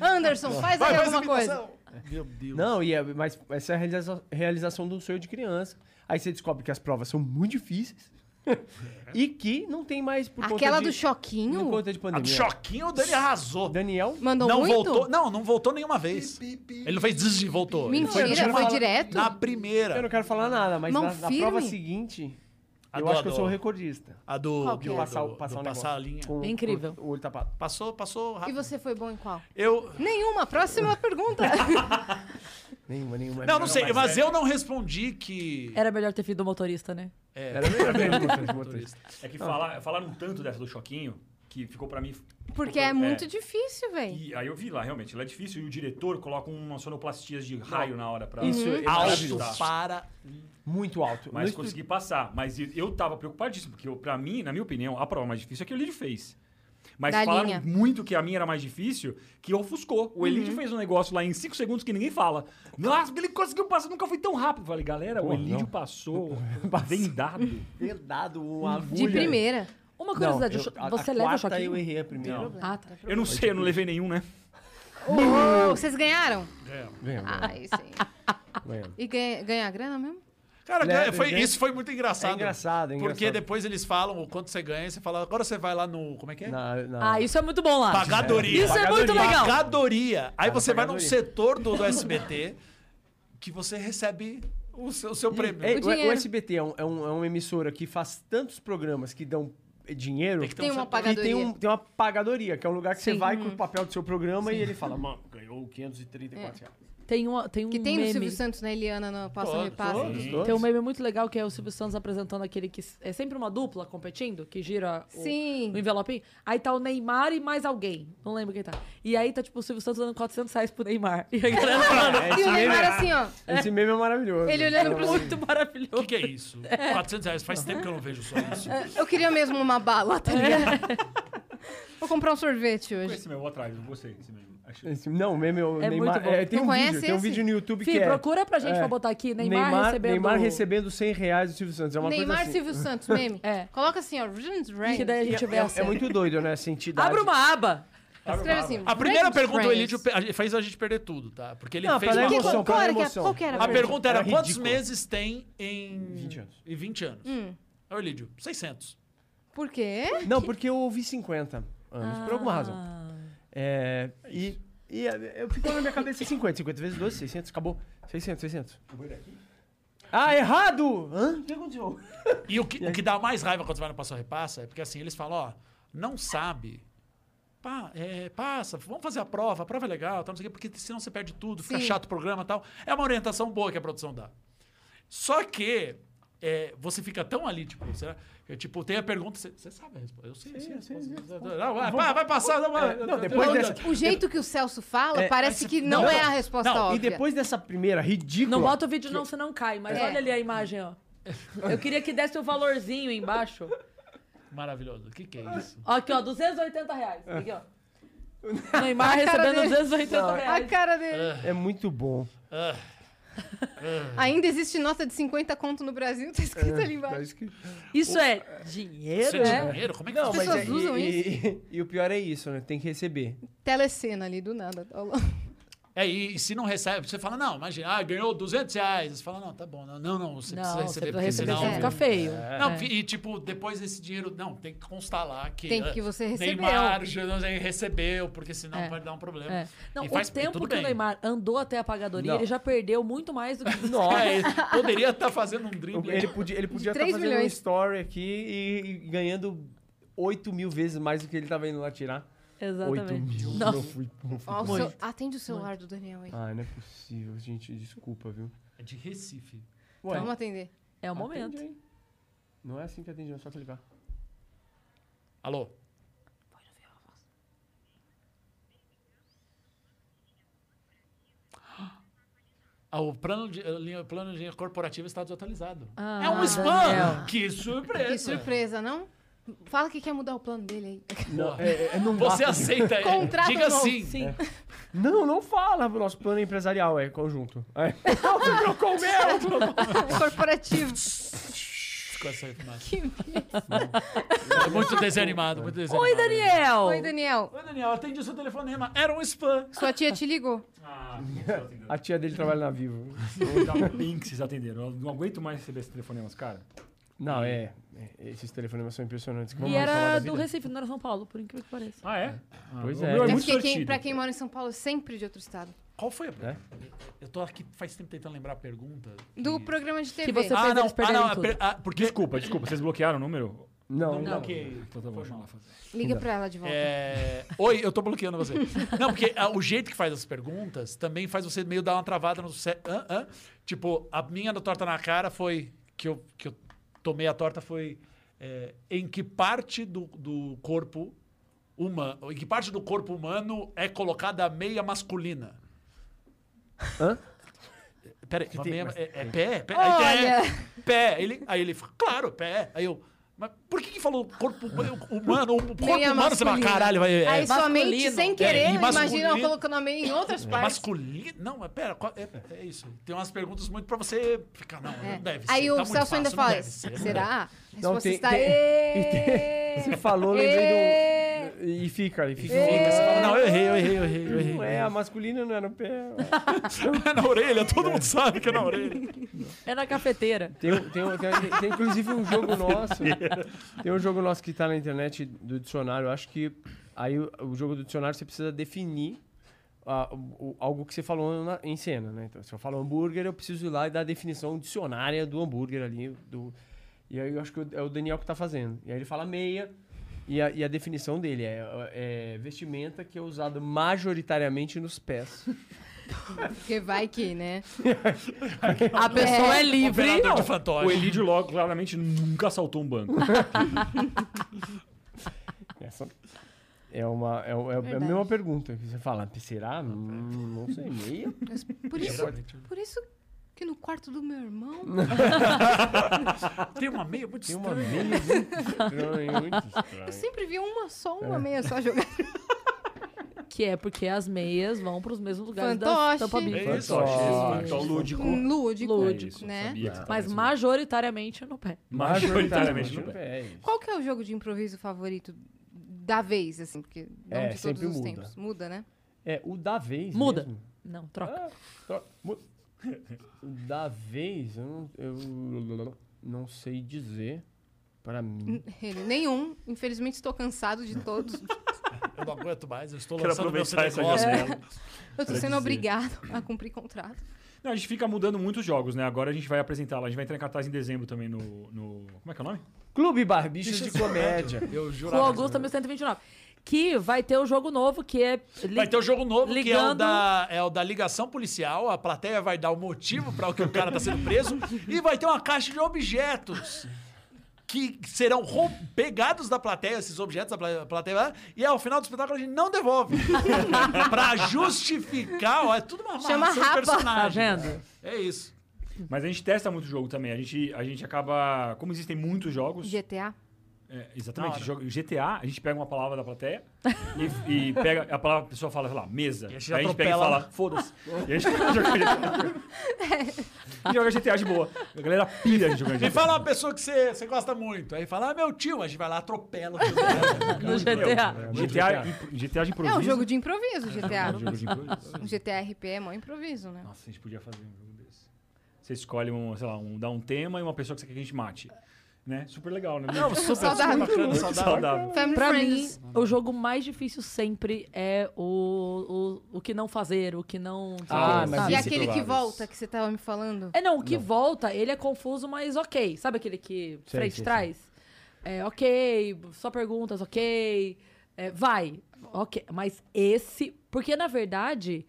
Anderson, faz aí alguma coisa.
imitação. Meu Deus.
Não, e é, mas essa é a realiza- realização do sonho de criança. Aí você descobre que as provas são muito difíceis e que não tem mais por
Aquela
conta
do
de, por
choquinho
conta de
A do
pandemia.
choquinho, o Dani arrasou.
Daniel,
mandou
não
muito?
voltou. Não, não voltou nenhuma vez. Ele não fez zzz e voltou. Ele
Mentira,
no
foi,
final,
direto?
Na
eu não
primeira.
quero falar nada, mas
Mão
na, na
firme.
prova seguinte,
A
eu
do-
acho
a
que eu
do-
sou recordista.
A do,
Qual
do-
que é?
do-
Passar o-
do
passar o
passar a linha.
Com-
É incrível.
com o olho tapado.
Passou, passou
E
rápido.
você foi bom em qual?
Eu.
Nenhuma. Próxima pergunta.
Nenhuma, nenhuma.
Não, não sei, mas eu não respondi que.
Era melhor ter filho do motorista, né?
É,
Era melhor mesmo, motorista.
É que fala- falaram tanto dessa do choquinho que ficou pra mim.
Porque é muito difícil, velho.
E aí eu vi lá, realmente, ela é difícil. E o diretor coloca umas sonoplastias de raio na hora pra.
Uhum.
Isso, eu acho
Alto
Tá.
para.
muito alto.
Mas
No estu-
consegui passar. Mas e- eu tava preocupadíssimo, porque eu- pra mim, na minha opinião, a prova mais difícil é que o Elide fez. Mas
Da
falaram
linha. Uhum.
muito que a minha era mais difícil, que ofuscou. O Elide fez um negócio lá em 5 segundos que ninguém fala. Nossa, ele conseguiu passar, nunca foi tão rápido. Falei, galera,
Pô,
o Elídio
não.
passou vendado.
Verdado, uma
De né?
agulha.
primeira.
Uma
Não,
curiosidade,
eu-
cho-
a-
você
a
leva o
quarta eu
choquinho?
errei a primeira.
Não.
Ah, tá.
Eu não sei, eu não levei nenhum, né?
Ô, Oh, vocês ganharam?
Ganha, ganha,
Ai, sim.
ganha.
E ganha, ganhar grana mesmo?
Cara,
Leve,
foi-
né?
isso foi muito engraçado.
É engraçado, é
Porque
engraçado.
depois eles falam o quanto você ganha, você fala, agora você vai lá no. Como é que é?
Na- na-
Ah, isso é muito bom lá.
Pagadoria.
Isso é muito
Pagadoria.
legal.
Pagadoria. Aí você vai num
pagadoria.
setor do, do SBT que você recebe o seu, o seu prêmio.
É,
O
o,
dinheiro.
o SBT é, um- é um- é uma emissora que faz tantos programas que dão eh, dinheiro
Tem que ter
Tem
um
uma
setor-
que tem,
pagadoria.
um- tem uma pagadoria, que é um lugar que você
Sim.
vai com o papel do seu programa e ele fala, mano, ganhou 534 reais.
Tem, uma, tem um
Que tem
meme.
no Silvio Santos, na Eliana, no Passa
Todos,
Repassa.
Todos,
Tem um
todos.
meme muito legal que é o Silvio Santos apresentando aquele que s- é sempre uma dupla competindo, que gira o,
Sim.
o envelope. Aí tá o Neymar e mais alguém. Não lembro quem tá. E aí tá tipo o Silvio Santos dando 400 reais pro Neymar. E a galera falando,
É,
E
esse,
o
meme,
Neymar assim, ó.
esse meme é maravilhoso.
Ele olhando pro
muito
O
maravilhoso.
que, que é isso? 400 reais. Faz tempo que eu não vejo só isso.
Eu queria mesmo uma bala,
É.
tá ligado? Vou comprar um sorvete hoje.
Esse meu, eu vou atrás, eu gostei desse meme. Achei.
Esse- não, o meme é o
É
Neymar.
muito bom.
é, tem,
Não
um
conhece
vídeo, tem um
esse?
vídeo no YouTube
Fih,
que é.
procura pra gente
é,
pra botar aqui. Neymar, recebendo...
Neymar recebendo 100 reais do Silvio Santos. É uma
Neymar
coisa assim.
Silvio Santos, meme.
É.
Coloca assim, ó.
Que daí a gente vê a
É, é
cena.
muito doido, né? Essa entidade.
Abre uma aba.
Escreve assim.
A primeira
Friends,
pergunta do
Friends.
Elidio pe- a gente- fez a gente perder tudo, tá? Porque ele
Não,
fez
pra dar
uma...
emoção,
Que- qual
pra dar
era que-
emoção.
qual que era
A pergunta era,
Era
quantos
ridículo.
meses tem em...
20 anos.
Em 20 anos.
Hum.
Aí o Elidio, 600.
Por quê?
Não, porque eu ouvi 50 anos,
Ah.
por alguma razão. É, e, e é, eu ficou na minha cabeça 50. 50 vezes 12, 600, acabou. 600, 600. Ah, errado! Hã? O que aconteceu?
E o que, o que dá mais raiva quando você vai no Passou Repassa é porque assim, eles falam, ó, não sabe... Pá, é, passa, vamos fazer a prova, a prova é legal, tá, não sei o quê, porque senão você perde tudo, fica
Sim.
chato o programa e tal. É uma orientação boa que a produção dá. Só que é, você fica tão ali, tipo, será? Eu, tipo, tem a pergunta, você você sabe a resposta. Eu sei, sei a resposta. Não, vai, pá, vai passar, não, vai.
É, Não, depois dessa,
O jeito que o Celso fala parece que não,
não,
é a resposta
não,
e
óbvia.
depois dessa primeira ridícula.
Não bota o vídeo não, senão cai. Mas
É.
olha ali a imagem, ó. Eu queria que desse o valorzinho embaixo.
Maravilhoso. O que, que é isso?
Aqui, ó, 280 reais. Aqui, ó. Neymar
A cara
recebendo
dele. é.
280
A
reais.
cara dele.
É muito bom.
Ainda existe nota de 50 conto no Brasil, tá escrito ali
Tá
embaixo.
escrito.
Isso é
Isso
dinheiro,
é
né?
dinheiro? Como é que
Não,
faz
mas
isso?
pessoas
é- e-
usam
e, e o pior é isso, né? Tem que receber.
Telecena ali, do nada. tá lá.
É, e, e se não recebe, você fala, não, imagina, ah, ganhou 200 reais. Você fala, não, tá bom. Não, não, não, você
Não,
precisa
você precisa
receber. porque
receber,
senão...
senão fica É. feio.
Não, e tipo, depois esse dinheiro, não, tem que constar lá que,
Tem
ah,
que você recebeu.
Neymar, Jesus, aí recebeu, porque senão
É.
pode dar um problema.
É. Não,
E
o
faz- e
tempo
tudo
que o
bem.
Neymar andou até a pagadoria,
Não.
ele já perdeu muito mais do que...
É, ele poderia estar fazendo um drible.
Ele podia, ele podia estar
três
fazendo um
milhões.
story aqui e, e ganhando 8 mil vezes mais do que ele tava indo lá tirar. 8
Exatamente.
mil.
Não.
Não fui, não fui
Ó, o
bom.
seu- Atende o celular do Daniel aí.
Ai, não é possível, gente. Desculpa, viu?
É de Recife.
Ué,
Vamos atender.
É o
atende
momento.
aí. Não é assim que atende, é só clicar.
Alô? Ah, o plano de, a linha- o plano de corporativo está desatualizado.
Ah,
é um spam!
Daniel.
Que surpresa!
Que surpresa, não? Fala que quer mudar o plano dele aí.
Não, é, é, não
Você
basta.
aceita? é,
Contrato
Diga
novo.
sim.
Não, não fala. O nosso plano empresarial é conjunto. É. Não, você trocou o meu!
É Corporativo.
Com essa informação. É muito desanimado, muito desanimado.
Oi, Daniel!
Oi, Daniel.
Oi, Daniel. Atendi o seu telefonema. Era um spam.
Sua tia te ligou.
Ah,
A tia dele trabalha na Vivo.
vou dar um pin que vocês atenderam. Eu não aguento mais receber esses telefonemas, cara.
Não, é. é, esses telefonemas são impressionantes. que
E
vamos falar
era
da
do
vida.
Recife, não era São Paulo, por incrível que pareça.
Ah, é? Ah,
Pois
o
é.
meu
É
É
muito
porque quem,
sortido.
pra quem mora em São Paulo, é sempre de outro estado.
Qual foi a
É?
pergunta? Eu tô aqui faz tempo tentando lembrar a pergunta.
Do
E-
programa de TV.
você-
Ah,
fez
não.
eles
Ah,
perderem
não. a
tudo.
per- ah, porque...
Desculpa, desculpa. Vocês bloquearam o número?
Não,
Não,
não.
ok.
Então tá bom,
Foi
deixa eu
mal.
lá fazer.
Liga pra ela de volta.
É, Oi, eu tô bloqueando você. Não, porque ah, o jeito que faz as perguntas também faz você meio dar uma travada no. cé- hã, hã? Tipo, a minha no torta na cara foi. Que eu, que eu tomei a torta foi. é, em que parte do, do corpo humano. Em que parte do corpo humano é colocada a meia masculina?
Hã?
Peraí,
tem-
meia,
mas-
é, é pé? pé Aí, tem- é, pé. Ele, aí ele falou, claro, pé. Aí eu. Mas por que, que falou corpo humano? O corpo
Meia
humano, você fala,
masculina.
caralho, vai. é,
Aí sua
masculino.
mente,
É,
sem
e
querer, imagina
masculino.
ela colocando a meia em outras
É
partes.
masculino? Não, mas pera, qual- é, é isso. Tem umas perguntas muito pra você ficar, não,
É.
não deve ser.
Aí
tá
o
muito
Celso
fácil,
ainda
não
fala,
deve ser, né? não deve.
será? A
Não,
resposta
tem-
está...
tem-
É.
"Ê".
Você falou, lembrei
Ê.
do. E fica, e fica.
É.
Fica, você
É.
fala, não, eu errei, eu errei, eu errei, eu
Não
errei.
é, a masculina não é no pé.
É na orelha, todo mundo sabe que é na orelha.
É na cafeteira.
Tem, um- tem, um- tem, tem, inclusive um jogo nosso. Tem um jogo nosso que tá na internet do dicionário. Eu acho que aí o, o jogo do dicionário você precisa definir ah, o- o- algo que você falou na- em cena, né? Então, se eu falo hambúrguer, eu preciso ir lá e dar a definição dicionária do hambúrguer ali. Do, e aí eu acho que o- é o Daniel que tá fazendo. E aí ele fala meia. E a, e a definição dele é, é vestimenta que é usada majoritariamente nos pés.
Porque vai que, né?
A pessoa é, livre.
Operador de
O
fantoche.
Elidio logo claramente nunca assaltou um banco.
Essa é uma é, o- é a
Verdade.
mesma pergunta que você fala, será? Hum, não sei, meia.
Mas é por isso, por isso
né?
que no quarto do meu irmão...
Tem uma meia muito
Tem uma
estranha.
meia muito estranha, muito
Eu
estranha.
sempre vi uma só, uma meia só jogada.
Que é porque as meias vão pros mesmos lugares das
Fantoche.
tampa bico.
É isso, tá
Fantoche.
achei isso.
tá lúdico.
Um lúdico.
Lúdico.
É isso,
né?
sabia que tava
Mas
nesse
majoritariamente no pé.
Majoritariamente no
no pé, é isso.
Qual que é o jogo de improviso favorito da vez, assim? Porque não
É,
de todos
sempre
os
muda.
tempos. Muda, né?
É, o da vez
Muda.
mesmo.
Não,
É,
troca.
Ah, tro- mu- O da vez, eu não, eu não sei dizer para mim.
Ele, nenhum. Infelizmente, estou cansado de todos.
Eu não aguento mais, eu estou
Quero
lançando meu
aproveitar essa
negócio.
janela.
Eu estou
Pra dizer.
sendo obrigado a cumprir contrato.
Não, a gente fica mudando muitos jogos, né? Agora a gente vai apresentar lá. A gente vai entrar em cartaz em dezembro também no. no- Como é que é o nome?
Clube Barbichas de Comédia.
Eu
Com
juro.
o Augusto 1129. Que vai ter o jogo novo, que é. li-
Vai ter o jogo novo, que é o,
Ligando-
da, é o da ligação policial. A plateia vai dar o motivo para o que o cara tá sendo preso. e vai ter uma caixa de objetos que serão roub- pegados da plateia, esses objetos da pla- plateia. vai lá, E ao final do espetáculo a gente não devolve. pra justificar, ó, é tudo uma
Chama
amarração de
rapa.
Tá
personagem.
vendo?
É isso.
Mas a gente testa muito jogo também. A gente, a gente acaba. Como existem muitos jogos.
GTA.
é,
Na
exatamente.
hora.
jogo- GTA, a gente pega uma palavra da plateia e, e pega a palavra, a pessoa fala, sei lá, mesa.
E a gente
Aí a gente pega e
atropela. né?
fala, foda-se. E a gente tá joga GTA. E joga GTA de boa. A galera pira de jogar GTA.
Me fala uma pessoa que você você gosta muito. Aí fala, ah, meu tio. A gente vai lá, atropela. o tio dela.
No
né?
GTA.
GTA, impro- GTA de
É
improviso.
um jogo de improviso,
É
GTA.
um jogo de improviso.
Um GTA RP é mó improviso, né?
Nossa, a gente podia fazer um jogo desse. Você escolhe um, sei lá, um, dá um tema e uma pessoa que você quer que a gente mate. Né? Super legal, né? Não, super
Saudável.
Bacana,
Muito
saudável.
saudável.
Family
Pra mim,
Friends.
o jogo mais difícil sempre é o, o, o que não fazer, o que não.
Ah,
sabe?
mas
E
Sim,
aquele que
prováveis.
volta, que você tava me falando?
É, não, o que volta, ele é confuso, mas ok. Sabe aquele que
Sei,
frente
sei,
trás? É, ok, só perguntas, ok. é, vai, ok. Mas esse. Porque, na verdade,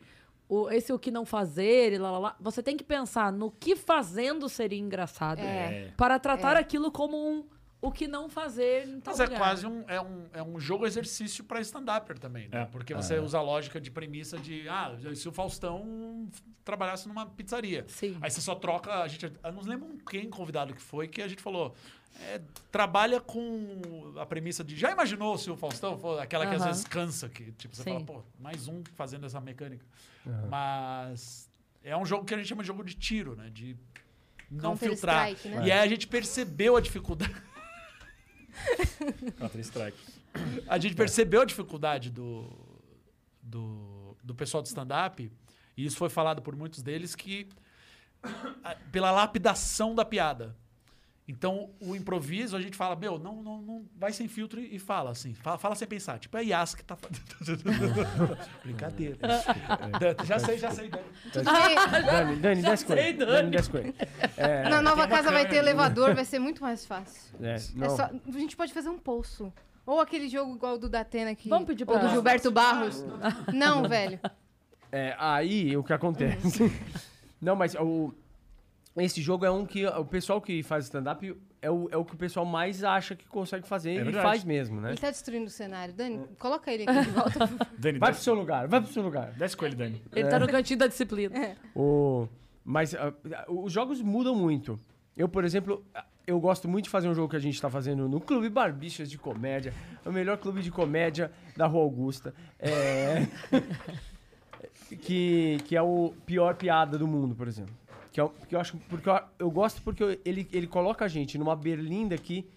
o, esse o que não fazer e lá, lá, lá, você tem que pensar no que fazendo seria engraçado
É.
É.
para tratar aquilo como um. o que não fazer em tal
Mas é
lugar.
quase um, é um, é um jogo exercício para stand-upper também, né?
É.
Porque você usa a lógica de premissa de, ah, se o Faustão f- trabalhasse numa pizzaria.
Sim.
Aí você só troca, a gente, eu não lembro um quem convidado que foi, que a gente falou, é, trabalha com a premissa de, já imaginou se o Faustão for aquela que às
Aham.
vezes cansa, que tipo, você
Sim.
fala, pô, mais um fazendo essa mecânica. Mas é um jogo que a gente chama de jogo de tiro, né? De não
Counter
filtrar.
Strike, né?
E aí a gente percebeu a dificuldade
Counter Ah, Strike.
A
É.
gente percebeu a dificuldade do, do, do pessoal do stand-up, e isso foi falado por muitos deles, que a- pela lapidação da piada. Então, o improviso, a gente fala, meu, não, não, não vai sem filtro e e fala assim. Fala, fala sem pensar. Tipo, é Yas que tá fazendo. Brincadeira.
É,
Dan- já sei, já sei. Dan.
Dani, Dani,
Já
desce com
sei,
ele.
Dani.
Dani, desce com ele. É,
Na nova casa vai ter
câmera.
elevador, vai ser muito mais fácil.
é,
É
não.
só- a gente pode fazer um poço. Ou aquele jogo igual o do Datena aqui.
Vamos pedir
Ou
pra-
do Gilberto Barros. Não, velho.
É, aí o que acontece. Não, mas o, esse jogo é um que o pessoal que faz stand-up é o, é o que o pessoal mais acha que consegue fazer e
verdade.
faz mesmo, né?
Ele tá destruindo o cenário. Dani, coloca ele aqui de volta.
Dani,
Vai pro
desce,
seu lugar, vai pro seu lugar.
desce com ele, Dani.
Ele tá no cantinho da disciplina.
O, mas ah, os jogos mudam muito. Eu, por exemplo, ah, eu gosto muito de fazer um jogo que a gente tá fazendo no Clube Barbichas de Comédia, o melhor clube de comédia da Rua Augusta. É, que, que é o pior piada do mundo, por exemplo. Que, é o- que eu acho. Porque eu, eu gosto porque eu- ele, ele coloca a gente numa berlinda aqui,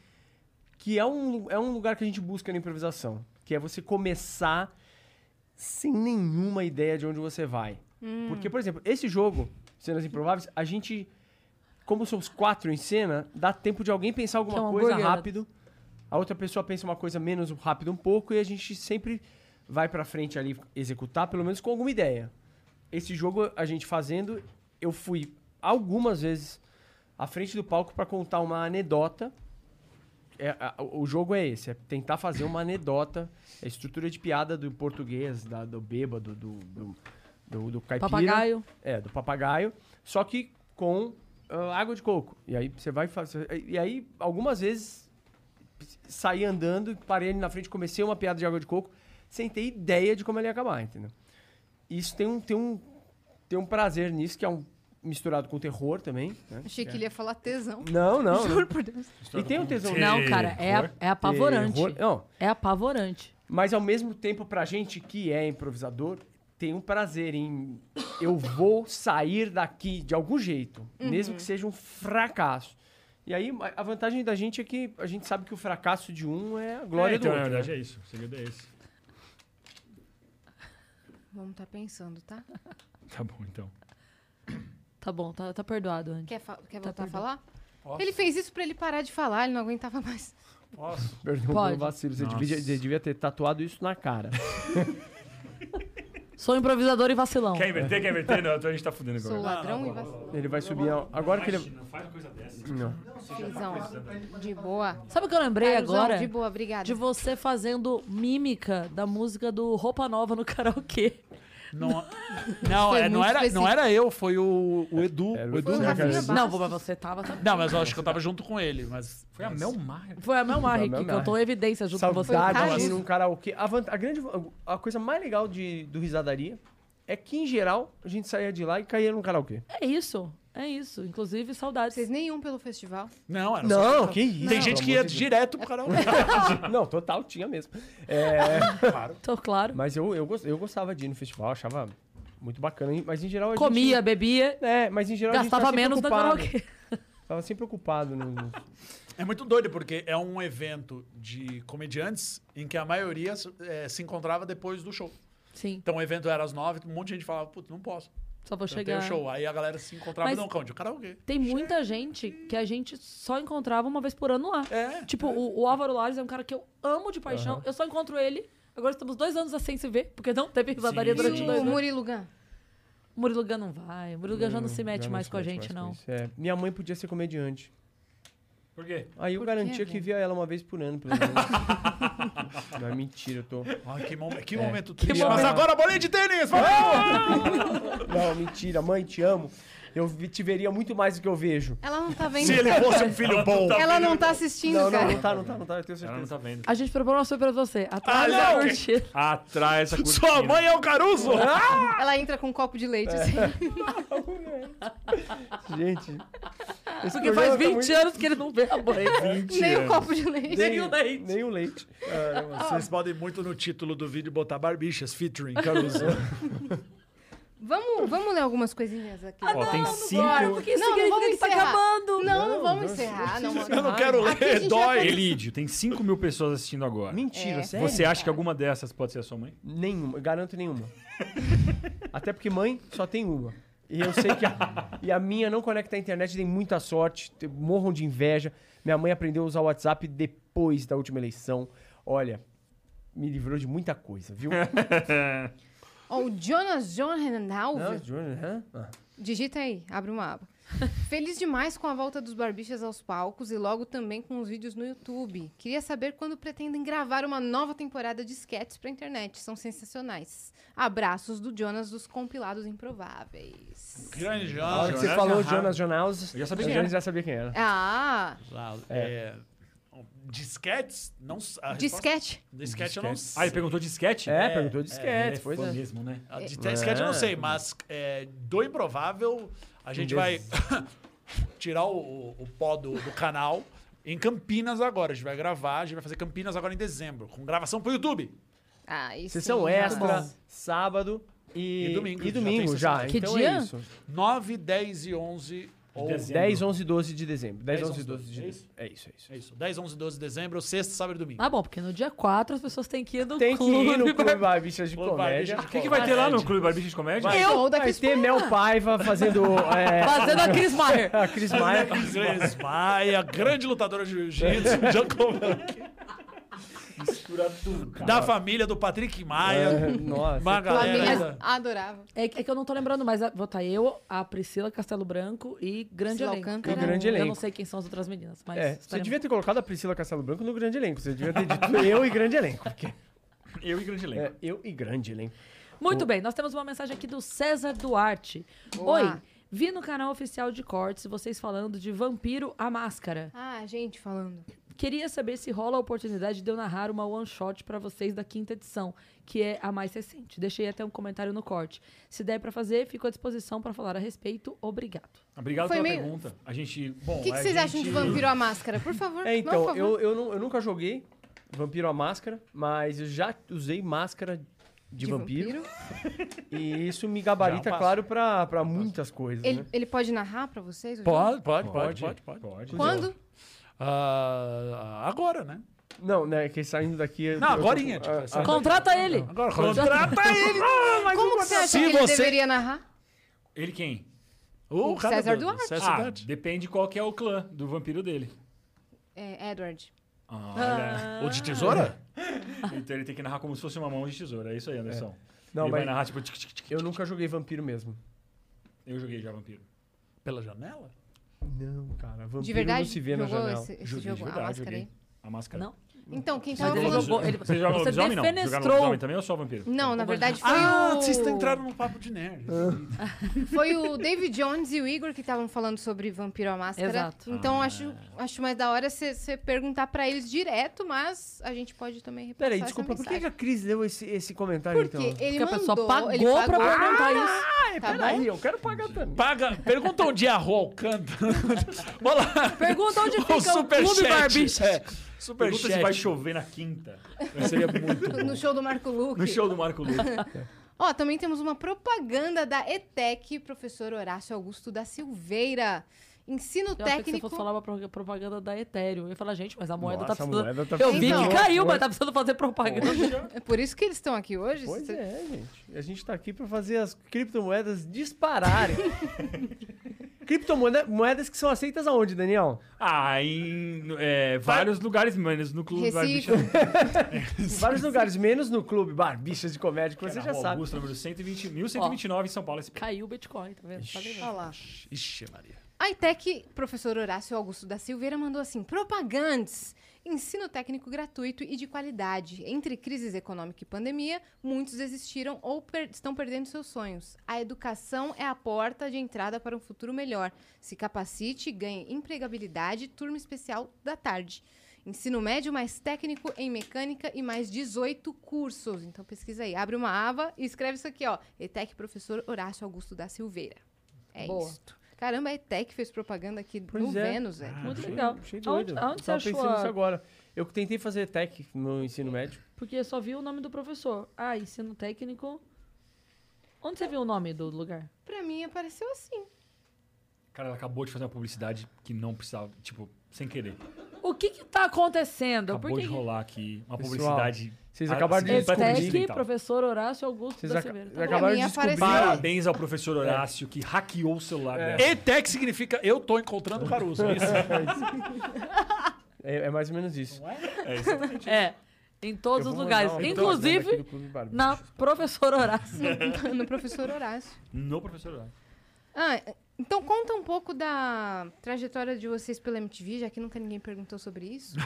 que é um, é um lugar que a gente busca na improvisação. Que é você começar sem nenhuma ideia de onde você vai. Porque, por exemplo, esse jogo, Cenas Improváveis, a gente. Como somos quatro em cena, dá tempo de alguém pensar alguma
Que é um
coisa
hambúrguer.
rápido. A outra pessoa pensa uma coisa menos rápido um pouco e a gente sempre vai pra frente ali executar, pelo menos com alguma ideia. Esse jogo a gente fazendo, eu fui algumas vezes à frente do palco pra contar uma anedota. É, a- o jogo é esse, é tentar fazer uma anedota, a estrutura de piada do português, da- do bêbado, do, do, do, do caipira.
Papagaio.
É, do papagaio, só que com ah, água de coco. E aí você vai fazer. E aí, algumas vezes, saí andando, parei ali na frente, comecei uma piada de água de coco, sem ter ideia de como ela ia acabar, entendeu? Isso tem um, tem um, tem um prazer nisso, que é um misturado com terror também. Né?
Achei que ele ia falar tesão.
Não, não. não.
Juro por Deus.
E tem um tesão.
Terror.
Não, cara, é, a- é apavorante.
Terror. Não,
É apavorante.
Mas ao mesmo tempo, pra gente que é improvisador, tem um prazer em. Eu vou sair daqui de algum jeito,
Uhum.
mesmo que seja um fracasso. E aí, a- a vantagem da gente é que a gente sabe que o fracasso de um é a glória
é, então,
do
na
outro.
verdade,
né?
é isso. O segredo é esse.
Vamos tá pensando, tá?
Tá bom, então.
Tá bom, tá, tá perdoado, Andy.
Quer, fa- quer voltar a
Tá perdido.
falar?
Posso?
Ele fez isso pra ele parar de falar, ele não aguentava mais.
Posso?
Perdão
Pode.
pelo um vacilo, você
Nossa.
devia, você devia ter tatuado isso na cara.
Sou improvisador e vacilão.
Quer inverter? Quer inverter? Não, então a gente tá fudendo
Sou
agora.
ladrão e vacilão.
Ele vai subir. a- Agora que ele. é-
Não faz coisa dessa.
Não.
De boa.
Sabe o que eu lembrei
Carlosão,
agora?
De boa, obrigada.
De você fazendo mímica da música do Roupa Nova no karaokê.
Não, não,
Foi
é, não,
muito
era, não
específico.
era eu, foi o, o Edu.
Era o
o Edu.
É, Foi o
Edu, né, cara?
Rafinha Bastos.
Não, mas você tava.
Não, mas eu acho que eu tava junto com ele, mas.
Foi a Mel Maher.
Foi a Mel Maher
Foi a Mel
que cantou evidência junto com você.
Foi o
Saudade
Carlos.
de ir num Assim, um karaokê. A, vanta- a grande, a coisa mais legal de, do Risadaria é que, em geral, a gente saía de lá e caía num karaokê.
É isso. É isso. Inclusive, saudades.
Vocês nenhum pelo festival.
Não, era só-
Não, que isso.
Tem gente que ia direto pro canal.
Não, total, tinha mesmo. É,
Tô Então, claro.
Mas eu, eu, gos- eu gostava de ir no festival, achava muito bacana. Mas em geral a
Comia,
gente...
bebia,
É, mas em geral a
gastava
gente tava
menos
sempre
no
ocupado.
karaokê.
Tava sempre ocupado. No...
É muito doido, porque é um evento de comediantes em que a maioria eh, se encontrava depois do show.
Sim,
Então o evento era às nove, um monte de gente falava, putz, não posso.
só vou
Eu tenho
chegar.
um
show. Aí a galera se encontrava
Mas-
não, Conde, o karaokê.
Tem muita gente que a gente só encontrava uma vez por ano lá.
É.
Tipo, o, o Álvaro Lares é um cara que eu amo de paixão. Eu só encontro ele. Agora estamos dois anos sem se ver, porque não teve risadaria
Sim.
durante
e
dois né?
o
anos.
Murilo Gun.
Murilo Gun não vai. Murilo Gun já não se mete
Já
mais com a
mete
gente,
mais
não.
isso, é. Minha mãe podia ser comediante.
Por quê?
Aí eu
Por quê,
garantia que
velho?
via ela uma vez por ano, pelo menos. Não é mentira, eu tô...
Ai, Ah, que, mom- que
É.
momento triste.
momento.
Ah! Mas agora bolinha de tênis! vamos!
Não, mentira, mãe, te amo. Eu vi- te veria muito mais do que eu vejo.
Ela não tá vendo.
Se ele fosse um filho bom.
Ela não tá assistindo,
Não, não,
cara.
não tá, não tá, não tá, eu tenho
Ela não
certeza.
tá vendo.
A gente propõe uma coisa pra você. Atrás
Ah,
da
não!
cortina.
Atrás essa cortina.
Sua mãe é o Caruso?
Ela entra com um copo de leite, assim.
Gente. esse
Porque
programa
faz
tá
20
muito-
anos que ele não vê a mãe.
20
Nem um
anos.
copo de leite.
Nem o leite. Ah,
Nem o leite.
Vocês podem muito no título do vídeo botar Barbichas featuring Caruso.
Vamos, vamos ler algumas coisinhas aqui.
Ó, tem cinco.
Bora, porque isso
Não, não
significa
vamos
que tá
encerrar.
acabando.
Não, não vamos encerrar. Não,
Eu não quero
Aqui a
ler,
gente
dói.
vai
Elídio, tem 5 mil pessoas assistindo agora.
Mentira,
É.
sério?
Você acha que alguma dessas pode ser a sua mãe?
Nenhuma, eu garanto nenhuma. Até porque mãe só tem uma. E eu sei que a, e a minha não conecta à internet, tem muita sorte, te- morram de inveja. Minha mãe aprendeu a usar o WhatsApp depois da última eleição. Olha, me livrou de muita coisa, viu?
Ó, o Jonas John
Não,
Renaldo.
Júnior, hã? Ah.
Digita aí, abre uma aba. Feliz demais com a volta dos barbichas aos palcos e logo também com os vídeos no YouTube. Queria saber quando pretendem gravar uma nova temporada de sketches pra internet. São sensacionais. Abraços do Jonas dos compilados improváveis.
Grande né?
A hora que
Jorge.
você
Jonas
falou
Arrasa.
Jonas Jonas,
Eu já sabia
a
quem
Jonas
era.
já sabia quem era.
Ah,
É. Disquetes? Não, a resposta-
disquete.
Disquete eu não sei.
Ah, ele perguntou disquete?
É, perguntou disquete,
é
pois
fã
é.
mesmo, né?
A de disquete eu não sei, mas é, do improvável a gente vai tirar o, o pó do, do canal em Campinas agora. A gente vai gravar, a gente vai fazer Campinas agora em dezembro, com gravação pro YouTube.
Ah, isso.
Sessão extra, sábado e,
E domingo,
e
já
domingo já.
tem sessão extra.
Que
Então
dia?
é isso.
9, 10 e 11 ou
Dezembro.
10, 11 e 12 de dezembro. 10,
10,
11 e 12 de
é
dezembro.
isso?
É isso, é isso.
É isso, 10, 11, 12 de dezembro, sexta, sábado e domingo.
Ah, bom, porque no dia 4 as pessoas têm que ir no
Tem que
um clube.
ir no Clube
pra-
Barbichas de
Clube
Comédia.
Barbichas de
O que, que vai ter lá no
Comédia.
Clube Barbichas de Comédia?
Eu Show da
Vai
Cris
ter Mel Paiva fazendo é,
Fazendo a Cris Maier.
a Cris
É
Maia. É,
Grace Maia, grande lutadora de jiu-jitsu, Jacobank. Da família do Patrick Maia.
É, nossa.
Uma galera.
Família adorava.
É que, é que eu não tô lembrando mais. a- Vou estar eu, a Priscila Castelo Branco e Grande
Priscila
Elenco.
Alcântara.
E Grande
Eu não
Elenco.
sei quem são as outras meninas, mas... um
É, você
estaremos-
devia ter colocado a Priscila Castelo Branco no grande elenco. Você devia ter dito eu e grande elenco. Porque
Eu e Grande Elenco.
é eu e grande elenco.
Muito bem, nós temos uma mensagem aqui do César Duarte.
Boa.
Oi, vi no canal oficial de cortes vocês falando de Vampiro a Máscara.
Ah, gente falando.
Queria saber se rola a oportunidade de eu narrar uma one shot pra vocês da quinta edição, que é a mais recente. Deixei até um comentário no corte. Se der pra fazer, fico à disposição pra falar a respeito. Obrigado.
Obrigado
Foi
pela
meio-
pergunta. A gente. Bom,
O que, que
a
vocês
gente...
acham de Vampiro à Máscara? Por favor.
É,
por
então,
favor.
eu, eu, não- eu nunca joguei Vampiro à Máscara, mas eu já usei máscara de, vampiro, E isso me
Já
gabarita,
passa.
claro, pra, pra muitas coisas,
Ele,
né?
ele pode narrar pra vocês? o jogo?
Pode, pode,
Pode,
pode, pode, pode.
pode.
Quando?
Ah, agora, né?
Não, né? Que saindo daqui... eu-
Não,
eu tô-
agorinha, tipo,
Ah,
assim,
essa-
ah,
Contrata ele!
Agora, contrata ele!
Como que você acha
Se
que ele
você-
deveria narrar?
Ele quem?
O cara
César
do-
Duarte.
César
Ah,
Duarte.
depende qual que é o clã do vampiro dele.
É, Edward.
Olha.
Ou de tesoura?
Então ele tem que narrar como se fosse uma mão de tesoura. É isso aí, Anderson.
Não,
ele vai
mas
narrar tipo. tic, tic, tic.
eu nunca joguei vampiro mesmo.
Eu joguei já vampiro.
Pela janela?
Não, cara. Vampiro
De verdade,
não se vê na
jogou
janela.
esse, esse
Joguei,
jogo,
de
a
verdade,
máscara
joguei.
aí.
A máscara.
Não?
Então, quem
Mas
tava
ele
falando...
jogou- ele-
Você joga
você
lobisomem, não? Jogar
defenestrou.
lobisomem também ou só vampiro?
Não, na verdade foi
Ah,
o...
vocês entraram no papo de nerd.
Ah. Foi o David Jones e o Igor que estavam falando sobre Vampiro à Máscara.
Exato.
Ah.
Então, acho, acho mais da hora você perguntar pra eles direto, mas a gente pode também repassar
Peraí,
essa
desculpa, por que,
mensagem.
que a Cris deu esse, esse comentário
Porque
então?
ele
Porque a
mandou...
pessoa pagou,
ele
pra
pagou,
perguntar isso.
tá bom?
Peraí, eu quero pagar também.
Paga, pergunta onde é a rua Alcântara. Olha lá,
Pergunta onde
o
fica o Clube
superchat.
Barbicha.
É,
Pergunta se vai
superchat.
chover na quinta. Seria muito bom.
No show do Marco Luque.
No show do Marco Luca.
Ó, também temos uma propaganda da ETEC, professor Horácio Augusto da Silveira. Ensino
Eu achei que você
técnico.
fosse falar uma pro- propaganda da Ethereum. Eu ia falar, gente, mas a moeda
Nossa,
tá precisando...
a moeda tá
Eu vi
precisando.
que caiu,
Então.
mas tá precisando fazer propaganda.
É por isso que eles estão aqui hoje?
Pois
Cê-
é, gente. A gente tá aqui pra fazer as criptomoedas dispararem. criptomoedas moedas que são aceitas aonde, Daniel?
Ah, em é, vários lugares menos no Clube
Recife.
Barbicha.
Em vários lugares, menos no clube Barbichas de Comédia, que você
Na
já
Rua
sabe.
Augusta, número 120, 1129 em São Paulo. esse-
Caiu o Bitcoin, tá vendo? Tá lembrando.
Olha lá.
Ixi, Maria.
A ITEC, professor Horácio Augusto da Silveira, mandou assim: propagandas. Ensino técnico gratuito e de qualidade. Entre crises econômica e pandemia, muitos desistiram ou per- estão perdendo seus sonhos. A educação é a porta de entrada para um futuro melhor. Se capacite, ganhe empregabilidade, turma especial da tarde. Ensino médio mais técnico em mecânica e mais 18 cursos. Então pesquisa aí, abre uma aba e escreve isso aqui, ó. ETEC professor Horácio Augusto da Silveira. É
Boa.
isso. Caramba, a ETEC fez propaganda aqui
Pois
no
é.
Vênus, velho.
Ah,
Muito
Achei-
legal.
achei
Aonde-
doido.
aonde você
Tava
achou
pensando
a-
nisso agora. Eu que tentei fazer tech no ensino médio.
Porque eu só vi o nome do professor. Ah, ensino técnico. Onde você viu o nome do lugar?
Pra mim apareceu assim.
Cara, ela acabou de fazer uma publicidade que não precisava, tipo, sem querer.
O que que tá acontecendo?
Acabou
Por
de
que que...
rolar aqui uma
Pessoal,
publicidade.
vocês
a-
acabaram de
assim,
descobrir.
completamente
ETEC,
incidental.
professor Horácio Augusto
então. Vocês
da
ac-
Silveira. Tá bom.
acabaram de
mim
descobrir.
apareceu-
Parabéns ao professor Horácio que hackeou o celular dela.
ETEC significa eu tô encontrando o Caruso. é isso?
É, é mais ou menos isso.
É exatamente isso.
É, em todos
Eu
os
vou
lugares.
mandar um recado aqui
Inclusive,
do Clube Barbicha.
na professora Horácio.
no professor Horácio.
No professor Horácio.
Ah, então conta um pouco da trajetória de vocês pela MTV, já que nunca ninguém perguntou sobre isso.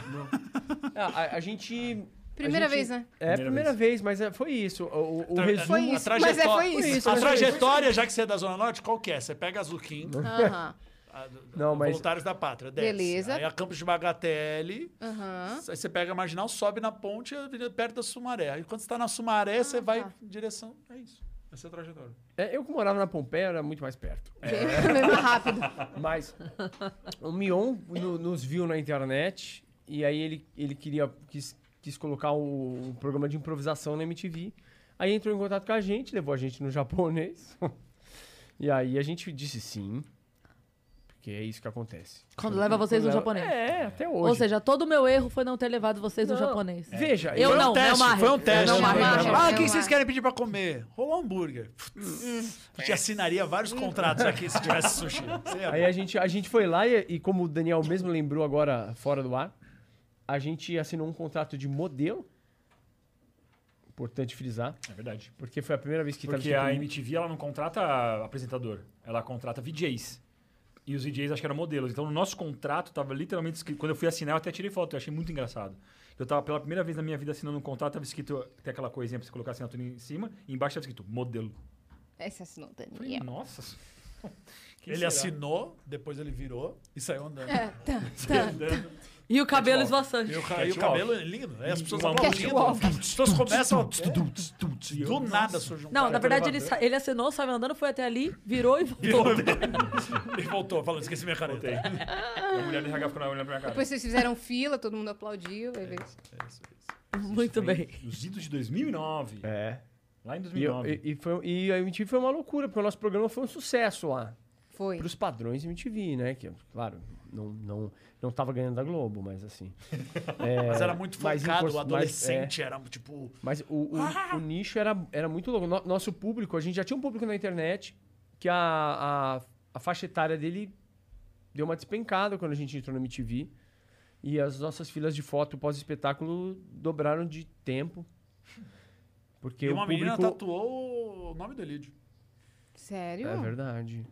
Ah, a, a gente.
Primeira
a gente-
vez, né?
É, a
Primeira
primeira vez, mas é- foi isso. O, o- o
Tra-
resumo.
Foi
a
isso,
trajetória-
mas é, foi isso.
isso,
A
mas foi isso.
trajetória, já que você é da Zona Norte, qual que é? Você pega a Zuquim,
Aham,
a- do-
Não, mas-
Voluntários da Pátria, desce.
Beleza.
Aí a Campos de Bagatelle,
aham.
aí você pega a Marginal, sobe na ponte, a avenida perto da Sumaré. Aí quando você tá na Sumaré, você vai
tá.
em direção... É isso. Essa é a trajetória.
É, eu que morava na Pompeia era muito mais perto.
Bem mais rápido.
Mas o Mion no- nos viu na internet e aí ele, ele queria quis, quis colocar o- um programa de improvisação na MTV. Aí entrou em contato com a gente, levou a gente no japonês. E aí a gente disse sim. Porque é isso que acontece.
Quando leva vocês no
Leva-
japonês.
É, até hoje. É.
Ou seja, todo o meu erro foi não ter levado vocês no
Não.
japonês.
Veja,
Eu
foi
não,
um
né,
teste,
Marra?
Foi um teste.
Não, Marra, não,
ah,
Marra.
quem vocês querem pedir pra comer? Rolou hambúrguer. A gente assinaria vários contratos aqui se tivesse sushi. Você ia-
Aí
é
a gente, a gente foi lá e, e como o Daniel mesmo lembrou agora, fora do ar, a gente assinou um contrato de modelo. Importante frisar,
É verdade.
porque foi a um. primeira vez que tá
Porque
tava
a
escrito-
MTV ela não contrata apresentador, ela contrata VJs. E os VJs acho que eram modelos. Então, no nosso contrato tava literalmente escrito. Quando eu fui assinar, eu até tirei foto, eu achei muito engraçado. Eu tava pela primeira vez na minha vida assinando um contrato, tava escrito tem aquela coisinha pra você colocar a assinatura em cima, e embaixo tava escrito modelo.
Esse assinou o
Eu Falei,
Daniel.
nossa. quem
Ele
será?
assinou, depois ele virou e saiu andando.
E o cabelo
Catwalk.
esvoaçante.
E o, ca- e o
Catwalk.
cabelo é lindo. Aí as pessoas
Uma
aplaudem.
música.
As pessoas começam a...
Tuts, tuts, e eu,
Do
nossa.
nada surge um
Não,
cara
na
no
verdade ele,
elevador.
sa- ele assinou, saiu andando, foi até ali, virou e voltou.
Ele voltou, falando, esqueci minha caneta.
Voltei. A mulher do RH ficou olhando pra minha cara.
Depois vocês fizeram fila, todo mundo aplaudiu. aí veio-
Muito bem.
Os idos de 2009.
É.
Lá em
E, eu-
2009.
e, e foi, e a MTV foi uma loucura, porque o nosso programa foi um sucesso lá.
Foi.
Para os padrões MTV, né? Que, claro, não, não, não tava ganhando da Globo, mas assim. é,
Mas era muito
mas
focado,
impor-
o
mas, é,
adolescente era tipo.
Mas o, o- o nicho era, era muito louco. No- nosso público, a gente já tinha um público na internet que a, a, a faixa etária dele deu uma despencada quando a gente entrou na MTV. E as nossas filas de foto pós-espetáculo dobraram de tempo. Porque
E
o
uma menina
público...
tatuou o nome do Elidio. tá-
Sério?
É verdade.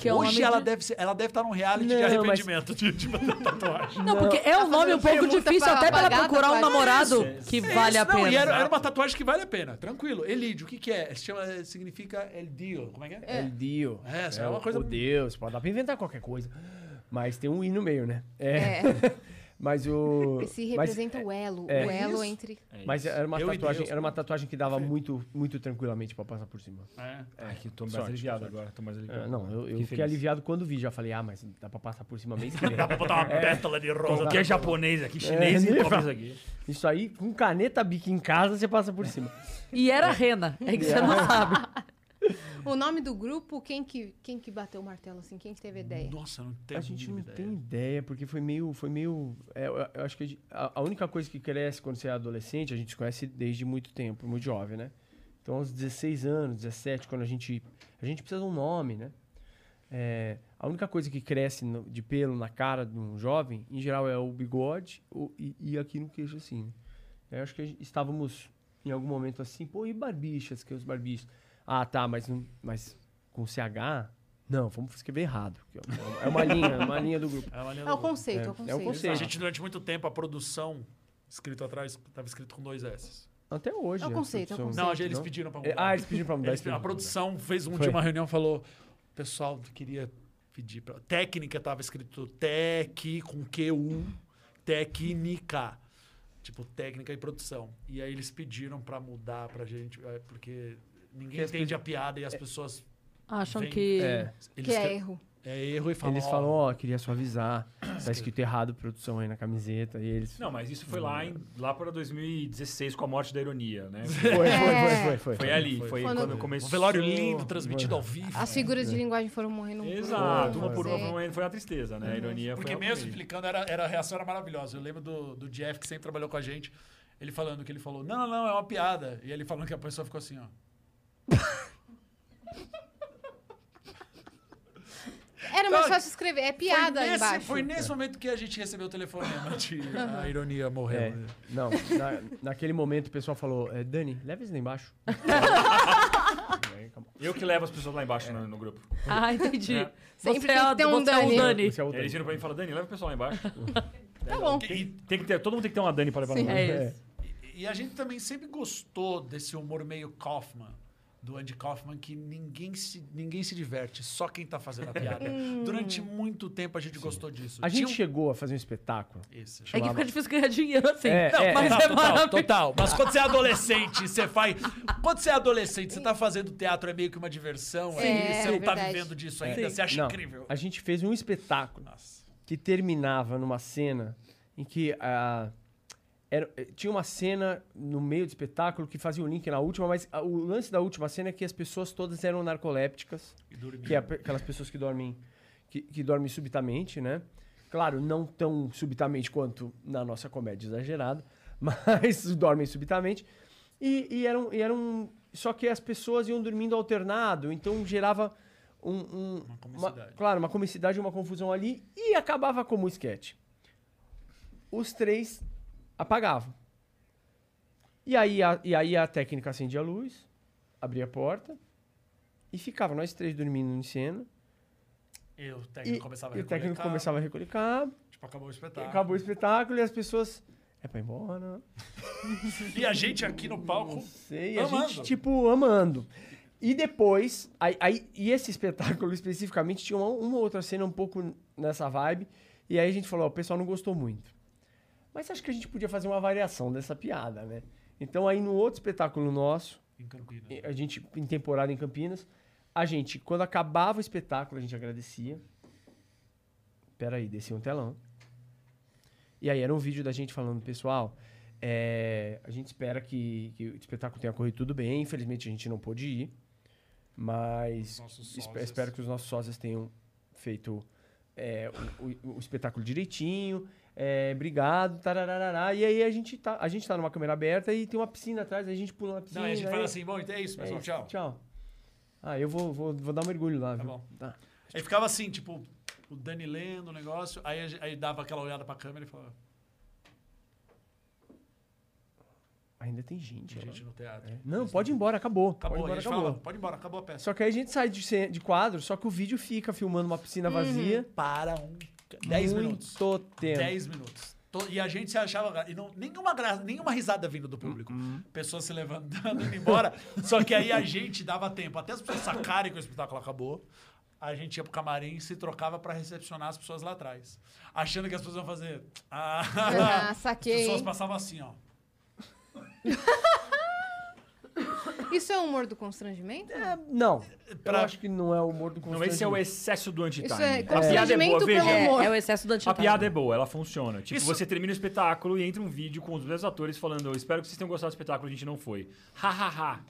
Que é o
Hoje
nome
ela
de-
deve ser. Ela deve estar num reality de
Não, mas-
arrependimento de, de tatuagem.
Não, porque é um nome um pouco
pergunta
difícil
pra
até para
apagar a
procurar um
tatuagem.
namorado que vale a
Isso, Não,
pena.
e era, era uma tatuagem que vale a pena, tranquilo. Elidio, o que, que é? Se chama- significa El Dio. Como é que é?
É. El Dio.
É, essa é uma
o-
coisa-
O Deus, pode dar pra inventar qualquer coisa. Mas tem um i no meio, né? É.
É.
Mas o...
Esse
mas-
representa o elo.
é.
O elo
Isso.
entre.
É
Mas
isso.
era uma,
Eu e
tatuagem,
Deus,
era uma tatuagem que dava muito, muito tranquilamente pra passar por cima.
É.
Ai, que eu tô mais
Sorte,
aliviado
sorte.
agora. Tô mais aliviado.
É, não, eu, eu
Que
fiquei
feliz.
aliviado quando vi. Já falei, ah, mas dá pra passar por cima mesmo.
Dá pra botar uma pétala de rosa. é
Qualquer japonês aqui, chinês,
É,
e
né?
cobre isso aqui.
Isso aí, com caneta bique em casa, você passa por cima.
E era rena, é que você não sabe.
O nome do grupo, quem que, quem que bateu o martelo assim? Quem que teve a ideia?
Nossa, não tem tipo
A gente não tem ideia, porque foi meio. Foi meio é, eu, eu acho que a gente- a, a única coisa que cresce quando você é adolescente, a gente se conhece desde muito tempo, muito jovem, né? Então, aos 16 anos, 17, quando a gente. A gente precisa de um nome, né? É, a única coisa que cresce no- de pelo na cara de um jovem, em geral, é o bigode o- e, e aqui no queixo, assim. né? Eu acho que a gente- estávamos em algum momento assim, pô, e barbichas, que é os barbichas. Ah, tá, mas, não- mas com CH Não, vamos escrever errado. que é uma- É uma linha, é uma linha do grupo.
É, olha,
É o conceito, é,
É,
o conceito.
é o conceito.
a gente, durante muito tempo, a produção, escrito atrás, estava escrito com dois S.
Até hoje.
É o
a
conceito, é o
produção-
Não,
Não,
eles
não?
pediram pra
É,
mudar.
Ah, eles pediram pra mudar.
Eles-
eles pediram
a
pra mudar.
produção fez um
Foi.
dia uma reunião e falou: pessoal, queria pedir pra. Técnica tava escrito tec com QU, técnica. Tipo, técnica e produção. E aí eles pediram pra mudar pra gente, é, porque ninguém
Que as
entende
pessoas-
a piada e as pessoas.
Acham
Vem.
que.
É,
Eles
é, Que é
querem-
erro.
é erro e falam.
eles
ó,
falam, ó, queria suavizar. Tá escrito errado produção aí na camiseta. E
É.
eles.
Não, mas isso foi lá,
Uhum.
em, lá para 2016 com a morte da ironia, né?
Foi, foi,
É.
foi, foi,
Foi
foi.
ali, foi
Quando-
quando, começou.
Um velório lindo transmitido ao vivo.
As figuras de linguagem foram morrendo um por um,
Exato,
um
uma por uma
é.
foi uma- foi a tristeza, né? A ironia
Porque
foi. a
mesmo
primeira.
explicando, era, era- a reação era maravilhosa. Eu lembro do, do Jeff, que sempre trabalhou com a gente, ele falando que ele falou, não, não, é uma piada. E ele falando que a pessoa ficou assim, ó.
Era mais
Não,
fácil escrever, é piada
foi nesse,
embaixo.
Foi nesse momento que a gente recebeu o telefonema de a ironia morreu.
É, não, na- naquele momento o pessoal falou, é, Dani, leva isso lá embaixo. Aí acabou.
Eu que levo as pessoas lá embaixo né, no, no grupo.
Ah, entendi.
É.
Você,
Sempre tem
é,
que ter um
você é o
Dani.
Dani.
Esse é o
Eles
Dani.
viram pra mim e falaram, Dani, leva o pessoal lá embaixo.
Tá bom.
E,
Tem que ter, todo mundo tem que ter uma Dani pra levar lá
É
embaixo.
isso.
É.
e a gente também sempre gostou desse humor meio Kaufman, do Andy Kaufman, que ninguém se, ninguém se diverte, só quem tá fazendo a piada.
Hum.
Durante muito tempo a gente gostou disso.
A gente
Tinha
chegou a fazer um espetáculo.
um- Esse.
É que fica difícil ganhar dinheiro assim.
É, é,
mas
total,
é
total,
maravilhoso.
total. Mas quando você é adolescente, você faz. Quando você é adolescente, você tá fazendo teatro, é meio que uma diversão.
Sim.
é, isso, você
É,
não tá
verdade.
vivendo disso ainda. Você acha
Não,
incrível.
A gente fez um espetáculo que terminava numa cena em que ah, era- eh, tinha uma cena no meio do espetáculo que fazia o link na última, mas ah, o lance da última cena é que as pessoas todas eram narcolépticas,
E dormir.
que é pe- aquelas pessoas que dormem que, que dormem subitamente, né? Claro, não tão subitamente quanto na nossa comédia exagerada, mas dormem subitamente. E, e eram, e eram. Só que as pessoas iam dormindo alternado, então gerava um. um-
Uma
uma-
comicidade.
claro, uma comicidade, uma confusão ali e acabava como um esquete. Os três apagavam. E aí, a, e aí a técnica acendia a luz, abria a porta e ficava nós três dormindo em cena.
E o técnico
E,
começava
e
a
o técnico
recoletar,
começava a recolher cabo,
Tipo, acabou o
e
espetáculo.
acabou o espetáculo e as pessoas. É pra ir embora.
E a gente aqui no palco.
Não sei, e a
Amando.
gente, tipo, amando. E depois, aí, aí- e esse espetáculo especificamente tinha uma, uma outra cena um pouco nessa vibe. E aí a gente falou, ó, o pessoal não gostou muito. Mas acho que a gente podia fazer uma variação dessa piada, né? Então aí no outro espetáculo nosso,
Em né? Campinas.
a gente, em temporada em Campinas, a gente, quando acabava o espetáculo, a gente agradecia. Peraí, descia um telão. E aí era um vídeo da gente falando, pessoal, é, a gente espera que, que o espetáculo tenha corrido tudo bem. Infelizmente a gente não pôde ir, mas
Nossos
espe-
sósias.
espero que os nossos sócios tenham feito é, o, o- o espetáculo direitinho. É, obrigado, tarararará. E aí a gente, tá, a gente tá numa câmera aberta e tem uma piscina atrás, aí a gente pula na piscina.
Não, e a gente
aí-
fala assim, bom, então é isso, pessoal, tchau.
Tchau. Ah, eu vou, vou, vou dar um mergulho lá.
Tá
viu?
bom.
Tá.
Aí ficava assim, tipo, o Dani lendo o negócio, aí, a gente- aí dava aquela olhada pra câmera e falava,
Ainda tem gente.
"Tem
lá.
gente no teatro.
Não, pode ir embora, acabou.
Acabou,
pode ir
a
embora,
gente
acabou.
fala, É. pode ir embora, acabou a peça.
Só que aí a gente sai de, ce- de quadro, só que o vídeo fica filmando uma piscina vazia.
Para um. 10
muito
Hum. minutos.
tempo.
10 minutos. To- E a gente se achava. gra- E não, nenhuma, gra- nenhuma risada vindo do público. Pessoas se levantando, indo embora. Só que aí a gente dava tempo. Até as pessoas sacarem que o espetáculo acabou. A gente ia pro camarim e se trocava pra recepcionar as pessoas lá atrás. Achando que as pessoas iam fazer.
Ah,
Ah, As
saquei.
pessoas
hein?
passavam assim, ó.
Isso é o humor do constrangimento?
É, não,
Pra-
eu acho que não é o humor do
Não, esse é o
constrangimento.
excesso do anti-time.
Isso é
A piada é boa,
constrangimento
veja.
pelo humor.
É, é o excesso do
A
antitado.
piada é boa, ela funciona. Tipo,
Isso-
você termina o espetáculo e entra um vídeo com os dois atores falando: "Eu Espero que vocês tenham gostado do espetáculo, a gente não foi. Ha ha ha.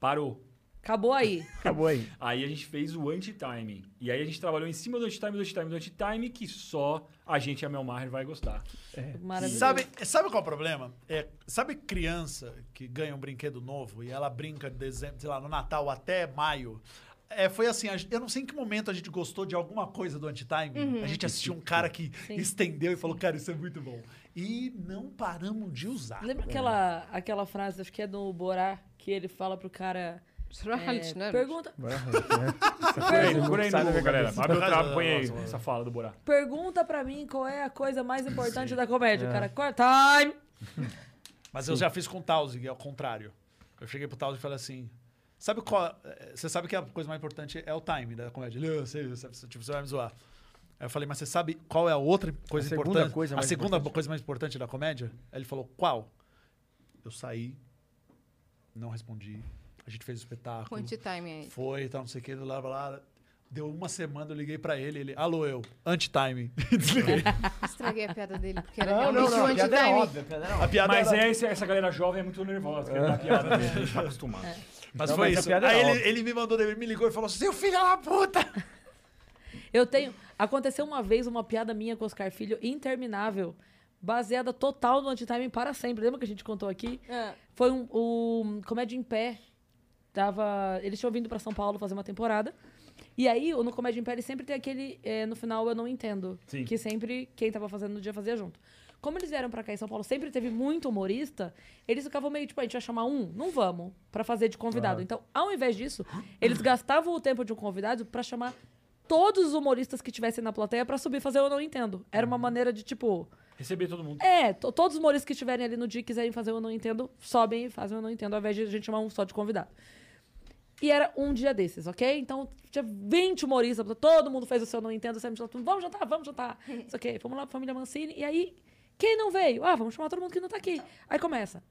Parou.
Acabou aí.
Acabou aí.
Aí a gente fez o anti-timing. E aí a gente trabalhou em cima do anti-time, do anti-time, do anti-time, que só a gente e a Mel Maher vai gostar.
Maravilhoso.
Sabe, sabe qual é o problema? É, sabe criança que ganha um brinquedo novo e ela brinca, de dezembro, sei lá, no Natal até maio? É, foi assim, a gen- eu não sei em que momento a gente gostou de alguma coisa do anti-time. A gente assistiu um cara que estendeu e falou, cara, isso é muito bom. E não paramos de usar.
Lembra aquela, aquela frase, acho que é do Borá, que ele fala pro cara:
Schwarz, né?
Pergunta,
Procura aí, procura aí no
Sai da minha
Google, galera.
cabeça.
Abre o trabo, põe aí
Nossa, mano.
essa fala do Borá.
pergunta pra mim qual é a coisa mais importante da comédia. O cara, qual time?
Mas eu já fiz com o Tausig, é o contrário. Eu cheguei pro Tausig e falei assim... Sabe qual... eh, Você sabe que a coisa mais importante é o time da comédia. Ele, "Ah, eu sei, eu sei", tipo, você vai me zoar. Aí eu falei, mas você sabe qual é a outra coisa
A segunda
importante?
coisa
a
mais
segunda
importante.
coisa mais importante da comédia? Aí ele falou, qual? Eu saí, não respondi. A gente fez o espetáculo.
Conte time aí.
Foi, e tal, não sei o que, lá, lá, lá. Deu uma semana, eu liguei pra ele, ele, alô, eu, anti-time. Desliguei.
Estraguei a piada dele, porque era realmente um anti-time.
A piada
Mas
era-
é, esse- essa galera jovem é muito nervosa, quer dar piada, né? a gente tá acostumado.
É.
Então, Mas é
Não,
foi
mas a
isso.
piada
Aí
era
ele,
óbvia.
ele me mandou, ele me ligou e falou, seu filho é uma puta!
Eu tenho. Aconteceu uma vez uma piada minha com o Oscar Filho interminável, baseada total no anti-timing para sempre. Lembra que a gente contou aqui? Foi um, um Comédia em Pé. Tava, eles tinham vindo pra São Paulo fazer uma temporada. E aí, no Comédia em Pé, ele sempre tem aquele. eh, no final, eu não entendo.
Sim.
Que sempre quem tava fazendo no dia fazia junto. Como eles vieram pra cá em São Paulo, sempre teve muito humorista, eles ficavam meio tipo, a gente vai chamar um? Não vamos, pra fazer de convidado. Então, ao invés disso, eles gastavam o tempo de um convidado pra chamar todos os humoristas que tivessem na plateia pra subir fazer Eu Não Entendo. Era uma maneira de, tipo,
Receber todo mundo.
é, to- todos os humoristas que estiverem ali no dia e quiserem fazer o Eu Não Entendo, sobem e fazem o Eu Não Entendo, ao invés de a gente chamar um só de convidado. E era um dia desses, ok? Então tinha 20 humoristas, todo mundo fez o seu Eu Não Entendo, sempre todo mundo, vamos jantar, vamos jantar. Isso aqui, fomos lá pra família Mancini, e aí, quem não veio? Ah, vamos chamar todo mundo que não tá aqui. Aí começa,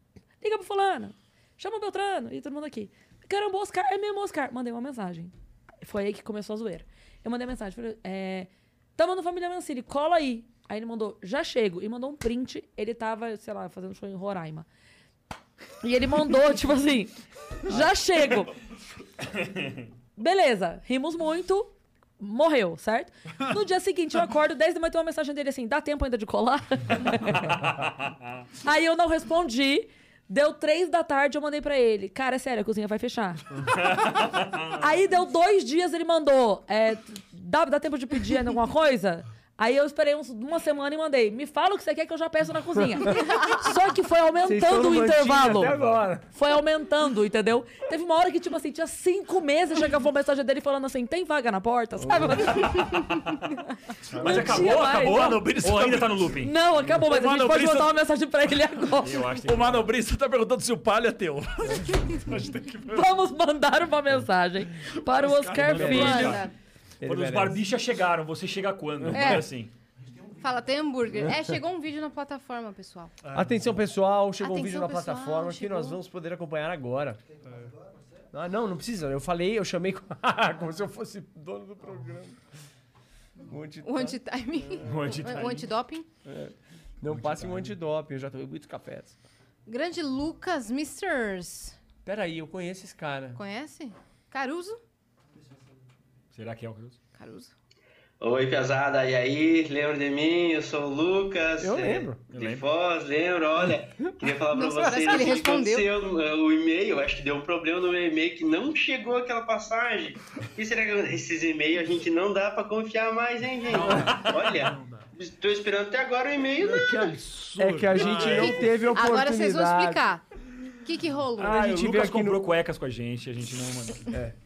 liga pro fulano, chama o Beltrano, e todo mundo aqui. Caramba, Oscar, é mesmo Oscar. Mandei uma mensagem. Foi aí que começou a zoeira. Eu mandei mensagem, falei, é... Tamo no Família Mancini, cola aí. Aí ele mandou, já chego. E mandou um print. Ele tava, sei lá, fazendo show em Roraima. E ele mandou, tipo assim, já chego. Beleza, rimos muito. Morreu, certo? No dia seguinte, eu acordo, 10 da manhã, tem uma mensagem dele assim, dá tempo ainda de colar? Aí eu não respondi. Deu três da tarde, eu mandei pra ele. Cara, é sério, a cozinha vai fechar. Aí deu dois dias, ele mandou. é, dá, dá tempo de pedir ainda alguma coisa? Aí eu esperei uns- uma semana e mandei. Me fala o que você quer que eu já peço na cozinha. Só que foi aumentando o intervalo.
Até agora.
Foi aumentando, entendeu? Teve uma hora que, tipo assim, tinha cinco meses, chegava uma mensagem dele falando assim, tem vaga na porta, sabe?
Mas
Não
acabou,
tinha mais,
acabou?
não.
Ou ainda tá no looping?
Não, acabou, mas a
Mano,
gente
eu
pode
preciso-
mandar uma mensagem pra ele agora.
Eu acho que
O manobrista tá perguntando se o palho é teu.
Vamos mandar uma mensagem para o Oscar
mandam
Filho.
mensagem.
Manda.
Ele
Quando os
merece.
barbichas chegaram, você chega quando? É. assim.
Fala, tem hambúrguer. É, chegou um vídeo na plataforma, pessoal.
Atenção, pessoal. Chegou um vídeo
Atenção,
na
pessoal,
plataforma que
chegou.
nós vamos poder acompanhar agora. Ah, não, não precisa. Eu falei, eu chamei com- ah, como se eu fosse dono do programa. Um anti-
O anti-time.
O anti-time.
O anti-doping.
Não passe um antidoping, eu já tomei muitos cafés.
Grande Lucas Misters.
Peraí, eu conheço esse cara.
Conhece? Caruso?
Será que é o Cruz?
Caruso.
Oi, pesada, e aí? Lembra de mim? Eu sou o Lucas.
Eu
é,
lembro,
eu
de
lembro.
Foz, lembro, olha. Queria falar pra
Nossa, parece
vocês
que ele
aqui
respondeu.
aconteceu, é, o e-mail, acho que deu um problema no meu e-mail que não chegou aquela passagem. E será que esses e-mails a gente não dá pra confiar mais, hein, gente? Olha, estou esperando até agora o e-mail, não.
Que absurdo.
É que a gente não teve oportunidade.
Agora vocês vão explicar. O que que rolou?
Ah,
a
eu-
gente
Lucas
Lucas comprou
comprou
cuecas com a gente, a gente não mandou.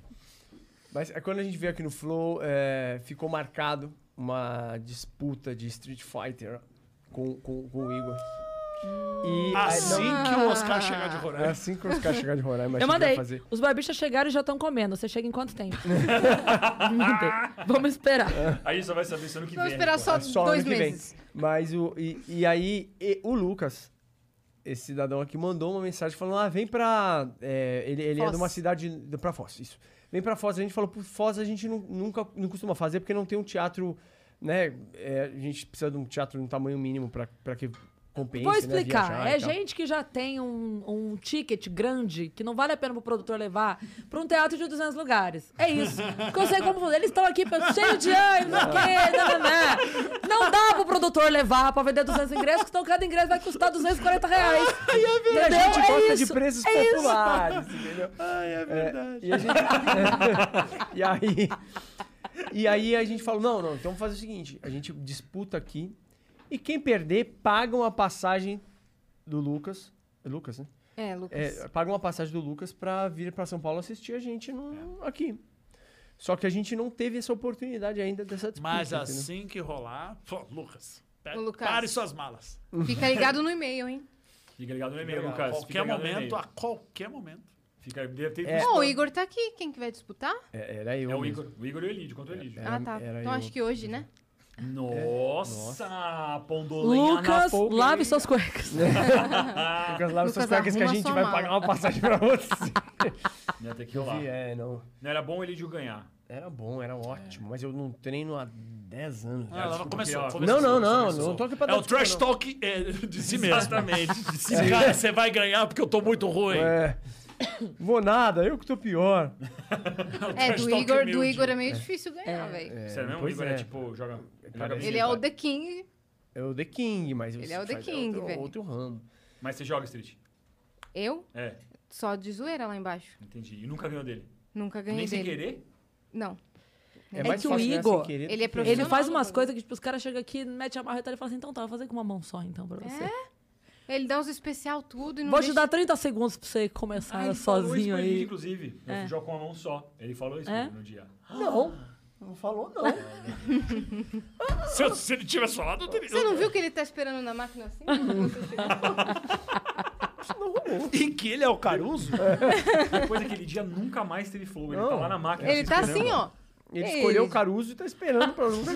Mas é, quando a gente veio aqui no Flow, é, ficou marcado uma disputa de Street Fighter com, com, com o Igor. E é,
Assim
não,
que o Oscar chegar de
é
Roraima.
assim que os caras chegaram de Roraima,
Eu
a gente vai
mandei.
fazer.
Os barbichas chegaram e já estão comendo. Você chega em quanto tempo? mandei. Vamos esperar.
A gente só vai saber isso ano que vem.
Vamos esperar só
É só
dois
ano que vem.
meses.
Mas o. E, e aí, e- o Lucas, esse cidadão aqui, mandou uma mensagem falando: ah, vem pra. é, ele ele é
Foz.
de uma cidade. de- Pra Foz, isso. Vem pra Foz. A gente falou: "Pô, Foz a gente nu- nunca não costuma fazer porque não tem um teatro. Né? É, a gente precisa de um teatro no tamanho mínimo pra, pra que compense.
Vou
né,
explicar.
viajar e
é
tal."
gente que já tem um, um ticket grande que não vale a pena pro produtor levar pra um teatro de 200 lugares. É isso. Porque eu sei como fazer. Eles estão aqui pe- cheio de ânimo, não sei o quê, nananá. Não dá pro produtor levar pra vender 200 ingressos, então cada ingresso vai custar 240 reais.
E a
Entendeu?
gente
É
gosta de
isso.
preços
É isso.
populares, entendeu?
Ai, é verdade.
E, a gente... e aí. E aí a gente falou: não, não, então vamos fazer o seguinte: a gente disputa aqui. E quem perder, pagam a passagem do Lucas. É Lucas, né?
É, Lucas.
É, paga uma passagem do Lucas pra vir pra São Paulo assistir a gente
É.
no- aqui. Só que a gente não teve essa oportunidade ainda dessa disputa.
Mas
entendeu?
assim que rolar, pô, Lucas, pe-
Ô, Lucas.
pare suas malas.
Fica ligado no e-mail, hein?
Fica ligado no e-mail,
Fica ligado.
A
Lucas.
qualquer
fica ligado no
momento,
e-mail.
a qualquer momento.
Fica, deve ter
É.
Ó, o Igor tá aqui. Quem que vai disputar?
É, era eu.
É o
mesmo.
Igor. O Igor e o Elidio, contra o Elidio.
Era-
ah, tá.
era
Então
eu.
acho que hoje, né?
É,
Nossa! Pondolinha na
Lucas,
fogueira.
lave suas cuecas.
Lucas, lá
Lucas,
essas cuecas que a
arruma
gente
sua
vai
mala.
pagar uma passagem pra você.
Ia ter que rolar.
É, não.
Não era bom o Elidio ganhar.
Era bom, era ótimo, mas eu não treino há 10 anos.
Ah, ela
desculpa,
começou,
que-
não,
começou.
não, não,
começou.
não tô aqui pra
É
dar
o trash
desculpa,
talk é, de si mesmo. Exatamente. Cara, você vai ganhar porque eu tô muito ruim.
É. Vou nada, eu que tô pior.
É,
trash
do
talk
Igor, do
humilde.
Igor é meio difícil ganhar, velho.
Sério mesmo? O
pois
Igor
é.
é tipo, joga. joga
Ele
bem,
Ele é o
cara.
The King.
É o The King, mas eu
Ele é o The
faz
King,
outro,
velho.
outro ramo.
Mas você joga, Street.
Eu?
É,
Só de zoeira lá embaixo.
entendi. E nunca ganhou dele.
Nunca ganhei
Nem sem
dele.
querer?
Não.
É,
É
mais
que o
fácil ganhar
Igor,
sem querer do
ele é
que-
profissional.
Ele faz
não,
umas
não.
coisas que tipo, os caras chegam aqui, mete a marreta e fala assim, então tá, vou fazer com uma mão só então pra você.
Ele dá os especial tudo e É, não
Vou te
deixa-
dar 30 segundos pra você
Ah,
começar
ele falou isso
sozinho
pra mim,
aí.
inclusive. Eu
É.
jogo com a mão só. Ele falou isso
É?
pra mim no dia.
Não, não falou não.
Se, eu- se ele tivesse falado, eu teria.
Você não viu que ele tá esperando na máquina assim?
E que ele é o Caruso?
Depois daquele dia, nunca mais teve flow. Ele
Não.
tá lá na máquina.
ele tá assim,
esperando.
ó.
Ele
Ei.
escolheu o Caruso e tá esperando pra nunca.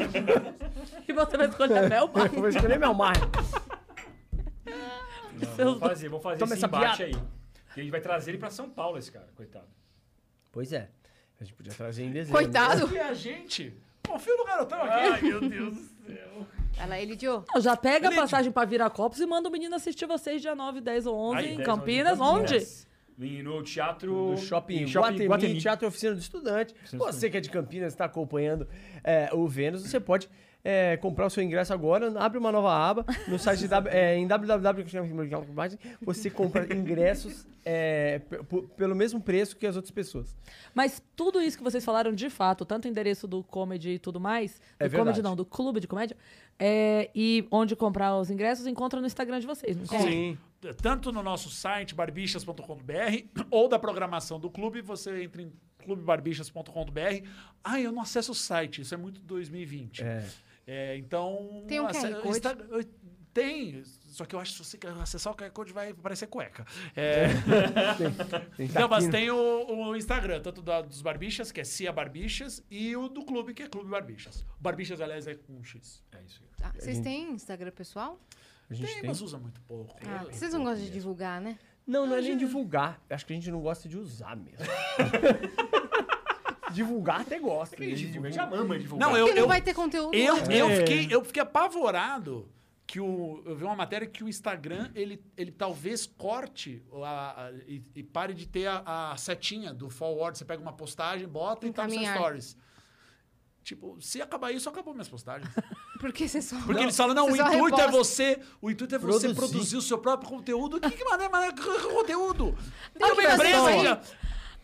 E você vai escolher a Melba.
Eu Vou escolher é meu mar.
Vamos fazer, vamos fazer
Toma
esse
essa
embate aí. Porque a gente vai trazer ele pra São Paulo, esse cara, coitado.
Pois é. A gente podia trazer em dezembro.
Coitado.
E a gente? Confia no garotão aqui. Ai, meu Deus do céu.
Olha lá, ele Joe.
Não, Já pega a
Elidio.
passagem pra Viracopos e manda o menino assistir vocês dia 9, 10 ou 11
Aí,
em
10,
Campinas.
então,
Onde?
Campinas. Em- No teatro...
No shopping,
em
Guatemi,
Guatemi.
Teatro Oficina do Estudante.
Oficina do
Você que é de Campinas está acompanhando é, o Vênus, você pode é, comprar o seu ingresso agora, abre uma nova aba no site de w, é, em www. Você compra ingressos é, p- p- pelo mesmo preço que as outras pessoas.
Mas tudo isso que vocês falaram de fato, tanto o endereço do comedy e tudo mais,
É
do comedy
verdade.
não, do clube de comédia, é, e onde comprar os ingressos, encontra no Instagram de vocês. não encontra?
Sim.
Tanto no nosso site, barbichas.com.br, ou da programação do clube, você entra em clubebarbichas.com.br. Ah, eu não acesso o site, isso é muito 2020.
É.
É, então.
Tem um
ace-
QR Code?
Insta- eu- Tem, só que eu acho que se você acessar o QR Code vai aparecer cueca. É,
Tem que tá
não, mas
aqui,
tem o, o Instagram, tanto da- dos Barbichas, que é Cia Barbichas, e o do clube, que é Clube Barbichas. Barbichas, aliás, é com um X.
É isso aí.
Ah, vocês têm Instagram pessoal?
A gente
Tem,
tem.
mas usa muito pouco.
é
Ah, vocês não gostam de divulgar, né?
Não, não é nem divulgar. Acho que a gente não gosta de usar mesmo. divulgar até gosta. né?
Divulga, a gente
Divulgar.
amama divulgar.
Não, eu-
Porque não vai ter conteúdo.
Eu,
lá.
É.
eu, fiquei, eu fiquei apavorado que o, eu vi uma matéria que o Instagram, ele, ele talvez corte a- a- e, e pare de ter a, a setinha do forward. Você pega uma postagem, bota e tá nos seus
Encaminhar.
stories. Tipo, se acabar isso, acabou minhas postagens.
Porque vocês só...
Porque eles falam, não, o
Você só
intuito é
reposta.
você, o intuito é você
Produzir.
produzir o seu próprio conteúdo. Que que mané, mané, conteúdo? Tem
É,
uma
mas
empresa
não.
que já-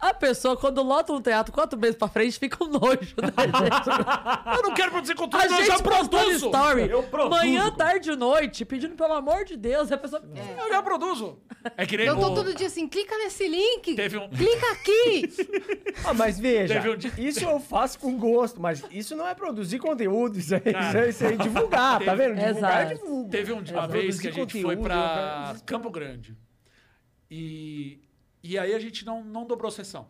A pessoa, quando lota um teatro quatro meses pra frente, fica um nojo da gente.
Eu não quero produzir
A
conteúdo, eu já
gente postou
produzo.
story
Eu produzo,
manhã,
cara.
tarde e noite, pedindo pelo amor de Deus. E a pessoa.
Eu já produzo. É que nem
Eu tô
o-
todo dia assim, clica nesse link,
Teve um...
clica aqui.
Ah, mas veja,
Teve um dia-
isso eu faço com gosto, mas isso não é produzir conteúdo, isso aí, isso aí, isso aí é divulgar, tá vendo? Divulgar
Exato.
eu divulgo.
Teve um- uma
É,
vez que a
produzir
gente foi
conteúdo,
pra
eu "Ah, quero-
Campo Grande. E, e aí a gente não, não dobrou sessão.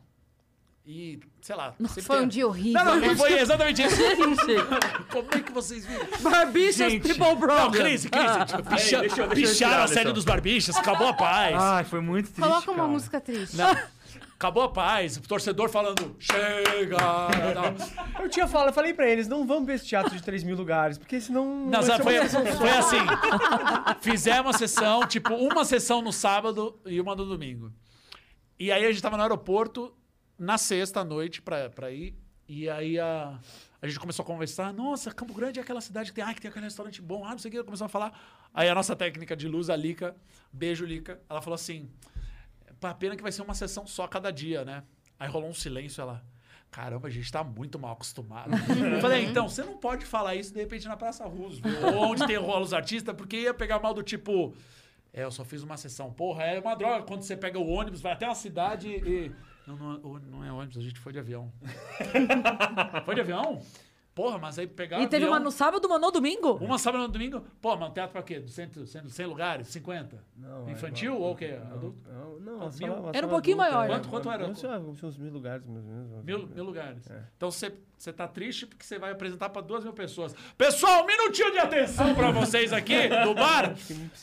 E, sei lá. sempre
Foi um
tem-
dia horrível,
Não, não,
né?
foi exatamente isso.
Gente,
Como é que vocês viram?
barbichas
Gente.
people problem.
Não, crise, crise. Tipo, picha-
Peraí, deixa eu- deixa eu
picharam
tirar,
a série
Alessandro.
dos barbichas, acabou a paz.
Ai, foi muito triste,
Coloca uma
cara.
música triste.
Acabou a paz. O torcedor falando, chega. tal.
Eu tinha falado, eu falei pra eles, não vamos ver esse teatro de 3 mil lugares, porque senão...
Não,
vai
sabe,
ser
foi,
uma pessoa só.
foi assim. Fizemos a sessão, tipo, uma sessão no sábado e uma no domingo. E aí a gente tava no aeroporto na sexta à noite pra, pra ir. E aí a, a gente começou a conversar. Nossa, Campo Grande é aquela cidade que tem, ah, que tem aquele restaurante bom. Ah, não sei o que. Começamos a falar. Aí a nossa técnica de luz, a Lica, beijo, Lica. Ela falou assim, "Pá, pena que vai ser uma sessão só cada dia, né? Aí rolou um silêncio, ela... Caramba, a gente tá muito mal acostumado. Eu falei, então, você não pode falar isso de repente na Praça Roosevelt, ou onde tem rola os artistas, porque ia pegar mal do tipo.
É, eu só fiz uma sessão. Porra, é uma droga quando você pega o ônibus, vai até uma cidade e. Não, não, ô, não é ônibus, a gente foi de avião. foi de avião? Porra, mas aí
Tá,
pegar.
E teve uma no sábado, uma no domingo?
Uma sábado e no domingo? Pô, mas o teatro pra quê? 200, 100, 100 lugares? 50?
Não,
Infantil
é,
ou o quê? Adulto?
Não, não, a
Mil?
sala- a
Era um
sala
pouquinho
adulta,
maior.
né?
Quanto- quanto era?
Não sei, uns- uns mil lugares, mais ou menos.
Mil, mil lugares. Então você você tá triste porque você vai apresentar para duas mil pessoas. Pessoal, um minutinho de atenção para vocês aqui do bar.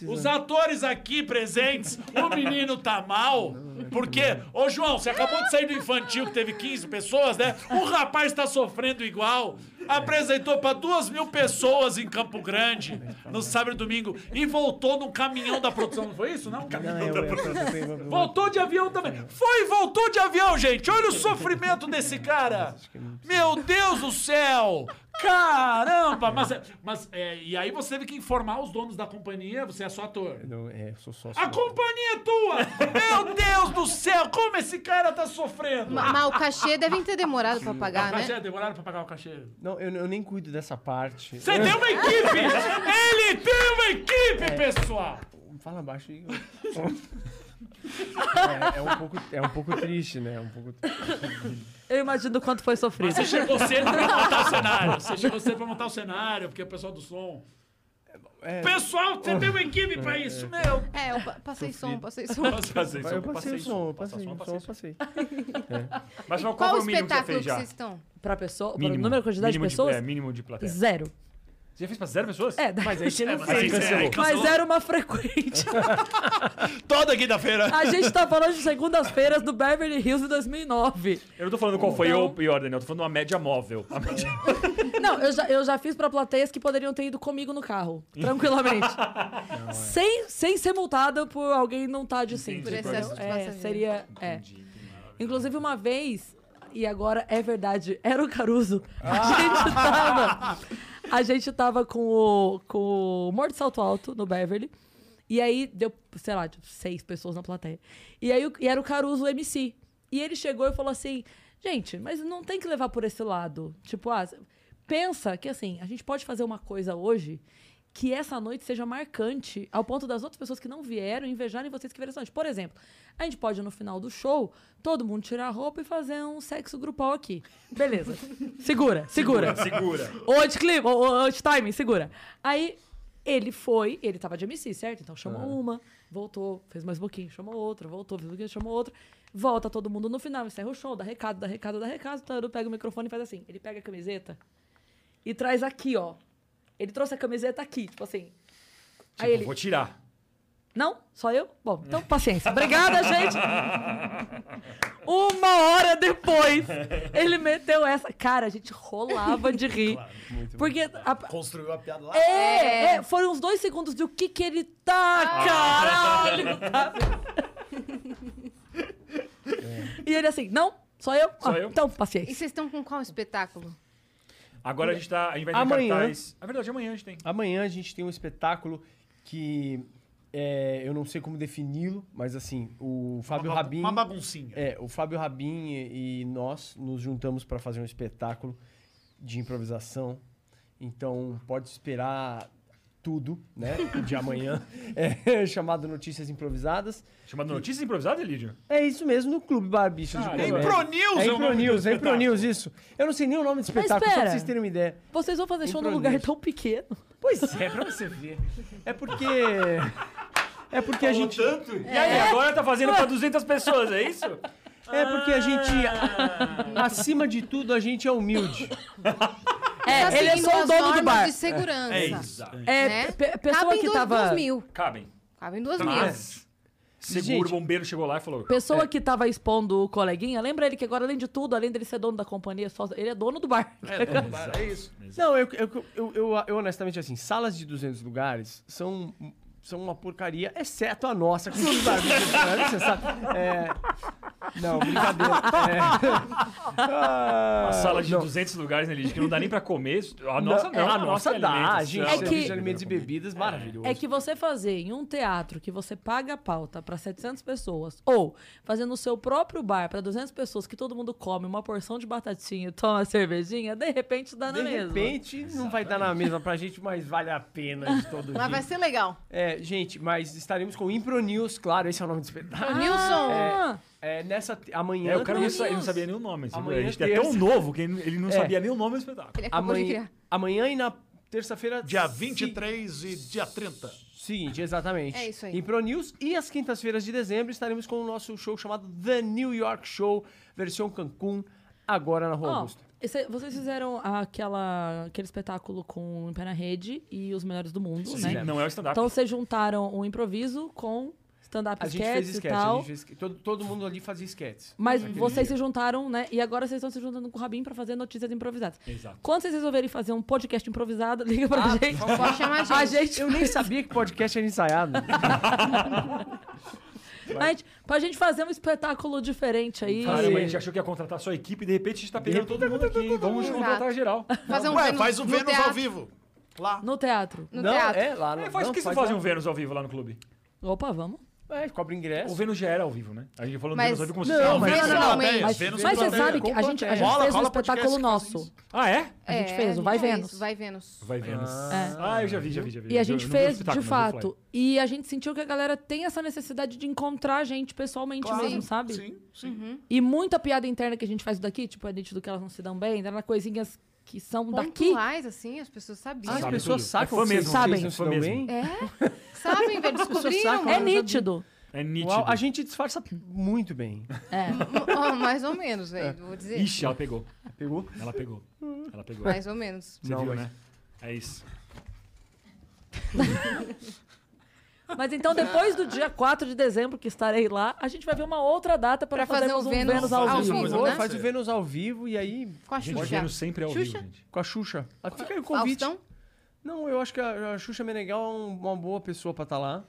Os atores aqui presentes, o menino tá mal. Porque, ô João, você acabou de sair do infantil que teve 15 pessoas, né? O rapaz tá sofrendo igual. Apresentou para duas mil pessoas em Campo Grande no sábado e domingo e voltou num caminhão da produção. Não foi isso? Não, um
Não,
caminhão
é,
da
eu- eu-
produção.
eu- eu- eu-
Voltou de avião também. Foi, voltou de avião, gente. Olha o sofrimento desse cara. Meu Deus do céu. Caramba. Mas, é- mas é, e aí você teve que informar os donos da companhia, você é só ator.
Não, é, eu sou sócio.
A companhia é tua. Meu Deus do céu, como esse cara tá sofrendo.
Ma- Mas o cachê devem ter demorado pra
O
pagar,
cachê,
é-
né?
demoraram pra pagar o cachê.
Não, eu, eu nem cuido dessa parte.
Você tem uma equipe. Ele tem uma
É.
equipe, pessoal.
Fala baixo aí. é, é um pouco, é um pouco triste, né? É um pouco triste.
Eu imagino o quanto foi sofrido.
Você chegou cedo pra montar o cenário. Você chegou cedo pra montar o cenário, porque é o pessoal do som.
É,
Pessoal, você tem uma equipe pra isso, meu.
É, eu pa- passei som, passei som.
Passei
eu
som,
passei o som, eu passei,
som,
o som, eu passei.
Mas qual,
Qual
foi
o
o mínimo que você
espetáculo
fez
que
já?
vocês estão?
Pra pessoa, pra número, quantidade de
mínimo
pessoas?
é, mínimo de plateia.
Zero.
Você já fez pra zero pessoas?
É, daí a gente não
Mas aí
fez.
é
cancelou.
Mas era uma frequente.
Toda quinta-feira.
A gente tá falando de segundas-feiras do Beverly Hills de 2009.
Eu não tô falando qual foi
Então-
o pior, Daniel. Eu tô falando uma média móvel. Ah, A média-
Não, eu já, eu já fiz pra plateias que poderiam ter ido comigo no carro, tranquilamente. sem, sem ser multada por alguém não estar de cinto.
Por excesso de
É,
passageiro.
seria. É. Inclusive, uma vez, e agora é verdade, era o Caruso. A gente tava. A gente tava com o, com o Morto Salto Alto no Beverly. E aí deu, sei lá, tipo, seis pessoas na plateia. E aí o- e era o Caruso MC. E ele chegou e falou assim: gente, mas não tem que levar por esse lado. Tipo, ah, pensa que assim, a gente pode fazer uma coisa hoje que essa noite seja marcante ao ponto das outras pessoas que não vieram invejarem vocês que vieram essa noite. Por exemplo, a gente pode, no final do show, todo mundo tirar a roupa e fazer um sexo grupal aqui. Beleza. Segura, segura.
Segura.
Ô, anticlima, ô, ô, anti-timing, segura. Aí ele foi, ele tava de MC, certo? Então chamou uma, voltou, fez mais um pouquinho, chamou outra, voltou, fez um pouquinho, chamou outra. Volta todo mundo no final, encerra o show, dá recado, dá recado, dá recado. Então ele pega o microfone e faz assim. Ele pega a camiseta e traz aqui, ó. Ele trouxe a camiseta aqui, tipo assim. Aí
Tipo,
ele.
vou tirar.
Não? Só eu? Bom, então paciência. Obrigada, gente! Uma hora depois, ele meteu essa. Cara, a gente rolava de rir. porque a,
Construiu a piada lá.
é, é, foram uns dois segundos de o que que ele tá, caralho! tá? sabe? E ele assim, não, só eu?
Só
Ah,
eu.
Então,
E
paciência.
vocês estão com qual espetáculo?
Agora a gente, tá, a gente vai entrar em
Amanhã.
cartaz. Na verdade, amanhã a gente tem.
Amanhã a gente tem um espetáculo que é, eu não sei como defini-lo, mas assim, o Fábio
uma, ba-
Rabin.
Uma baguncinha.
É, o Fábio Rabin e, e nós nos juntamos para fazer um espetáculo de improvisação. Então, pode esperar tudo, né? De amanhã. É, chamado Notícias Improvisadas.
Chamado Notícias Improvisadas, Lídio? né?
É isso mesmo, no Clube Barbichos de Comédia.
Impronews
Ah, É
Ah, é o nome do
Impronews, é
espetáculo.
Impronews, isso. Eu não sei nem o nome do espetáculo, só pra
espera.
vocês terem uma ideia.
Vocês vão
Um
fazer show num
Improviso.
lugar tão pequeno.
Pois é, pra você ver. É porque... É porque a gente...
E aí, agora tá fazendo pra 200 pessoas, é isso?
É porque a gente...
Ah.
Acima de tudo, a gente é humilde.
É,
Tá
ele é
seguindo
só o
as
dono do
normas
bar.
de segurança.
É isso.
É,
né?
pe- pessoa
Cabem
que
duas,
tava.
duas mil.
Cabem.
Cabem duas
Tá. É.
mil.
Mas... Seguro,
Gente.
o bombeiro chegou lá e falou...
Pessoa que tava expondo o coleguinha, lembra ele que agora, além de tudo, além dele ser dono da companhia, só- ele é dono do bar.
É, é isso.
Não, eu, eu, eu, eu- eu honestamente, assim, salas de 200 lugares são, são uma porcaria, exceto a nossa. com os barulhos, né? Você sabe? É, Não, brincadeira. É.
Uma
Ah,
sala de
não.
200 lugares, né, Lidia? Que não dá nem pra comer. A nossa assim, não.
é, a nossa dá,
alimenta,
gente.
sei lá,
É que-
serviço de alimentos e bebidas, maravilhoso.
É que você fazer em um teatro que você paga a pauta pra 700 pessoas, ou fazer no seu próprio bar pra 200 pessoas que todo mundo come uma porção de batatinha e toma cervejinha, de repente dá na
De
mesma.
repente, não vai dar na mesma pra gente, mas vale a pena de todo
Mas vai
jeito.
ser legal.
É, gente, mas estaremos com o Impro News, claro, esse é o nome do espetáculo.
Nilson,
Ah,
É, nessa amanhã.
É, o cara não,
terça-
sa- ele não sabia nem o nome. assim,
Amanhã
a gente é
terça.
tão novo que ele ele não
É.
sabia nem o nome do espetáculo.
ele acabou de
amanhã,
É criar.
amanhã e na terça-feira.
Dia
se-
23 e dia 30.
Seguinte, exatamente.
É isso aí.
Impro News e às quintas-feiras de dezembro estaremos com o nosso show chamado The New York Show, versão Cancún, agora na Rua
ó,
Augusta.
esse- vocês fizeram aquela, aquele espetáculo com o Pé na Rede e os melhores do mundo,
Sim,
né?
Não é o stand-up.
Então vocês juntaram o improviso com stand-up
A gente
sketch
fez
e
sketch, a
tal.
gente fez sketch. Todo, todo mundo ali fazia sketches.
Mas vocês se juntaram, né? E agora vocês estão se juntando com o Rabin pra fazer notícias improvisadas.
Exato.
Quando vocês resolverem fazer um podcast improvisado, liga
Ah,
pra gente.
pode chamar a gente.
A gente,
Eu nem sabia que podcast era ensaiado.
a gente- pra gente fazer um espetáculo diferente aí.
Caramba, a gente achou que ia contratar só a equipe e de repente a gente tá pegando todo mundo aqui. hein? Vamos
mundo.
contratar geral.
Fazer um
Ué,
Vênus
faz o
no
Vênus
teatro,
ao vivo. Lá.
No teatro.
No
não,
teatro.
é lá.
É,
não,
faz
não,
o que vocês
lá.
fazem um Vênus ao vivo lá no clube?
Opa, vamos.
É, cobra ingresso.
O Vênus já era ao vivo, né? A gente falou do
Mas-
Vênus ao vivo como se
Não,
fosse ao
mas-
vivo.
Vênus na
não,
plateia,
mas-
Vênus na
Mas você
plateia.
sabe que a gente, a gente
Rola-
fez um
rola
espetáculo
podcast que
nosso.
Ah, é?
A gente
É,
fez o Vai
fez
Vênus.
Vai Vênus.
Vai Vênus.
É.
Ah, eu já vi, já vi, já vi.
E a
Eu
gente
não vi o
fez, de
espetáculo, mas eu vi o
fato. E a gente sentiu que a galera tem essa necessidade de encontrar a gente pessoalmente
Claro.
mesmo, sabe? Uhum.
Sim, sim.
E muita piada interna que a gente faz daqui, tipo, é nítido que elas não se dão bem, eram coisinhas que são daqui.
Pontuais, assim, as pessoas sabiam.
Ah, as
Sabe
pessoas
tudo.
sacam
É
que
fã
vocês
mesmo.
Sabem.
não se
Fã
dão bem?
mesmo.
É? Sabem, velho,
As pessoas
descobriram.
sacam. né?
É nítido.
flyer. É nítido.
Uau, a gente disfarça muito bem.
É.
Ó, mais ou menos,
É.
velho, vou dizer.
Ixi, ela pegou.
Pegou?
Ela pegou. Ela pegou.
é.
Você
Mais ou menos.
Não,
viu,
mas-
né? É isso.
Mas então, depois do dia 4 de dezembro, que estarei lá, a gente vai ver uma outra data para
Pra fazer
fazermos
o
um
Vênus
Vênus ao
ao
vivo.
vivo.
Pô,
né?
Faz o Vênus ao vivo e aí
Com a
Gente,
Xuxa.
Vênus sempre é ao vivo,
Xuxa?
gente.
com a Xuxa. Ah, Fica aí o convite.
Faustão?
Não, eu acho que a, a Xuxa Menegal é um- uma boa pessoa pra estar lá.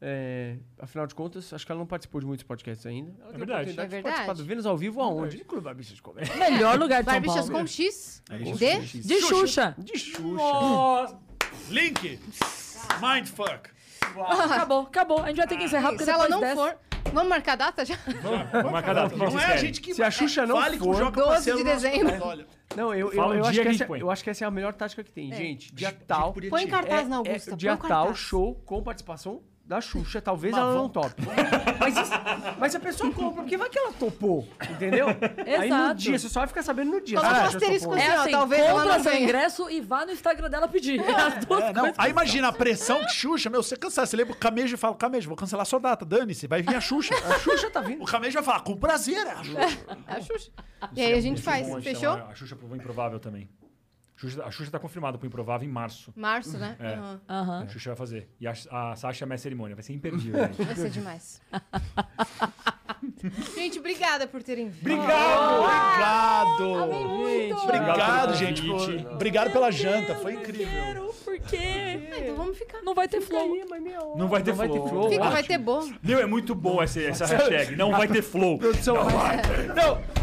É, afinal de contas, acho que ela não participou de muitos podcasts ainda. Ela tem a
verdade.
oportunidade
É
de
verdade.
participar do Vênus ao vivo aonde? No Clube Barbichas de Comédia.
Melhor lugar de São
Barbichas
Paulo.
com X?
É,
isso,
D?
De Xuxa.
De Xuxa.
Link. Mindfuck.
Acabou, acabou. A gente vai ter que encerrar porque
Se ela
depois
não
dessa- É
for... Vamos marcar a data já?
Vamos marcar a data que
Não
vocês
é a
querem.
gente que...
Se a Xuxa não é
Fale com o
for-
12
Joca
de
Marcelo, nosso
dezembro.
convidado, olha.
Não, eu, eu,
Fala
eu
o
acho que
dia que a gente
essa,
põe.
eu acho que essa é a melhor tática que tem. Gente, dia tal.
podia
Põe
te-
cartaz na
é,
Augusta.
é,
põe
dia
o
tal,
cartaz.
show com participação da Xuxa. Talvez ela não tope. mas, isso- mas a pessoa compra, porque vai que ela topou, entendeu? Aí no
Exato.
dia, você só vai ficar sabendo no dia.
Coloca
se a
um
pessoa
asterisco
topou.
É
Assim, ó,
assim,
talvez ela
compra
não
seu
venha.
ingresso e vá no Instagram dela pedir. É as duas
É, não. Aí imagina a pressão que Xuxa, meu, você cansar. Você lembra o Camejo e fala, Camejo, vou cancelar sua data, dane-se, vai vir a Xuxa.
A Xuxa tá vindo.
o Camejo vai falar, com prazer, é acho.
A Xuxa. E
é
aí a gente faz.
Bom, a gente
Fechou?
chama A Xuxa pro Improvável também. Xuxa- a Xuxa tá confirmada pro Improvável em março.
Março, né?
É.
Aham.
Aham.
A Xuxa vai fazer. E a, a Sasha é minha cerimônia. Vai ser imperdível, gente.
Vai ser demais. gente, obrigada por terem vindo.
Obrigado.
Gente,
Obrigado,
Obrigado,
gente. pô.
gente.
Obrigado pela janta, foi incrível.
Quero, porque
Então vamos ficar.
não vai ter flow.
Não vai ter
Não vai ter
flow.
flow.
Fica,
Ótimo.
vai ter bom.
Meu, é muito bom essa, essa hashtag. Não vai ter flow.
Produção,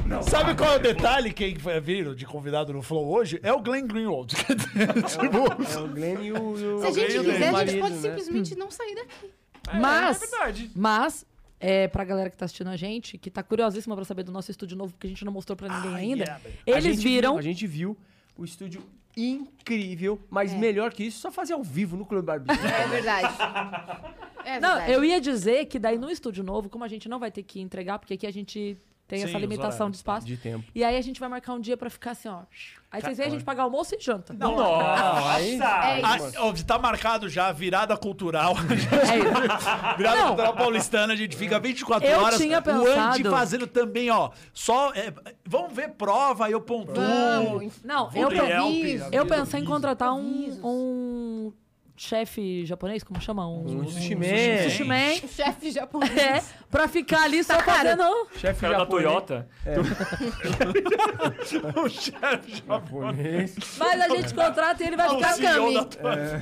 Não, sabe qual é o detalhe? Quem vai vir de convidado no Flow hoje é o Glenn Greenwald. tipo,
É o Glenn e o. e o-
Se a gente
Alguém
quiser, a gente
marido,
pode
né?
simplesmente não sair daqui.
Mas,
É verdade.
mas é, pra galera que tá assistindo a gente, que tá curiosíssima pra saber do nosso estúdio novo, porque a gente não mostrou pra ninguém ainda,
yeah,
é, A
eles
gente viu-
viram.
A gente viu o estúdio incrível, mas melhor que isso, só fazer ao vivo no Clube Barbichas.
É verdade. É
Não,
verdade.
eu ia dizer que daí no estúdio novo, como a gente não vai ter que entregar, porque aqui a gente tem
Sim,
essa
os
limitação
horários,
de espaço.
De tempo.
E aí a gente vai marcar um dia pra ficar assim, ó. Aí vocês veem a gente pagar almoço e janta.
Nossa!
É isso.
a- ó, tá marcado já, virada cultural.
É isso.
Virada
Não.
cultural paulistana, a gente fica 24
Eu
horas.
tinha
O Andy
pensado.
fazendo também, ó. Só. é, vamos ver prova, eu pontuo.
Vamos.
Não, eu,
Vou
pe-
criar um
improviso.
eu pensei em contratar um, um chefe japonês, como chama? Um,
Um sushi man.
sushi man.
Chefe japonês.
É, pra ficar ali
Tá
só fazendo...
Chefe
O cara da
japonês-
Toyota.
japonês.
Mas a gente contrata e ele vai ficar caminho.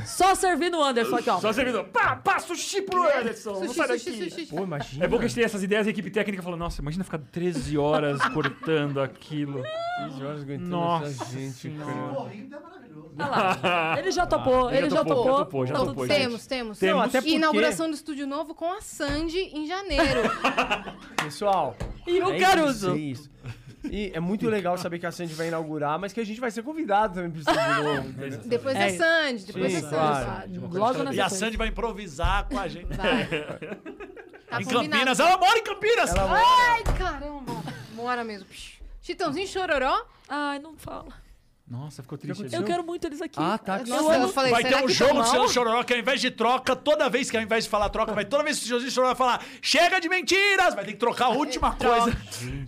Só servindo o Anderson aqui, ó.
Só servidor. Pá, pá, sushi pro Anderson. não
Sushi,
sai
sushi,
daqui.
sushi, sushi.
Pô, imagina.
É bom que a gente tem essas ideias e a equipe técnica falando, nossa, imagina ficar 13 horas cortando aquilo.
Três horas aguentando
Nossa
essa gente, cara.
Corrida é maravilhoso.
Olha lá. Ele já topou,
Ah,
ele já topou.
Já topou, já
Então,
topou, gente.
temos, temos.
Temos.
Não, até porque-
Inauguração do estúdio novo com a Sandy em janeiro.
Pessoal,
E o
é
Caruso.
isso, é isso. E é muito legal saber que a Sandy vai inaugurar, mas que a gente vai ser convidado também pro estúdio novo. entendeu?
depois
É
é
isso.
Sandy, depois
Sim,
é Sandy.
claro.
Logo na
E a
sequência.
Sandy vai improvisar com a gente.
Vai. Tá
em
combinado.
Campinas. é- Ela mora em Campinas!
Ah,
Ai, caramba. Mora mesmo. Psh. Chitãozinho chororó.
Ai, não fala.
Nossa, ficou triste.
Eu quero muito eles aqui.
Ah, tá.
Nossa,
amo-
eu falei,
vai
será
ter um
que
jogo
tá
do
mal?
Chitãozinho Chororó que ao invés de troca, toda vez que ao invés de falar troca, vai toda vez que o Chitãozinho Chororó vai falar chega de mentiras, vai ter que trocar a última coisa.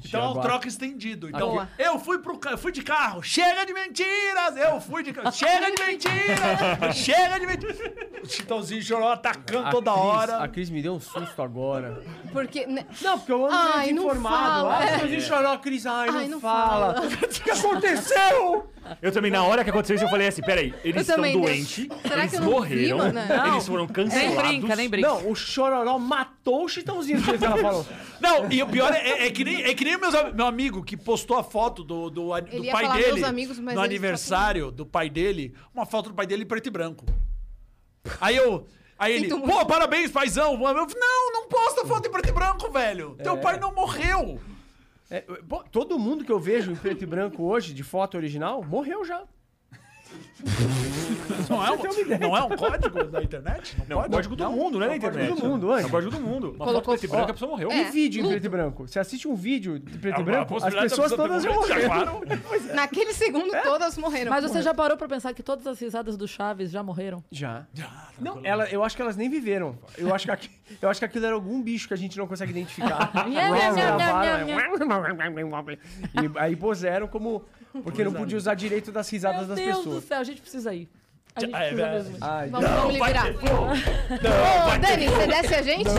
Então
agora-
troca estendido. Então
Boa.
eu fui pro ca- eu fui de carro, chega de mentiras, eu fui de carro, chega de mentiras, chega de mentiras. O Chitãozinho Chororó atacando
A
toda
Cris-
hora.
A Cris me deu um susto agora.
Porque... né,
Não, porque eu ando
Ai, não
informado.
fala. É.
Ah, a gente chorou, a Cris. Ai, não,
Ai, não
fala. O que aconteceu?
Eu também, na hora que aconteceu isso, eu falei assim, peraí,
Eu
eles estão
também, né?
doentes,
Será
eles
que eu não vi,
morreram,
mano? Não.
eles foram
Nem
cancelados.
brinca, nem brinca.
Ah, Não, o chororó matou o Chitãozinho, do jeito que ela falou.
Não, e o pior é, é- é que nem, é que nem meus am- meu amigo que postou a foto do, do, a- do
Ele ia
pai
falar
dele
meus amigos, mas
no
ele
aniversário do pai dele, uma foto do pai dele em preto e branco. Aí eu. Aí ele,
Sinto
pô, parabéns, paizão. Eu falei, não, não posta foto em preto e branco, velho.
É.
Teu pai não morreu.
É, pô, todo mundo que eu vejo em preto e branco hoje, de foto original, morreu já.
Não é, um, não é um código da internet? Não,
Não, o código do mundo, né, na
código
internet.
do um mundo, anjo.
É o código do mundo. Uma
Colocou-
foto preto e branco, a pessoa morreu.
E vídeo
É.
em preto e branco. Você assiste um vídeo de preto
A-
e
a
branco, as
É possibilidade da
pessoas
pessoa ter
todas já
morrido, já,
morreram.
claro.
Naquele segundo, todas morreram.
É. Mas você já parou pra pensar que todas as risadas do Chaves já morreram?
Já. Não, ela, eu acho que elas nem viveram. Eu acho que, aqui- eu acho que aquilo era algum bicho que a gente não consegue identificar. Elas gravaram, né? e aí puseram como. Porque não podia usar direito das risadas
Meu
das
Deus do
pessoas. né?
céu, a gente precisa ir. A gente
Ah, é
precisa
verdade.
mesmo.
Ai,
Vamos, vamos liberar. Ô, Dani, você desce a gente?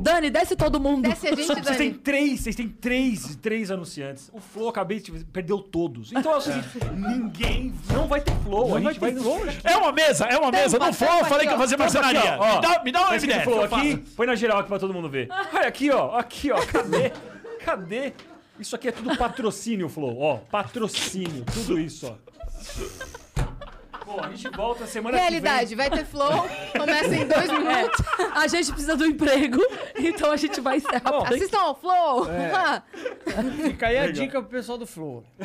Dani, desce todo mundo.
Desce a gente,
Vocês têm
Dani.
três, vocês têm três, três anunciantes. O Flow, acabei de... Perdeu todos. Então é o seguinte, ninguém... Não vai ter Flow. a gente vai... Flow, né?
É uma mesa, é uma mesa. Não
tampa
foi, eu falei
aqui,
que ia
ó.
fazer marcenaria.
ó.
Me dá, me dá um uma
Tá escrito
MDF.
Flow
eu faço.
aqui, põe na geral aqui pra todo mundo ver. Olha aqui, ó, aqui, ó, cadê? Cadê? Isso aqui é tudo patrocínio, Flow, ó, patrocínio, tudo isso, ó. Bom, a gente volta semana
Realidade, vai ter flow, começa em dois
É.
minutos.
A gente precisa do emprego, então a gente vai encerrar. por aqui.
Assistam ao flow.
Fica aí a dica pro pessoal do Flow.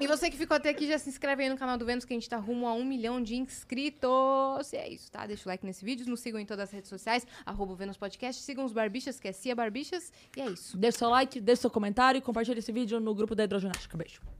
E você que ficou até aqui, já se inscreve aí no canal do Vênus, que a gente tá rumo a um milhão de inscritos. E é isso, tá? Deixa o like nesse vídeo, nos sigam em todas as redes sociais, arroba o Vênus Podcast, sigam os barbichas, que é Cia Barbichas, e é isso.
Deixe seu like, deixe seu comentário e compartilhe esse vídeo no grupo da Hidroginástica. Beijo.